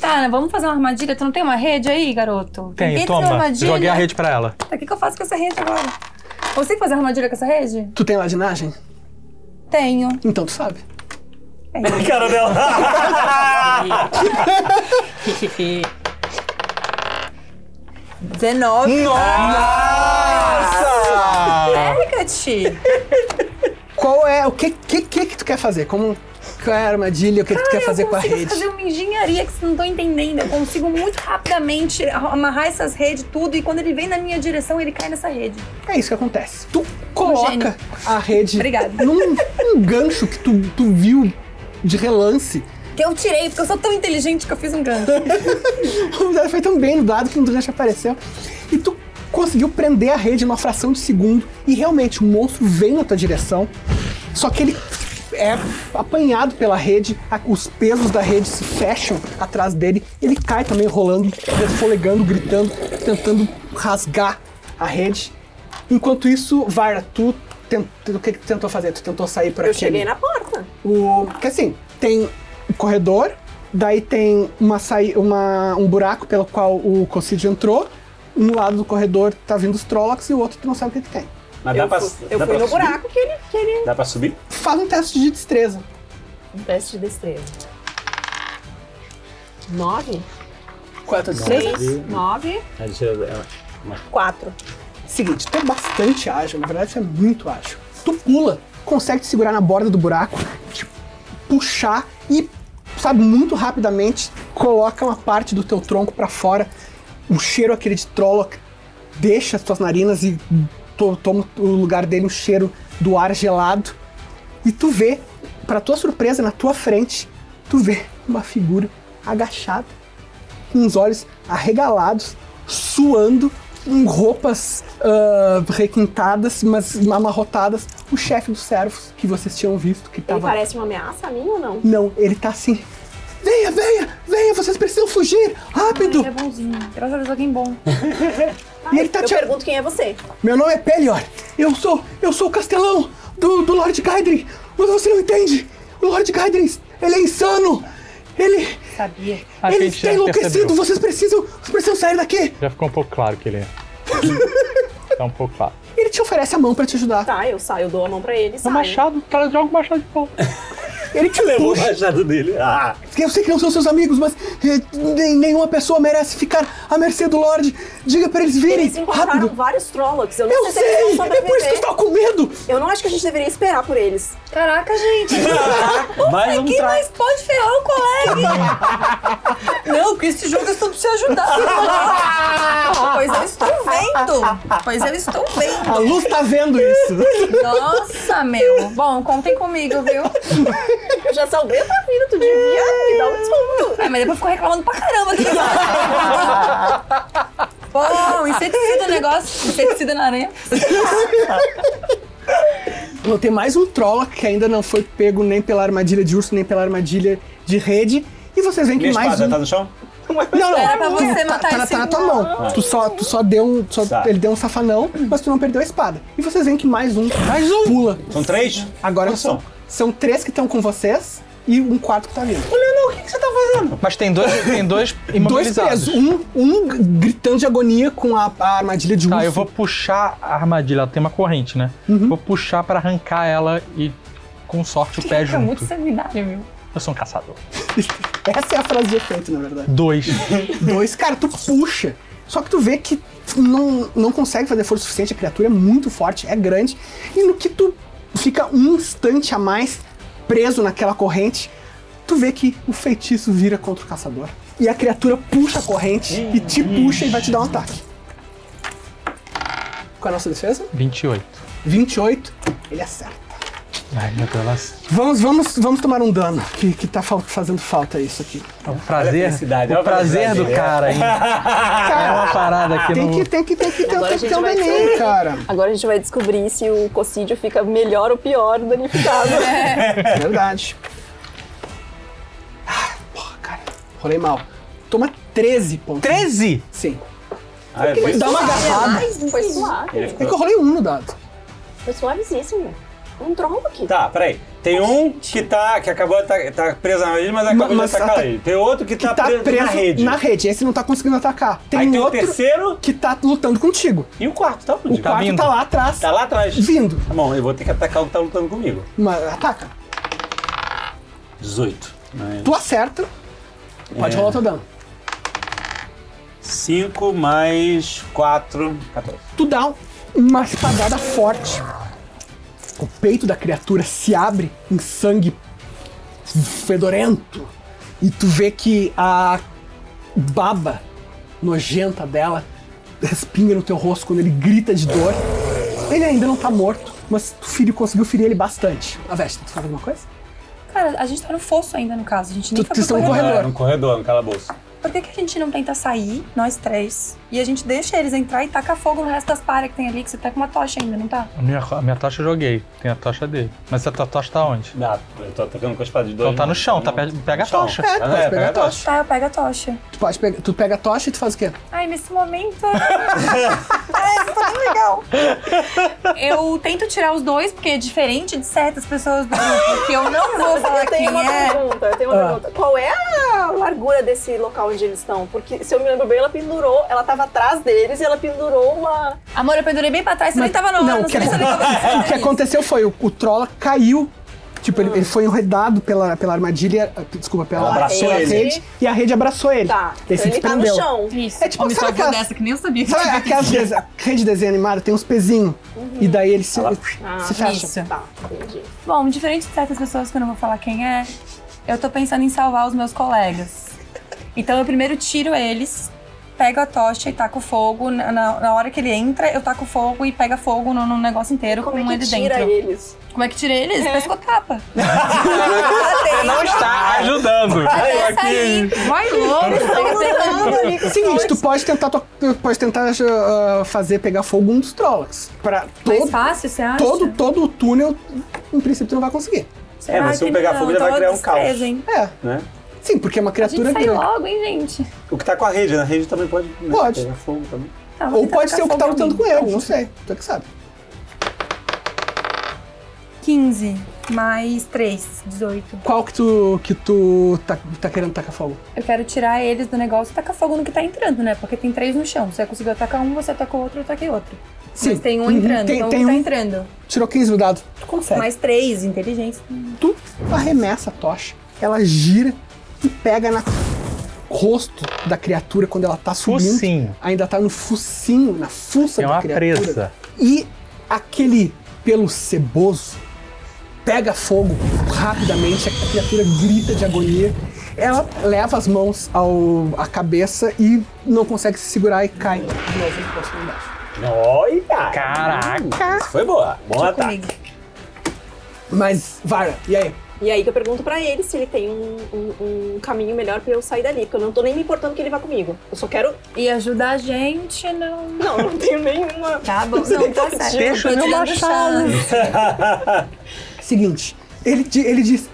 Speaker 7: Tá, vamos fazer uma armadilha. Tu não tem uma rede aí, garoto?
Speaker 2: Tem,
Speaker 7: Ninguém uma
Speaker 2: toma.
Speaker 7: armadilha.
Speaker 2: Joguei a rede pra ela.
Speaker 7: Tá, o que, que eu faço com essa rede agora? Consigo fazer armadilha com essa rede?
Speaker 4: Tu tem ladinagem?
Speaker 7: Tenho.
Speaker 4: Então tu sabe.
Speaker 11: Cara dela.
Speaker 7: Hehehe. 19. Pega-te!
Speaker 4: Qual é, o que que, que, que tu quer fazer? Como, qual é a armadilha, o que, que tu quer fazer
Speaker 7: eu
Speaker 4: com a
Speaker 7: consigo
Speaker 4: rede?
Speaker 7: fazer uma engenharia que vocês não estão entendendo. Eu consigo muito rapidamente amarrar essas redes, tudo, e quando ele vem na minha direção, ele cai nessa rede.
Speaker 4: É isso que acontece. Tu coloca
Speaker 7: Um gênio.
Speaker 4: a rede
Speaker 7: Obrigada.
Speaker 4: num, num gancho que tu, tu viu de relance.
Speaker 7: Que eu tirei, porque eu sou tão inteligente que eu fiz um gancho.
Speaker 4: [laughs] um O dado foi tão bem no dado que no gancho apareceu. E tu conseguiu prender a rede numa fração de segundo e realmente o monstro vem na tua direção. Só que ele é apanhado pela rede, a- os pesos da rede se fecham atrás dele, ele cai também rolando, folegando, gritando, tentando rasgar a rede. Enquanto isso, Vara, tu tent- o que, que tu tentou fazer? Tu tentou sair por
Speaker 6: Eu
Speaker 4: aqui?
Speaker 6: cheguei na porta.
Speaker 4: O, que assim, tem o corredor, daí tem uma saí, uma, um buraco pelo qual o Cocid entrou. Um lado do corredor tá vindo os Trollocs e o outro tu não sabe o que, que tem.
Speaker 11: Mas
Speaker 6: Eu
Speaker 11: dá pra,
Speaker 6: fui, eu
Speaker 11: dá
Speaker 6: fui
Speaker 11: pra
Speaker 6: no
Speaker 11: subir?
Speaker 6: buraco que ele, que ele.
Speaker 11: Dá pra subir?
Speaker 4: Faz um teste de destreza.
Speaker 6: Um Teste de destreza. Nove?
Speaker 4: Quanto
Speaker 6: Três? Nove?
Speaker 11: Aí você- ela-
Speaker 6: Quatro.
Speaker 4: Seguinte, tu é bastante ágil, na verdade tu é muito ágil. Tu pula, consegue te segurar na borda do buraco, tipo, te puxar e, sabe, muito rapidamente coloca uma parte do teu tronco pra fora. O cheiro aquele de Trolloc deixa as tuas narinas e to- toma o lugar dele o cheiro do ar gelado. E tu vê, pra tua surpresa, na tua frente, tu vê uma figura agachada com os olhos arregalados, suando, com roupas ah, requintadas, mas amarrotadas, o chefe dos servos que vocês tinham visto que
Speaker 6: Ele
Speaker 4: tava.
Speaker 6: parece uma ameaça a mim ou não?
Speaker 4: Não, ele tá assim. Venha, venha, venha, vocês precisam fugir, rápido!
Speaker 7: Ele é bonzinho. Graças a Deus, alguém bom.
Speaker 4: E ele tá
Speaker 6: Eu
Speaker 4: te.
Speaker 6: pergunto quem é você.
Speaker 4: Meu nome é Pelior, eu sou, eu sou o castelão do, do Lord Gaidrin, mas você não entende, o Lord Gaidrin, ele é insano, ele,
Speaker 7: Sabia.
Speaker 2: Acho que a
Speaker 4: ele
Speaker 2: gente
Speaker 4: está
Speaker 2: já
Speaker 4: enlouquecido,
Speaker 2: percebeu.
Speaker 4: vocês precisam, vocês precisam sair daqui!
Speaker 2: Já ficou um pouco claro que ele é. tá um pouco claro.
Speaker 4: Ele te oferece a mão pra te ajudar.
Speaker 6: Tá, eu saio, eu dou a mão pra ele. e
Speaker 2: O
Speaker 6: saio.
Speaker 2: machado, o cara joga o machado de volta.
Speaker 4: Ele te
Speaker 11: O
Speaker 4: puxa.
Speaker 11: machado dele. Ah,
Speaker 4: Eu sei que não são seus amigos, mas eh, nem- nenhuma pessoa merece ficar à mercê do Lorde. Diga pra eles virem
Speaker 6: Eles encontraram
Speaker 4: rápido.
Speaker 6: vários Trollocs. Eu não
Speaker 4: Eu
Speaker 6: sei se eles
Speaker 4: sei!
Speaker 6: vão
Speaker 4: É por isso que eu
Speaker 6: sobreviver.
Speaker 4: tava com medo!
Speaker 6: Eu não acho que a gente deveria esperar por eles.
Speaker 7: Caraca, gente.
Speaker 11: mais um
Speaker 7: Quem
Speaker 11: trago.
Speaker 7: mais pode ferrar o colega? [laughs] Não, que esse jogo é sobre te ajudar. [laughs] pois eu estou vendo. Pois eu estou vendo.
Speaker 4: A luz tá vendo isso.
Speaker 7: Nossa, meu. Bom, contem comigo, [laughs] viu?
Speaker 6: Eu já salvei a tua vida, tu devia
Speaker 4: É,
Speaker 6: me dar um desconto.
Speaker 7: Ah, mas depois ficou reclamando pra caramba aqui. [laughs] Bom, inseticida o negócio. Inseticida na aranha.
Speaker 4: [laughs] Bom, tem mais um Trolloc que ainda não foi pego nem pela armadilha de urso, nem pela armadilha de rede. E vocês veem que
Speaker 11: Minha
Speaker 4: mais
Speaker 11: espada
Speaker 4: um...
Speaker 11: tá no chão?
Speaker 4: Não, não.
Speaker 7: Era pra
Speaker 4: tá,
Speaker 7: você matar
Speaker 4: tá, na-
Speaker 7: esse
Speaker 4: tá na tua mão. Tu só, tu só deu um... só-
Speaker 11: Tá.
Speaker 4: Ele deu um safanão, mas tu não perdeu a espada. E vocês veem que mais um... Mais um! Pula.
Speaker 11: São três?
Speaker 4: Agora
Speaker 11: Quantos
Speaker 4: são,
Speaker 11: são?
Speaker 4: são três que estão com vocês e um quarto que tá vindo.
Speaker 11: Leandro, o que, que você tá fazendo?
Speaker 2: Mas tem dois, tem dois
Speaker 4: Dois
Speaker 2: imobilizados.
Speaker 4: presos. Um, um gritando de agonia com a, a armadilha de urso.
Speaker 2: Tá, eu vou puxar a armadilha, ela tem uma corrente, né? Vou puxar pra arrancar ela e, com sorte, o pé
Speaker 7: É muito
Speaker 2: junto.
Speaker 7: sanguinário, meu.
Speaker 2: Eu sou um caçador.
Speaker 4: [laughs] Essa é a frase de efeito, na verdade.
Speaker 2: Dois.
Speaker 4: Dois, cara, tu puxa. Só que tu vê que não, não consegue fazer força suficiente. A criatura é muito forte, é grande. E no que tu fica um instante a mais preso naquela corrente, tu vê que o feitiço vira contra o caçador. E a criatura puxa a corrente e te puxa e vai te dar um ataque. Qual é a nossa defesa?
Speaker 2: 28.
Speaker 4: 28. Ele acerta.
Speaker 2: Ai, meu Deus. elas-
Speaker 4: Vamos, vamos, vamos tomar um dano, que, que tá fal- fazendo falta isso aqui.
Speaker 2: O É um prazer,
Speaker 11: felicidade, olha
Speaker 2: o
Speaker 11: a
Speaker 2: prazer do
Speaker 11: felicidade.
Speaker 2: cara, hein? É uma parada aqui
Speaker 4: Tem
Speaker 2: no...
Speaker 4: que, tem que, tem que, tem
Speaker 6: Agora a
Speaker 4: que,
Speaker 6: gente
Speaker 4: ter um
Speaker 6: vai
Speaker 4: neném,
Speaker 6: ter-
Speaker 4: cara.
Speaker 6: Agora a gente vai descobrir se o cocídio fica melhor ou pior danificado. [laughs]
Speaker 4: É verdade. Ah, porra, cara. Rolei mal. Toma 13 pontos.
Speaker 2: 13!
Speaker 4: Sim.
Speaker 11: Ah, é, foi-
Speaker 4: Dá uma agarrada.
Speaker 6: Foi suave.
Speaker 11: ele
Speaker 4: É que eu
Speaker 11: ficou...
Speaker 4: rolei um no dado.
Speaker 6: Foi suavezíssimo. Um tronco aqui.
Speaker 11: Tá, peraí. Tem um que tá, que acabou de tá, tá preso na rede, mas acabou
Speaker 4: Mas
Speaker 11: de atacar
Speaker 4: ata-
Speaker 11: ele. Tem outro que,
Speaker 4: Que
Speaker 11: tá, preso, na rede.
Speaker 4: na rede. Esse não tá conseguindo atacar. Tem, um
Speaker 11: Aí tem
Speaker 4: outro
Speaker 11: o terceiro
Speaker 4: que tá lutando contigo.
Speaker 11: e o quarto, tá
Speaker 4: O
Speaker 11: onde?
Speaker 2: quarto-
Speaker 4: quarto
Speaker 2: vindo.
Speaker 4: tá lá atrás.
Speaker 11: Tá lá atrás.
Speaker 4: Vindo.
Speaker 11: Tá bom, eu vou ter que atacar o que tá lutando comigo.
Speaker 4: Mas ataca.
Speaker 11: 18.
Speaker 4: Tu acerta. Pode
Speaker 11: É.
Speaker 4: rolar o teu dano.
Speaker 11: 5 mais 4, 14.
Speaker 4: Tu dá um, uma espadada forte. O peito da criatura se abre em sangue fedorento. E tu vê que a baba nojenta dela respinga no teu rosto quando ele grita de dor. Ele ainda não tá morto, mas tu feri- conseguiu ferir ele bastante. A Vesta, tu faz alguma coisa?
Speaker 7: Cara, a gente tá no fosso ainda, no caso. A gente nem
Speaker 4: Tu-
Speaker 7: foi
Speaker 4: vocês
Speaker 7: pro
Speaker 4: estão Um
Speaker 7: corredor.
Speaker 11: É,
Speaker 4: corredor.
Speaker 11: no um corredor, no calabouço.
Speaker 7: Por que, que a gente não tenta sair, nós três, e a gente deixa eles entrar e taca fogo no resto das paredes que tem ali, que você tá com uma tocha ainda, não tá?
Speaker 2: A minha, a minha tocha eu joguei, tem a tocha dele. Mas a tua tocha tá onde?
Speaker 3: Ah, eu tô atacando com a espada de dois.
Speaker 2: Então tá
Speaker 11: né?
Speaker 2: no
Speaker 3: mãos.
Speaker 2: chão, tá, pe- pega a
Speaker 3: Chão.
Speaker 2: tocha.
Speaker 4: É, tu pode pegar a tocha.
Speaker 7: Tá, eu pego a tocha.
Speaker 4: Tu, pode pegar, tu pega a tocha e tu faz o quê?
Speaker 7: Ai, nesse [laughs] momento. Ai, isso tá tão legal. Eu tento tirar os dois, porque é diferente de certas pessoas do grupo, que [laughs] eu não vou falar
Speaker 6: Eu
Speaker 7: quem
Speaker 6: tenho uma
Speaker 7: é.
Speaker 6: pergunta, eu tenho uma pergunta. Qual é a largura desse local onde eles estão? Porque, se eu me lembro bem, ela pendurou, ela tava atrás deles e ela pendurou uma...
Speaker 7: Amor, eu pendurei bem pra trás, você nem tava na hora,
Speaker 4: Não, o
Speaker 7: não
Speaker 4: que,
Speaker 7: sei se você
Speaker 4: acon-
Speaker 7: nem [laughs] tava
Speaker 4: [laughs] o que aconteceu foi o, o Trolla caiu. Tipo, ele, ele foi enredado pela, pela armadilha. ah, Desculpa, pela,
Speaker 3: Ela abraçou
Speaker 4: pela
Speaker 3: ele.
Speaker 4: rede. E a rede abraçou ele.
Speaker 6: Tá,
Speaker 4: Ele
Speaker 6: então
Speaker 4: se
Speaker 6: ele tá no
Speaker 4: desprendeu.
Speaker 6: chão.
Speaker 7: Isso,
Speaker 4: É tipo,
Speaker 7: me
Speaker 4: sabe
Speaker 7: salvou
Speaker 4: aquelas-
Speaker 7: dessa, que nem eu sabia. que
Speaker 4: Sabe
Speaker 7: tinha [laughs]
Speaker 4: aquelas de- a rede de desenho animado? Tem uns pezinhos. E daí ele se, se fecha.
Speaker 7: Ah, Isso.
Speaker 6: Tá, entendi.
Speaker 7: Bom, diferente de certas pessoas que eu não vou falar quem é, eu tô pensando em salvar os meus colegas. Então eu primeiro tiro eles, pego a tocha e taco fogo. Na, na- na hora que ele entra, eu taco fogo e pega fogo no, no negócio inteiro
Speaker 6: Como
Speaker 7: Tá com um
Speaker 6: é que
Speaker 7: ele
Speaker 6: tira
Speaker 7: dentro.
Speaker 6: eles?
Speaker 7: Como é que tira eles? Pescotapa.
Speaker 2: Não
Speaker 11: Tá
Speaker 2: está ajudando.
Speaker 7: Até sair. Vai louco. pega- pega-
Speaker 6: Andando ali com
Speaker 4: Seguinte, tu
Speaker 6: os
Speaker 4: pode tentar, to- tu pode tentar ah, fazer pegar fogo um dos Trollocs. Pra
Speaker 7: Mais
Speaker 4: todo,
Speaker 7: fácil, você acha?
Speaker 4: todo, todo o túnel, em princípio, tu não vai conseguir.
Speaker 7: Será
Speaker 11: mas se um
Speaker 7: que
Speaker 11: pegar
Speaker 7: não?
Speaker 11: fogo, ele vai
Speaker 7: Todos
Speaker 11: criar um caos.
Speaker 7: três, hein?
Speaker 4: É.
Speaker 11: Né?
Speaker 4: Sim, porque é uma
Speaker 7: A gente
Speaker 4: criatura
Speaker 7: sai
Speaker 4: grande.
Speaker 7: logo, hein, gente?
Speaker 11: O que tá com a rede, né? A rede também pode. né,
Speaker 4: Pode.
Speaker 11: Pegar fogo também.
Speaker 7: Tá, vou
Speaker 4: Ou
Speaker 7: tentar
Speaker 4: pode ser
Speaker 7: tacar
Speaker 4: o que tá
Speaker 7: fogo em
Speaker 4: lutando com
Speaker 7: alguém.
Speaker 4: ele, não sei. Tu é que sabe.
Speaker 7: 15 mais 3, 18.
Speaker 4: Qual que tu, que tu tá, tá querendo tacar fogo?
Speaker 7: Eu quero tirar eles do negócio e tacar fogo no que tá entrando, né? Porque tem três no chão. Se você conseguiu atacar um, você atacou outro, eu ataquei outro.
Speaker 4: Sim.
Speaker 7: Mas tem um
Speaker 4: Uhum,
Speaker 7: entrando,
Speaker 4: tem-
Speaker 7: então
Speaker 4: tem
Speaker 7: um que
Speaker 4: um. Tá.
Speaker 7: tá entrando.
Speaker 4: Tirou 15 do dado. Tu consegue.
Speaker 7: Mais três, inteligência.
Speaker 4: Tu arremessa a tocha, ela gira e pega no rosto da criatura quando ela tá subindo.
Speaker 2: Focinho.
Speaker 4: Ainda tá no focinho, na fuça
Speaker 2: É
Speaker 4: da
Speaker 2: uma
Speaker 4: criatura.
Speaker 2: presa.
Speaker 4: E aquele pelo ceboso pega fogo rapidamente, a criatura grita de agonia. Ela leva as mãos ao, à cabeça e não consegue se segurar e cai de novo no poço lá embaixo.
Speaker 11: Olha!
Speaker 2: Caraca.
Speaker 11: Isso Foi boa. Bom
Speaker 4: Tá.
Speaker 11: ataque.
Speaker 7: Comigo.
Speaker 4: Mas, Vara, e aí?
Speaker 6: E aí que eu pergunto pra ele se ele tem um, um- um caminho melhor pra eu sair dali, porque eu não tô nem me importando que ele vá comigo. Eu só quero.
Speaker 7: E ajuda a gente, não.
Speaker 6: Não, não tenho nenhuma.
Speaker 7: Tá bom,
Speaker 4: [laughs]
Speaker 7: não, tá certo.
Speaker 2: Deixa
Speaker 7: eu
Speaker 2: eu
Speaker 7: tô te dando chance.
Speaker 4: Seguinte, ele, di- ele diz: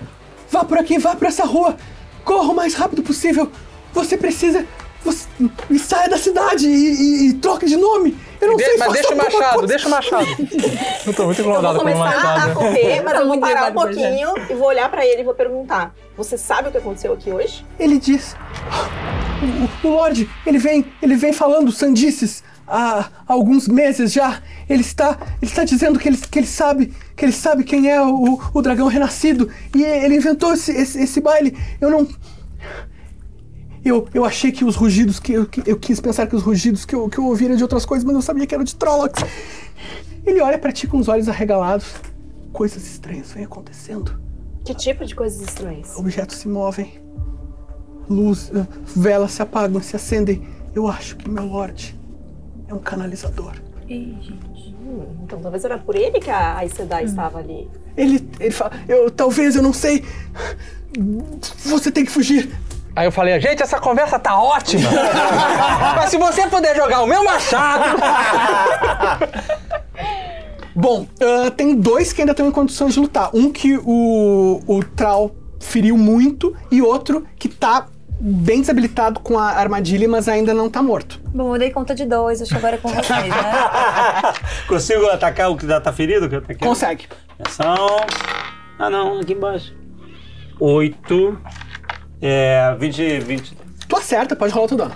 Speaker 4: vá por aqui, vá por essa rua, corra o mais rápido possível. Você precisa. Você, e saia da cidade e, e- e troque de nome. Eu não sei
Speaker 2: mas
Speaker 4: faça
Speaker 2: deixa o
Speaker 4: alguma
Speaker 2: machado,
Speaker 4: coisa.
Speaker 2: deixa o machado. Eu tô muito
Speaker 6: Eu vou
Speaker 2: incomodado com o
Speaker 6: começar a
Speaker 2: machado.
Speaker 6: correr, mas
Speaker 7: Todo
Speaker 6: eu vou parar um
Speaker 7: mundo levado,
Speaker 6: pouquinho e vou olhar pra ele e vou perguntar: Você sabe o que aconteceu aqui hoje?
Speaker 4: Ele diz: o, o Lorde, ele vem, ele vem falando sandices há, há alguns meses já. Ele está, ele está dizendo que ele, que ele sabe, que ele sabe quem é o, o dragão renascido e ele inventou esse, esse, esse baile. Eu não, eu, eu achei que os rugidos que eu, que- eu quis pensar que os rugidos que eu, que eu ouvi eram de outras coisas, mas eu sabia que era de Trollocs. Ele olha pra ti com os olhos arregalados. Coisas estranhas vêm acontecendo.
Speaker 6: Que tipo de coisas estranhas?
Speaker 4: Objetos se movem. Luz, eh, velas se apagam, se acendem. Eu acho que meu Lorde é um canalizador.
Speaker 6: Hum, então talvez era por ele que a Aisedai estava ali.
Speaker 4: Ele, ele fala, eu talvez, eu não sei. Você tem que fugir.
Speaker 2: Aí eu falei, gente, essa conversa tá ótima. Mas se você puder jogar o meu machado.
Speaker 4: Bom, ah, tem dois que ainda estão em condições de lutar. Um que o, o Trau feriu muito e outro que tá bem desabilitado com a armadilha, mas ainda não tá morto.
Speaker 7: Bom, eu dei conta de dois, acho que agora é com
Speaker 4: [laughs]
Speaker 7: vocês, né?
Speaker 11: [laughs] Consigo atacar o que já tá ferido? Que eu ataquei?
Speaker 4: Consegue.
Speaker 11: Atenção. Ah, não, aqui embaixo. 8. É. 20. 20.
Speaker 4: Tu acerta, pode rolar o teu dano.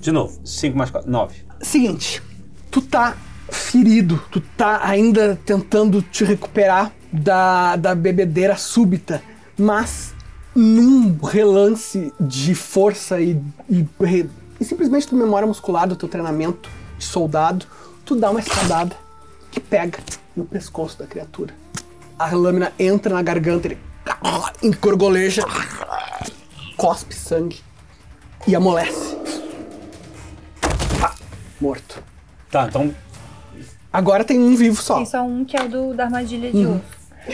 Speaker 11: De novo. 5 mais 4. 9.
Speaker 4: Seguinte, tu tá ferido, tu tá ainda tentando te recuperar da, da bebedeira súbita, mas num relance de força e, e, re- e simplesmente tua memória muscular do teu treinamento de soldado, tu dá uma espadada que pega no pescoço da criatura. A lâmina entra na garganta, ele encorgoleja, cospe sangue e amolece. Pá, morto.
Speaker 11: Tá, então.
Speaker 4: Agora tem um vivo só. Uhum.
Speaker 7: Tem só um que é o do, da armadilha de ouro.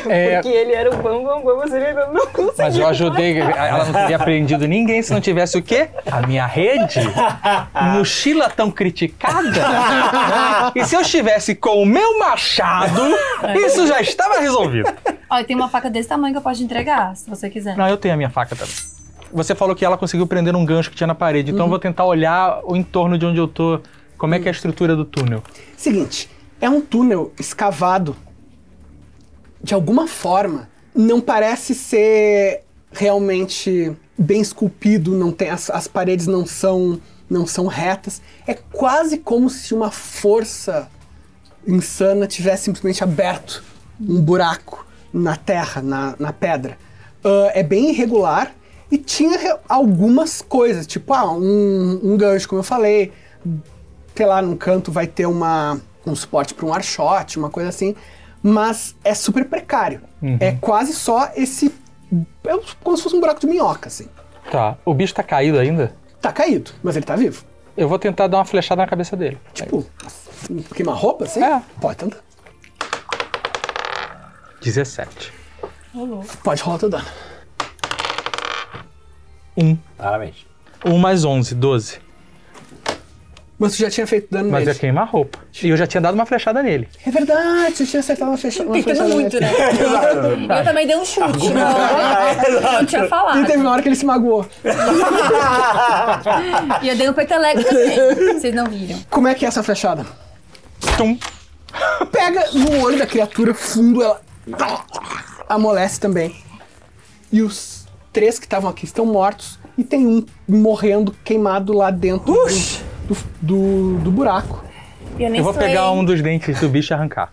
Speaker 2: É,
Speaker 6: Porque ele era o bam, bam, bam, mas ele ainda não conseguiu.
Speaker 2: mas eu ajudei, ela não teria apreendido ninguém se não tivesse o quê? A minha rede? Mochila tão criticada? E se eu estivesse com o meu machado, isso já estava resolvido.
Speaker 7: Olha, tem uma faca desse tamanho que eu posso entregar, se você quiser.
Speaker 2: Não, eu tenho a minha faca também. Você falou que ela conseguiu prender um gancho que tinha na parede, então eu vou tentar olhar o entorno de onde eu tô, como é que é a estrutura do túnel.
Speaker 4: Seguinte, é um túnel escavado. De alguma forma, não parece ser realmente bem esculpido, não tem as, as paredes não são não são retas. É quase como se uma força insana tivesse simplesmente aberto um buraco na terra, na, na pedra. Ah, é bem irregular e tinha re- algumas coisas, tipo ah, um, um gancho, como eu falei, sei lá, num canto vai ter uma, um suporte para um arshot, uma coisa assim, mas é super precário.
Speaker 2: Uhum.
Speaker 4: É quase só esse. É como se fosse um buraco de minhoca, assim.
Speaker 2: Tá. O bicho tá caído ainda?
Speaker 4: Tá caído, mas ele tá vivo.
Speaker 2: Eu vou tentar dar uma flechada na cabeça dele.
Speaker 4: Tipo, queimar roupa, assim?
Speaker 2: É.
Speaker 4: Pode tentar.
Speaker 2: 17.
Speaker 4: Pode rolar teu dano.
Speaker 2: 1.
Speaker 11: Parabéns.
Speaker 2: 1 mais 11, 12.
Speaker 4: Mas tu já tinha feito dano
Speaker 2: Mas é
Speaker 4: nele.
Speaker 2: eu queimar roupa. E eu já tinha dado uma flechada nele.
Speaker 4: É verdade, você tinha acertado uma fechada. uma
Speaker 5: Tentando
Speaker 4: flechada
Speaker 5: muito,
Speaker 4: nele.
Speaker 5: né?
Speaker 4: [laughs]
Speaker 5: Eu também dei um chute.
Speaker 7: Eu né? não tinha falado.
Speaker 5: né?
Speaker 4: E teve uma hora que ele se magoou.
Speaker 7: E eu dei um peteleco [laughs] também. Vocês não viram.
Speaker 4: Como é que é essa flechada?
Speaker 2: Tum.
Speaker 4: Pega no olho da criatura fundo, ela amolece também. E os três que estavam aqui estão mortos e tem um morrendo queimado lá dentro do, do- do- do buraco.
Speaker 5: Eu nem
Speaker 2: Eu vou
Speaker 5: sonhei.
Speaker 2: pegar um dos dentes do bicho e arrancar.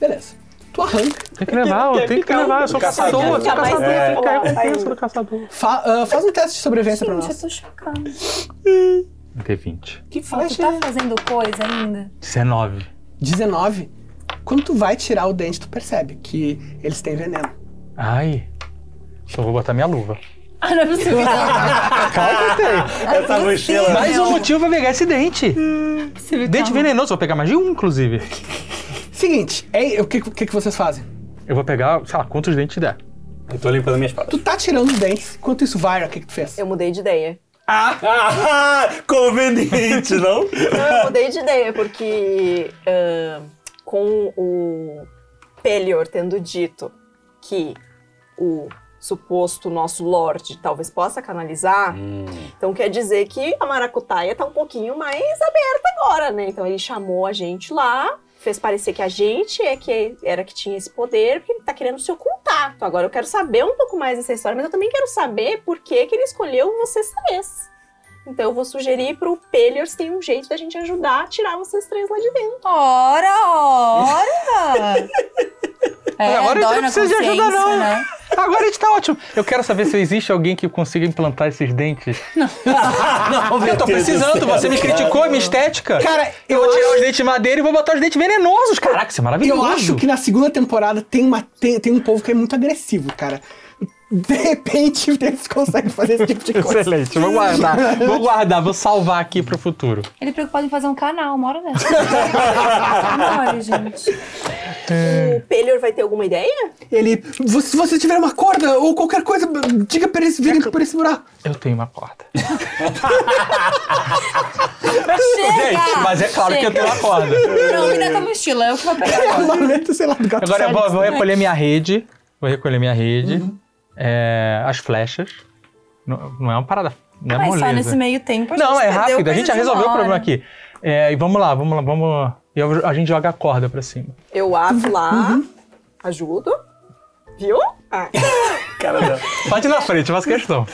Speaker 4: Beleza. Tu arranca.
Speaker 2: Tem que levar, eu tenho que
Speaker 4: um
Speaker 2: levar. Eu sou caçador, eu sou caçador. Fica a recompensa do caçador.
Speaker 4: Fa- ah, faz um teste de sobrevivência pra
Speaker 7: Gente,
Speaker 4: nós.
Speaker 7: eu tô chocada.
Speaker 2: D20.
Speaker 4: Que
Speaker 7: Ah, tu tá fazendo coisa ainda?
Speaker 2: 19.
Speaker 4: 19. Quando tu vai tirar o dente, tu percebe que eles têm veneno.
Speaker 2: Ai. Só vou botar minha luva.
Speaker 7: Ah, não é [laughs] possível.
Speaker 3: Essa mochila.
Speaker 2: Mais um motivo pra pegar esse dente. Dente venenoso, vou pegar mais de um, inclusive.
Speaker 4: Seguinte, é, o que, o que que vocês fazem?
Speaker 2: Eu vou pegar, sei lá, quantos dentes der.
Speaker 3: Eu tô limpando minha espada.
Speaker 11: [laughs]
Speaker 4: Tu tá tirando os dentes. Enquanto isso, Vyra, o que, que tu fez?
Speaker 6: Eu mudei de ideia.
Speaker 3: Ah, conveniente, não?
Speaker 6: Não, eu mudei de ideia, porque ah, com o Pelior tendo dito que o suposto nosso Lorde talvez possa canalizar, então quer dizer que a Maracutaia tá um pouquinho mais aberta agora, né? Então ele chamou a gente lá, fez parecer que a gente é que era que tinha esse poder, porque ele tá querendo se ocultar. Então agora eu quero saber um pouco mais dessa história, mas eu também quero saber por que, que ele escolheu vocês três. Então eu vou sugerir pro Pellier se tem um jeito da gente ajudar a tirar vocês três lá de dentro.
Speaker 5: Ora, ora!
Speaker 7: [laughs]
Speaker 5: É,
Speaker 2: Agora a gente
Speaker 5: dói
Speaker 2: não
Speaker 5: na
Speaker 2: precisa de ajuda,
Speaker 5: consciência,
Speaker 2: não.
Speaker 5: né?
Speaker 2: Agora a gente tá ótimo. Eu quero saber se existe alguém que consiga implantar esses dentes. Não, eu tô precisando. Você me criticou a minha estética.
Speaker 4: Cara,
Speaker 2: eu vou
Speaker 4: eu
Speaker 2: tirar
Speaker 4: acho-
Speaker 2: os dentes de madeira e vou botar os dentes venenosos. Caraca, isso é maravilhoso.
Speaker 4: Eu acho que na segunda temporada tem, uma, tem, tem um povo que é muito agressivo, cara. De repente eles conseguem fazer
Speaker 2: [laughs]
Speaker 4: esse tipo de coisa.
Speaker 2: Excelente, tá. vou
Speaker 11: [laughs]
Speaker 7: [laughs]
Speaker 2: guardar. Vou guardar, vou salvar aqui pro futuro.
Speaker 7: Ele é preocupado em fazer um canal, uma hora dessa. Olha, gente.
Speaker 6: O Pellier vai ter alguma ideia?
Speaker 4: Ele. "Vo- Se você tiver uma corda ou qualquer coisa, b- diga pra eles virem por esse buraco.
Speaker 2: Eu tenho uma [laughs] corda.
Speaker 7: Chega!
Speaker 2: Gente, mas é claro que eu tenho uma corda.
Speaker 7: Não, me dá tua mochila, eu que vou pegar.
Speaker 4: [laughs] É uma letra, sei lá, do gato.
Speaker 2: Agora é eu vou,
Speaker 4: Félix.
Speaker 2: vou recolher minha rede. Vou recolher minha rede.
Speaker 7: Uhum.
Speaker 2: É, as flechas. Não, não é uma parada. Não é
Speaker 7: Mas só
Speaker 2: moleza.
Speaker 7: nesse meio tempo a gente
Speaker 2: Não, é
Speaker 7: perdeu
Speaker 2: rápido. A
Speaker 7: coisa
Speaker 2: gente já
Speaker 7: de
Speaker 2: resolveu o
Speaker 7: uma
Speaker 2: problema
Speaker 7: hora.
Speaker 2: aqui. É, e vamos lá, vamos lá, vamos. E eu- a gente joga a corda pra cima.
Speaker 6: Eu abro lá, ajudo. Viu? Ah,
Speaker 2: Pode ir na frente, faz questão.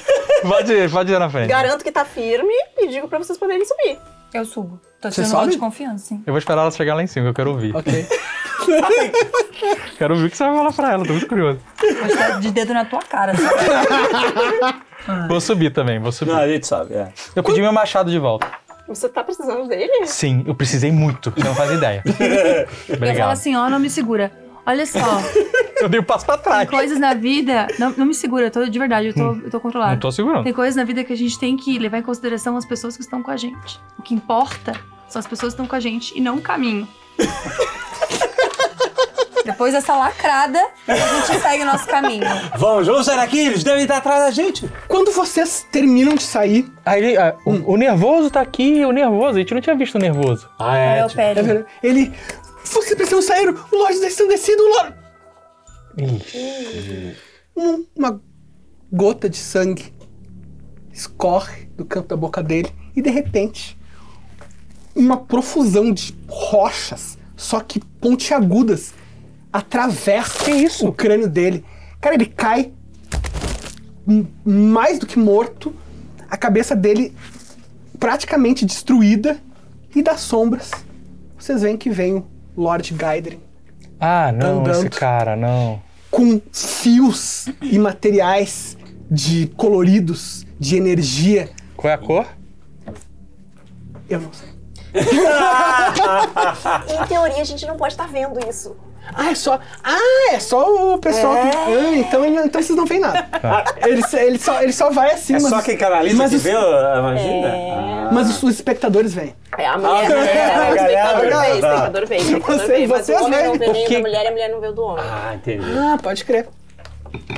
Speaker 2: Pode ir, pode ir na frente.
Speaker 6: garanto que tá firme e digo pra vocês poderem subir.
Speaker 7: Eu subo. Tô
Speaker 4: Você
Speaker 7: tirando um voto
Speaker 4: sobe?
Speaker 7: de confiança, sim.
Speaker 2: Eu vou esperar ela chegar lá em cima, eu quero ouvir.
Speaker 4: Ok.
Speaker 2: Quero ouvir o que você vai falar pra ela, tô muito curioso.
Speaker 7: Vou estar é de dedo na tua cara. assim. sabe?
Speaker 2: Vou subir também, vou subir.
Speaker 3: Não, a gente sabe, é.
Speaker 2: Eu pedi meu machado de volta.
Speaker 6: Você tá precisando dele?
Speaker 2: Sim, eu precisei muito, você não faz ideia.
Speaker 7: Eu falo
Speaker 2: Obrigado.
Speaker 7: assim, ó, não me segura. Olha só,
Speaker 2: Eu dei um passo pra
Speaker 7: tem
Speaker 2: trás.
Speaker 7: coisas na vida... Não, não me segura, eu tô de verdade, eu tô, eu tô controlada.
Speaker 2: Não tô segurando.
Speaker 7: Tem coisas na vida que a gente tem que levar em consideração as pessoas que estão com a gente. O que importa são as pessoas que estão com a gente e não o caminho. [laughs] Depois dessa lacrada, a gente segue o nosso caminho.
Speaker 12: Vamos, vamos sair daqui, eles devem estar atrás da gente.
Speaker 4: Quando vocês terminam de sair,
Speaker 2: Aí ele, ah, o- o, nervoso tá aqui, o nervoso. A gente não tinha visto o nervoso.
Speaker 11: Ah,
Speaker 5: Aí
Speaker 11: é.
Speaker 5: eu
Speaker 11: tipo,
Speaker 4: é
Speaker 5: pego.
Speaker 4: verdade, ele. Vocês precisam sair! O Lorde está estrandecido! O Lorde. Um- uma gota de sangue escorre do canto da boca dele e de repente uma profusão de rochas, só que pontiagudas, atravessa o crânio dele. Cara, ele cai m- mais do que morto, a cabeça dele praticamente destruída e das sombras vocês veem que vem o Lord Gaidrin
Speaker 2: Ah, não,
Speaker 4: Andando.
Speaker 2: esse cara, não.
Speaker 4: com fios e materiais de coloridos, de energia.
Speaker 2: Qual é a cor?
Speaker 4: Eu não sei.
Speaker 6: Em teoria, a gente não pode estar vendo isso.
Speaker 4: Ah, é só. Ah, é só o pessoal
Speaker 3: É.
Speaker 4: que. Ah, então, ele- então vocês não veem nada. [laughs] ele, só- ele só, ele só vai assim,
Speaker 3: É
Speaker 4: mas.
Speaker 3: só
Speaker 4: os-
Speaker 3: quem canaliza
Speaker 4: mas
Speaker 3: que
Speaker 4: os-
Speaker 3: vê a magia?
Speaker 2: É.
Speaker 4: Mas os, os espectadores vêm.
Speaker 6: É, a mulher,
Speaker 3: Ah,
Speaker 6: a mulher, o
Speaker 3: galera,
Speaker 6: espectador vê, o
Speaker 3: tá.
Speaker 6: espectador vê, o espectador
Speaker 4: Você-
Speaker 6: vê. Mas o
Speaker 4: vocês
Speaker 6: homem não
Speaker 4: veem.
Speaker 6: vê nem o
Speaker 2: Porque-
Speaker 6: da mulher e a mulher não vê o do homem.
Speaker 11: Ah, entendi.
Speaker 4: Ah, pode crer.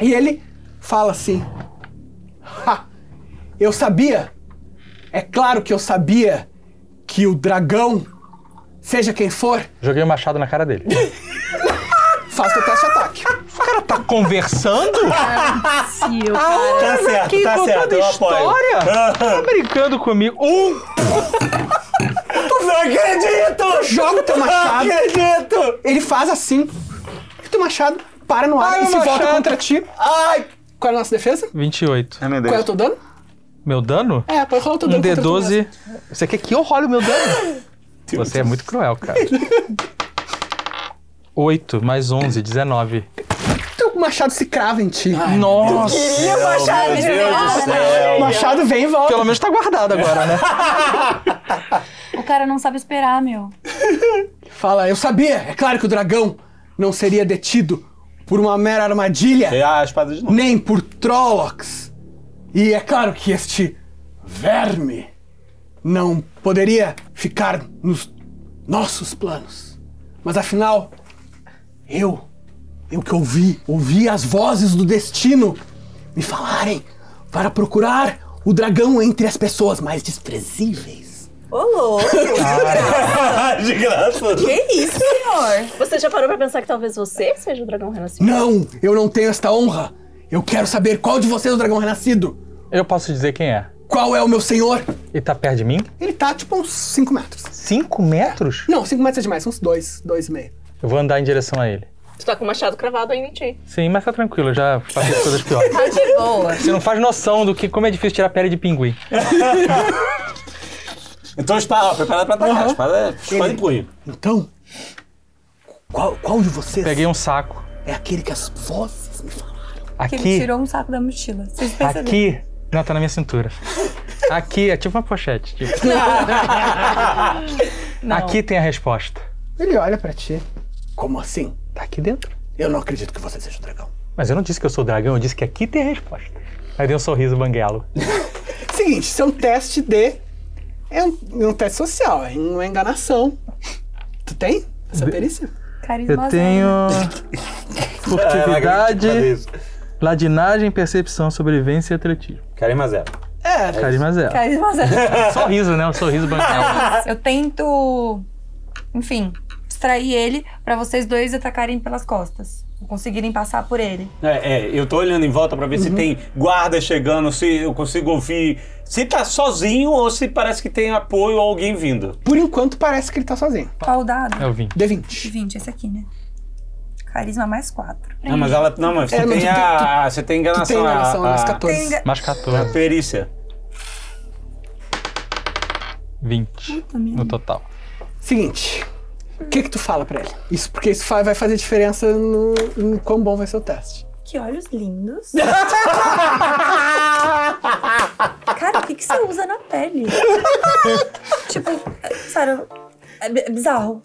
Speaker 4: E ele fala assim: Ha! Eu sabia! É claro que eu sabia que o dragão, seja quem for,
Speaker 2: Joguei o machado na cara dele.
Speaker 4: faz o teste de ataque.
Speaker 2: O cara [laughs] tá conversando?
Speaker 7: Tio,
Speaker 3: Tá certo,
Speaker 2: é que
Speaker 3: tá
Speaker 2: contou
Speaker 3: certo,
Speaker 2: da
Speaker 3: eu apoio.
Speaker 1: [laughs]
Speaker 2: história?
Speaker 11: [laughs]
Speaker 2: tá brincando comigo? Um!
Speaker 3: Não acredito!
Speaker 4: Joga o teu
Speaker 3: Não
Speaker 2: Ah,
Speaker 4: machado.
Speaker 3: acredito!
Speaker 4: Ele faz assim, o teu machado para no ar
Speaker 2: Ai,
Speaker 4: e se
Speaker 2: meu
Speaker 4: volta
Speaker 2: machado.
Speaker 4: contra ti.
Speaker 3: Ai!
Speaker 4: Qual é a nossa defesa?
Speaker 2: 28.
Speaker 3: Ai, meu
Speaker 4: Qual é o
Speaker 3: Deus.
Speaker 4: teu dano?
Speaker 2: Meu dano?
Speaker 4: É, pode rolar o teu
Speaker 2: Um
Speaker 4: dano. contra tu
Speaker 2: D12.
Speaker 4: mesmo.
Speaker 2: Você quer é que eu role o meu dano? Você é muito cruel, cara. 8 mais 11, 19.
Speaker 4: Teu machado se crava em ti.
Speaker 2: Nossa!
Speaker 3: Meu Deus do
Speaker 4: o
Speaker 3: céu!
Speaker 4: machado vem e volta.
Speaker 2: Pelo menos tá guardado agora, né?
Speaker 7: o cara não sabe esperar, meu.
Speaker 4: Fala, eu sabia, é claro que o dragão não seria detido por uma mera armadilha,
Speaker 11: É a espada de novo.
Speaker 4: nem por Trollocs. E é claro que este verme não poderia ficar nos nossos planos. Mas afinal, eu, eu que ouvi, ouvi as vozes do destino me falarem para procurar o dragão entre as pessoas mais desprezíveis.
Speaker 6: Ô, louco!
Speaker 11: [laughs]
Speaker 3: De graça!
Speaker 6: Que isso, senhor? Você já parou pra pensar que talvez você seja o dragão renascido?
Speaker 4: Não, eu não tenho esta honra. Eu quero saber qual de vocês é o dragão renascido.
Speaker 2: Eu posso dizer quem é.
Speaker 4: Qual é o meu senhor?
Speaker 2: Ele tá perto de mim?
Speaker 4: Ele tá tipo uns 5 metros.
Speaker 2: 5 metros?
Speaker 4: Não, 5 metros é demais, uns 2, 2,5.
Speaker 2: Eu vou andar em direção a ele.
Speaker 6: Tu tá com o machado cravado aí em ti.
Speaker 2: Sim, mas tá tranquilo, eu já passei por coisas piores.
Speaker 6: Ah,
Speaker 7: Tá de boa.
Speaker 2: Você não faz noção do que como é difícil tirar pele de pinguim.
Speaker 11: Então, espada, ó, preparada pra atacar. Espada, é espada em punho.
Speaker 4: Então, qual, qual de vocês
Speaker 2: Peguei um saco.
Speaker 4: é aquele que as vozes me falaram?
Speaker 7: Que ele
Speaker 2: Aqui,
Speaker 7: tirou um saco da mochila. Vocês perceberam?
Speaker 2: aqui. Não, tá na minha cintura. Aqui, é tipo uma pochete. tipo. Aqui tem a resposta.
Speaker 4: Ele olha pra ti. Como assim?
Speaker 2: Tá aqui dentro.
Speaker 4: Eu não acredito que você seja o dragão.
Speaker 2: Mas eu não disse que eu sou dragão, eu disse que aqui tem a resposta. Aí dei um sorriso banguelo.
Speaker 4: Seguinte, isso é um teste de. É um, é um teste social, é uma enganação. Tu tem essa perícia?
Speaker 7: Carisma
Speaker 2: Eu tenho.
Speaker 11: É,
Speaker 2: Furtividade,
Speaker 11: Cadê isso?
Speaker 2: ladinagem, percepção, sobrevivência e atletismo.
Speaker 11: Carimba zero.
Speaker 4: É.
Speaker 2: Carisma zero.
Speaker 7: Carisma zero.
Speaker 2: Sorriso, né? Um sorriso banguelo.
Speaker 7: Eu tento, enfim, distrair ele pra vocês dois atacarem pelas costas. Conseguirem passar por ele.
Speaker 11: É, é, eu tô olhando em volta pra ver
Speaker 4: Uhum.
Speaker 11: se tem guarda chegando, se eu consigo ouvir. Se tá sozinho ou se parece que tem apoio ou alguém vindo.
Speaker 4: Por enquanto parece que ele tá sozinho.
Speaker 7: Qual o dado?
Speaker 2: É o vinte.
Speaker 4: D20.
Speaker 7: 20, esse aqui, né? Carisma mais 4.
Speaker 11: Não,
Speaker 1: Ah,
Speaker 11: Ah, mas ela. Não, mas você
Speaker 4: É, mas
Speaker 11: tem
Speaker 4: tu-
Speaker 11: a. a- você tem enganação.
Speaker 4: Tu tem enganação,
Speaker 11: a,
Speaker 4: é
Speaker 11: a,
Speaker 4: mais 14.
Speaker 2: Mais 14.
Speaker 11: Perícia.
Speaker 2: 20 no total.
Speaker 4: Seguinte, o que que tu fala pra ele? Isso porque isso fa- vai fazer diferença no, no quão bom vai ser o teste.
Speaker 7: Que olhos lindos. [laughs] Cara, o que, que você usa na pele? tipo, sério, é bi- é bizarro.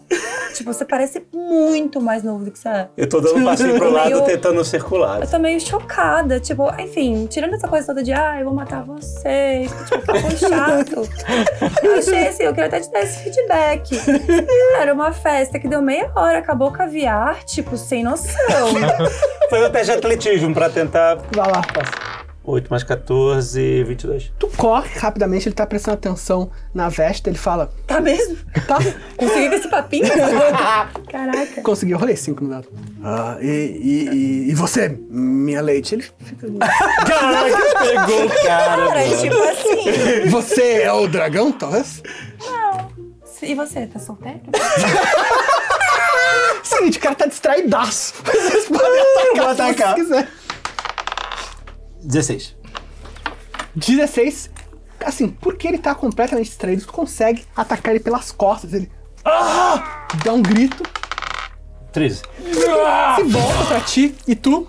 Speaker 7: Tipo, você parece muito mais novo do que você é.
Speaker 11: Eu tô dando um passinho
Speaker 4: [laughs]
Speaker 11: pro lado
Speaker 7: Meio-
Speaker 11: tentando circular.
Speaker 7: Eu tô meio chocada, tipo, enfim, tirando essa coisa toda de, ah, eu vou matar vocês, tipo, ficou chato. Eu achei assim, eu queria até te dar esse feedback. Era uma festa que deu meia hora, acabou o caviar, tipo, sem noção.
Speaker 11: Foi um teste de atletismo pra tentar.
Speaker 4: Vai lá.
Speaker 11: 8 mais 14, 22.
Speaker 4: Tu corre rapidamente, ele tá prestando atenção na veste, ele fala,
Speaker 7: Tá mesmo?
Speaker 4: tá,
Speaker 7: Consegui com esse papinho? Caraca.
Speaker 4: conseguiu, rolei cinco no dado. Ah, e, e, e, e você, minha leite? Ele fica...
Speaker 11: Caraca, pegou o cara.
Speaker 7: Cara, tipo assim.
Speaker 4: Você é o dragão, talvez?
Speaker 7: E você, tá solteiro?
Speaker 4: Seguinte, o cara tá distraídaço. Vocês [laughs] podem atacar, se vocês quiser.
Speaker 12: 16.
Speaker 4: 16. Assim, porque ele tá completamente distraído, tu consegue atacar ele pelas costas. Ele. Ah! Dá um grito,
Speaker 12: 13.
Speaker 4: se volta pra ti e tu.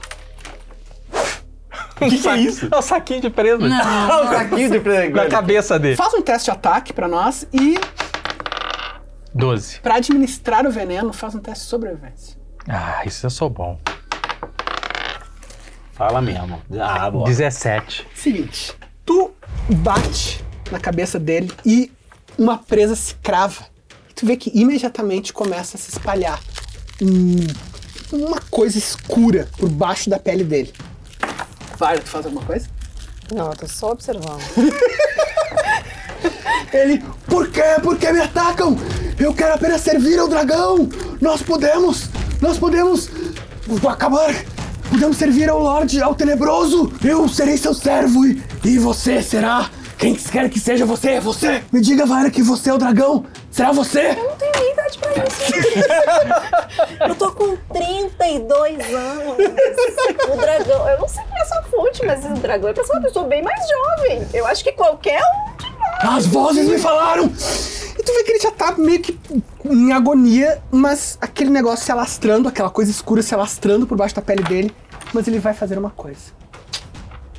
Speaker 2: O que, é isso? É o saquinho de preso.
Speaker 4: Não,
Speaker 2: Na cabeça dele.
Speaker 4: Faz um teste de ataque pra nós e,
Speaker 2: 12.
Speaker 4: pra administrar o veneno, faz um teste de sobrevivência.
Speaker 2: Ah, isso eu sou bom.
Speaker 11: Fala mesmo. Ah, bora.
Speaker 2: 17.
Speaker 4: Seguinte, tu bate na cabeça dele e uma presa se crava. Tu vê que imediatamente começa a se espalhar hum, uma coisa escura por baixo da pele dele. Vale, tu faz alguma coisa?
Speaker 6: Não, eu tô só observando.
Speaker 4: Ele, por quê? Por que me atacam? Eu quero apenas servir ao dragão! Nós podemos! Nós podemos acabar! Podemos servir ao Lorde, ao Tenebroso! Eu serei seu servo e, e você será! Quem quer que seja você, é você! Me diga, Vara, que você é o dragão! Será você?
Speaker 6: Não tenho nem idade pra isso. eu tô com 32 anos. O dragão, eu não sei quem é essa fonte, mas o dragão é pra ser uma pessoa bem mais jovem. Eu acho que qualquer um de nós.
Speaker 4: As vozes me falaram! E tu vê que ele já tá meio que em agonia, mas aquele negócio se alastrando, aquela coisa escura se alastrando por baixo da pele dele. Mas ele vai fazer uma coisa.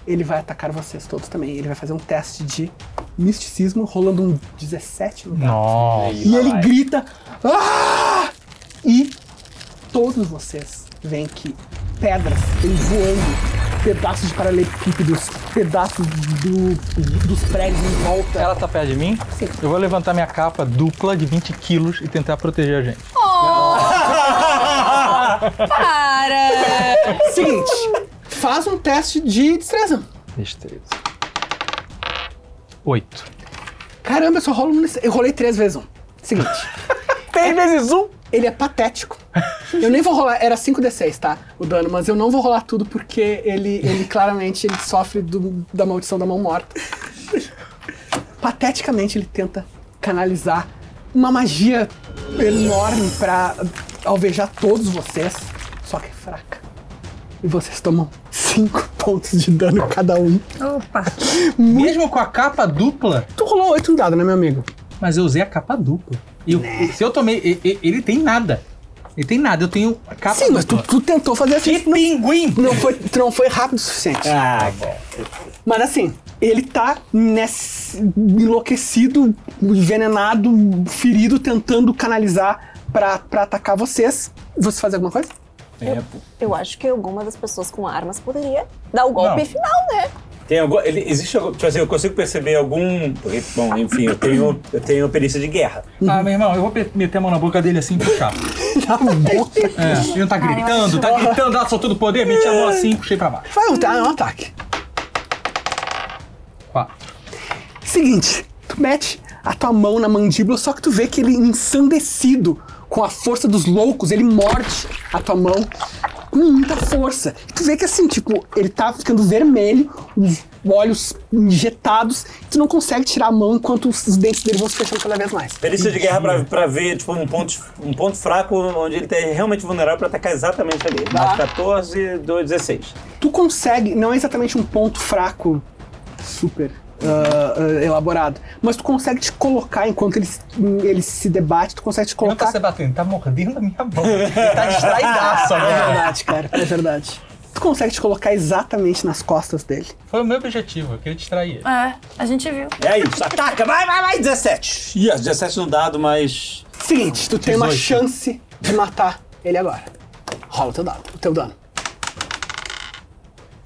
Speaker 4: Ele vai atacar vocês todos também. Ele vai fazer um teste de misticismo, rolando um 17 no dado.
Speaker 2: Nossa.
Speaker 4: E ele grita. "Ah!" E todos vocês veem que pedras vêm voando, pedaços de paralelepípedos, pedaços do- dos prédios em volta.
Speaker 2: Ela tá perto de mim? Sim. Eu vou levantar minha capa dupla de 20 quilos e tentar proteger a gente.
Speaker 5: Para!
Speaker 4: Seguinte, faz um teste de destreza.
Speaker 2: Destreza. 8.
Speaker 4: Caramba, eu só rolo um. dest- Eu rolei três vezes um. Seguinte,
Speaker 2: Três vezes um?
Speaker 4: ele é patético. Eu nem vou rolar, era 5d6, tá? O dano, mas eu não vou rolar tudo porque ele, ele claramente ele sofre do- da maldição da mão morta. Pateticamente ele tenta canalizar uma magia enorme pra alvejar todos vocês, só que é fraca. E vocês tomam 5 pontos de dano cada um.
Speaker 7: Opa.
Speaker 2: Mesmo com a capa dupla?
Speaker 4: Tu rolou 8 no dado, né, meu amigo?
Speaker 2: Mas eu usei a capa dupla. E eu-
Speaker 4: Né.
Speaker 2: se eu tomei. e- e- Ele tem nada. Ele tem nada. Eu tenho a capa
Speaker 4: Sim,
Speaker 2: dupla.
Speaker 4: mas tu, tu tentou fazer assim.
Speaker 2: Que pinguim!
Speaker 4: Não foi, tu não foi rápido o suficiente.
Speaker 2: É.
Speaker 11: Ah,
Speaker 4: Mas assim, ele tá nesse, enlouquecido, envenenado, ferido, tentando canalizar pra, pra atacar vocês. Você fazer alguma coisa?
Speaker 6: Eu acho que alguma das pessoas com armas poderia dar o golpe
Speaker 2: Não.
Speaker 6: final, né?
Speaker 11: Tem algum, ele, existe algum, tipo assim, eu consigo perceber algum. porque, Bom, enfim, eu tenho, eu tenho perícia de guerra.
Speaker 2: Ah, meu irmão, eu vou pe- meter a mão na boca dele assim e puxar.
Speaker 4: Tá [laughs] bom.
Speaker 2: É. Ele não tá gritando, tá gritando, ela soltou do poder, meti a mão assim e puxei pra baixo.
Speaker 4: Vai um, tá, um ataque.
Speaker 2: Quatro.
Speaker 4: Seguinte, tu mete a tua mão na mandíbula, só que tu vê que ele ensandecido com a força dos loucos, ele morde a tua mão com muita força. E tu vê que assim, tipo, ele tá ficando vermelho, os olhos injetados, tu não consegue tirar a mão enquanto os os dentes dele vão se fechando cada vez mais.
Speaker 11: Perícia de guerra pra, pra ver, tipo, um ponto, um ponto fraco onde ele é realmente vulnerável pra atacar exatamente ali. Mais
Speaker 4: Ah.
Speaker 11: 14, 2, 16.
Speaker 4: Tu consegue, não é exatamente um ponto fraco super ah, ah, elaborado, mas tu consegue te colocar enquanto ele, se- ele se debate, tu consegue te
Speaker 2: Não tá
Speaker 4: colocar
Speaker 2: se batendo, tá mordendo a minha mão. Ele tá distraidaço
Speaker 4: É
Speaker 2: agora.
Speaker 4: verdade, cara. É verdade. Tu consegue te colocar exatamente nas costas dele.
Speaker 2: Foi o meu objetivo, eu queria distrair ele.
Speaker 7: É, a gente viu.
Speaker 12: É isso, ataca, vai, vai, vai, 17. Ih, 17 no dado, mas.
Speaker 4: Seguinte, tu tem uma
Speaker 12: 18.
Speaker 4: chance de matar ele agora. Rola o teu dano. O teu dano.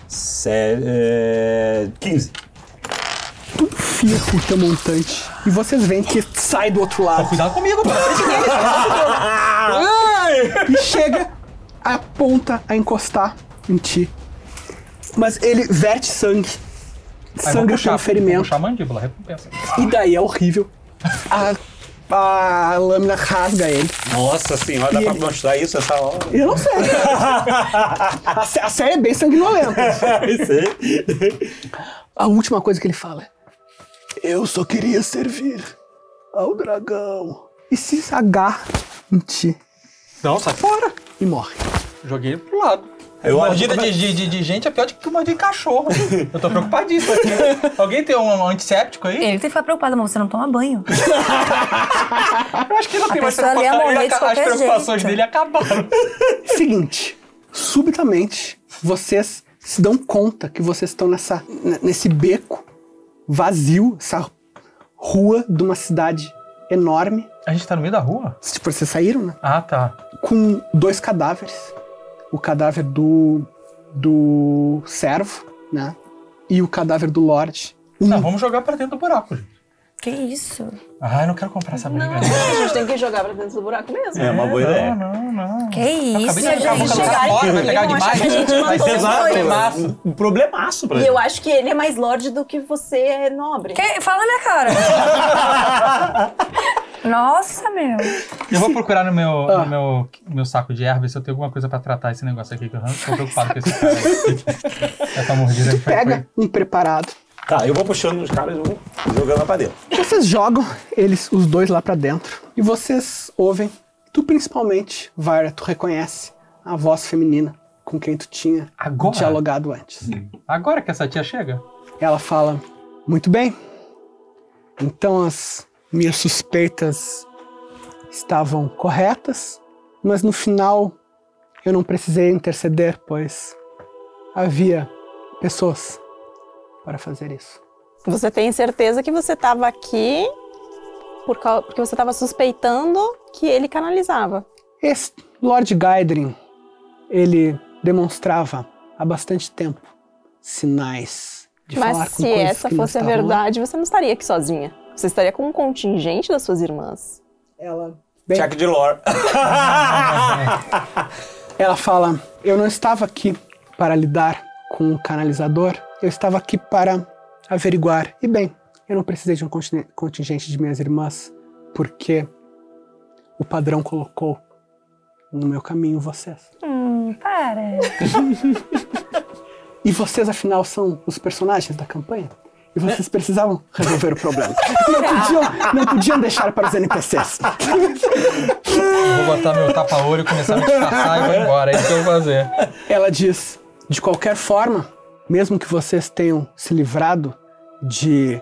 Speaker 12: Se... É... 15.
Speaker 4: Tudo fio o teu montante. E vocês veem que sai do outro lado.
Speaker 2: Cuidado comigo, pô.
Speaker 4: e chega, aponta a encostar em ti. Mas ele verte sangue.
Speaker 2: Aí
Speaker 4: Sangue
Speaker 2: puxar,
Speaker 4: pelo
Speaker 2: Vou
Speaker 4: ferimento.
Speaker 2: puxar a mandíbula, recompensa.
Speaker 4: E daí é horrível. A, a lâmina rasga ele.
Speaker 3: Nossa senhora, dá
Speaker 4: E
Speaker 3: pra
Speaker 4: ele-
Speaker 3: mostrar isso essa hora?
Speaker 4: [laughs] Eu não sei. a, sé- a série é bem sanguinolenta. A última coisa que ele fala é: Eu só queria servir ao dragão. E se agarra em ti
Speaker 2: Não, sai fora.
Speaker 4: e morre.
Speaker 2: Joguei ele pro lado.
Speaker 3: Eu
Speaker 2: Mordida de, de, de, de gente é pior do que mordida de cachorro. Eu tô
Speaker 3: [laughs]
Speaker 2: preocupadíssimo aqui. Alguém tem um antisséptico aí?
Speaker 5: Ele tem que ficar preocupado, mas você não toma banho.
Speaker 2: Eu acho que não tem mais
Speaker 5: pessoa ali ia
Speaker 2: preocupação.
Speaker 5: morrer de
Speaker 2: Ele aca- As
Speaker 5: qualquer
Speaker 2: preocupações
Speaker 5: jeito.
Speaker 2: dele acabaram.
Speaker 4: Seguinte, subitamente vocês se dão conta que vocês estão nessa, n- nesse beco vazio, essa rua de uma cidade enorme.
Speaker 2: A gente tá no meio da rua?
Speaker 4: Tipo, vocês saíram, né?
Speaker 2: Ah, tá.
Speaker 4: Com dois cadáveres. O cadáver do do servo, né? E o cadáver do Lorde. Um,
Speaker 2: Não, vamos jogar pra dentro do buraco, gente.
Speaker 5: Que isso?
Speaker 2: Ah, eu não quero comprar essa briga.
Speaker 6: A gente tem que jogar pra dentro do buraco mesmo.
Speaker 3: É uma boa
Speaker 2: Não,
Speaker 3: ideia.
Speaker 2: não, não.
Speaker 5: Que isso,
Speaker 2: Acabei de arrancar a
Speaker 5: gente?
Speaker 2: boca do cara fora, vai pegar
Speaker 6: vão
Speaker 2: demais.
Speaker 6: achar
Speaker 2: né?
Speaker 6: que a gente
Speaker 2: Vai
Speaker 6: mandou
Speaker 2: ser
Speaker 6: os
Speaker 2: exato, né?
Speaker 6: dois.
Speaker 2: problemaço.
Speaker 3: Um problemaço pra
Speaker 6: E
Speaker 3: gente.
Speaker 6: eu acho que ele é mais lorde do que você é nobre.
Speaker 5: Que- Fala na minha
Speaker 2: [laughs]
Speaker 5: cara. Nossa, meu.
Speaker 2: Eu vou procurar no meu,
Speaker 3: Ah.
Speaker 2: no meu, meu saco de erva ver se eu tenho alguma coisa pra tratar esse negócio aqui, que eu tô preocupado com esse cara.
Speaker 3: [laughs]
Speaker 2: aí. Essa mordida aí foi,
Speaker 4: pega um preparado.
Speaker 3: Tá, eu vou puxando os caras e vou jogando lá pra dentro.
Speaker 4: Vocês jogam eles, os dois lá pra dentro, e vocês ouvem, tu principalmente, Vaira, tu reconhece a voz feminina com quem tu tinha
Speaker 2: Agora?
Speaker 4: dialogado antes.
Speaker 2: foi- Agora que essa tia chega?
Speaker 4: Ela fala, muito bem, então as minhas suspeitas estavam corretas, mas no final eu não precisei interceder, pois havia pessoas para fazer isso.
Speaker 6: Você tem certeza que você estava aqui por cau- porque você estava suspeitando que ele canalizava.
Speaker 4: Esse Lord Gaidrin, ele demonstrava há bastante tempo sinais de falar
Speaker 6: Mas
Speaker 4: com
Speaker 6: se
Speaker 4: coisas
Speaker 6: essa
Speaker 4: que não
Speaker 6: fosse a
Speaker 4: estavam lá.
Speaker 6: verdade, você não estaria aqui sozinha. Você estaria com um contingente das suas irmãs.
Speaker 4: Ela, bem,
Speaker 3: Check de lore.
Speaker 4: ela fala: Eu não estava aqui para lidar com o canalizador, eu estava aqui para averiguar. E bem, eu não precisei de um contin- contingente de minhas irmãs, porque o padrão colocou no meu caminho vocês.
Speaker 5: Hum, para.
Speaker 4: E vocês, afinal, são os personagens da campanha? E vocês precisavam resolver o problema. Não podiam, não podiam deixar para os NPCs.
Speaker 2: Eu vou botar meu tapa-olho, começar a me disfarçar e vou embora. É isso que eu vou fazer.
Speaker 4: Ela diz: de qualquer forma, mesmo que vocês tenham se livrado de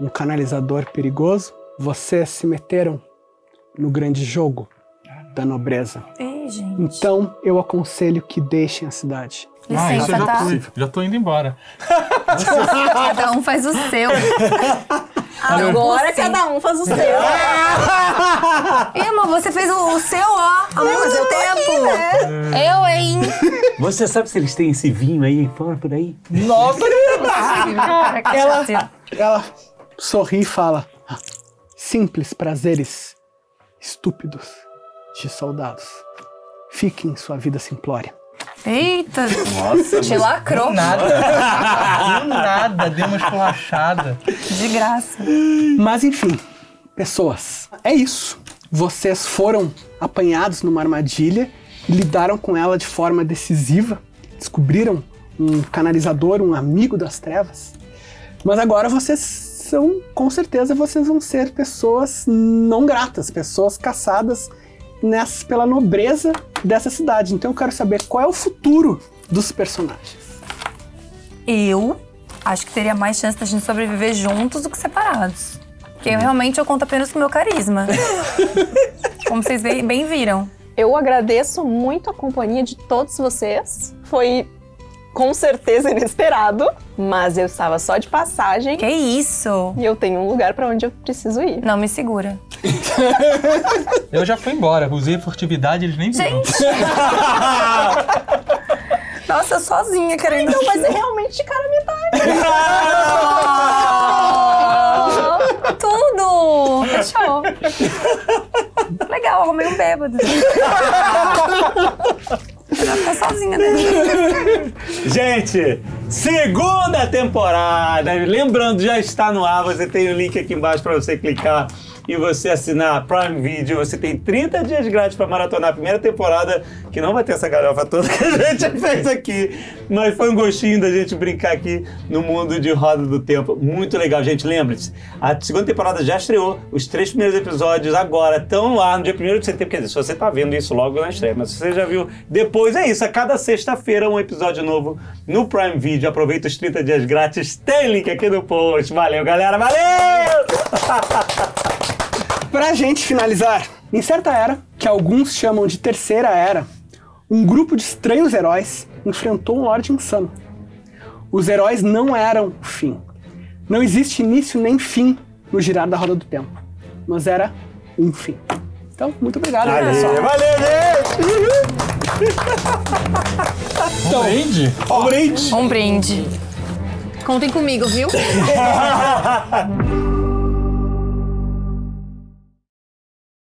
Speaker 4: um canalizador perigoso, vocês se meteram no grande jogo da nobreza.
Speaker 5: Ei, gente.
Speaker 4: Então, eu aconselho que deixem a cidade.
Speaker 2: Ah, isso eu
Speaker 5: Licença,
Speaker 2: já
Speaker 5: tá?
Speaker 2: tô, já tô indo embora.
Speaker 5: Cada um faz o seu.
Speaker 6: Agora
Speaker 5: Sim.
Speaker 6: cada um [laughs] faz o seu.
Speaker 5: Ih, amor, você fez o, o seu, ó. Há muito tempo. Eu, hein?
Speaker 11: Você sabe se eles têm esse vinho aí fora por aí?
Speaker 2: Nossa,
Speaker 5: Cara, que
Speaker 4: Ela-
Speaker 5: chateado.
Speaker 4: Ela sorri e fala: Simples prazeres estúpidos de soldados. Fiquem em sua vida simplória.
Speaker 5: Eita. Nossa. Te lacrou.
Speaker 2: nada. Do nada, deu uma esculachada.
Speaker 5: De graça.
Speaker 4: Mas enfim, pessoas, é isso. Vocês foram apanhados numa armadilha, lidaram com ela de forma decisiva, descobriram um canalizador, um amigo das trevas. Mas agora vocês são, com certeza, vocês vão ser pessoas não gratas, pessoas caçadas nessa, pela nobreza dessa cidade. Então eu quero saber qual é o futuro dos personagens.
Speaker 5: Eu acho que teria mais chance da gente sobreviver juntos do que separados. Porque eu realmente eu conto apenas com o meu
Speaker 2: [laughs]
Speaker 5: carisma. Como vocês bem, bem viram.
Speaker 6: Eu agradeço muito a companhia de todos vocês. Foi com certeza inesperado, mas eu estava só de passagem
Speaker 5: Que isso?
Speaker 6: e eu tenho um lugar pra onde eu preciso ir.
Speaker 5: Não, me segura.
Speaker 2: Eu já fui embora, usei furtividade, eles nem viram.
Speaker 5: Nossa, eu sozinha querendo.
Speaker 6: Então, mas é realmente de cara metade.
Speaker 5: Ah, Tudo! Fechou. Legal, arrumei um bêbado. Ela ficar sozinha, né?
Speaker 1: Gente, segunda temporada. Lembrando, já está no ar. Você tem o link aqui embaixo para você clicar e você assinar a Prime Video. Você tem 30 dias grátis para maratonar a primeira temporada, que não vai ter essa galhofa toda [laughs] que a gente fez aqui. Mas foi um gostinho da gente brincar aqui no mundo de Roda do Tempo. Muito legal, gente. Lembre-se, a segunda temporada já estreou. Os três primeiros episódios agora estão no ar no dia 1 de setembro. Quer dizer, se você está vendo isso logo na estreia, mas se você já viu depois, é isso. A cada sexta-feira, um episódio novo no Prime Video. Aproveita os 30 dias grátis. Tem link aqui no post. Valeu, galera. Valeu!
Speaker 4: Pra gente finalizar, em certa era, que alguns chamam de Terceira Era, um grupo de estranhos heróis enfrentou um Lorde Insano. Os heróis não eram o fim. Não existe início nem fim no girar da roda do tempo, mas era um fim. Então, muito obrigado, pessoal.
Speaker 1: Valeu, gente!
Speaker 2: Então, brinde?
Speaker 1: Um brinde!
Speaker 5: Um brinde. Contem comigo, viu?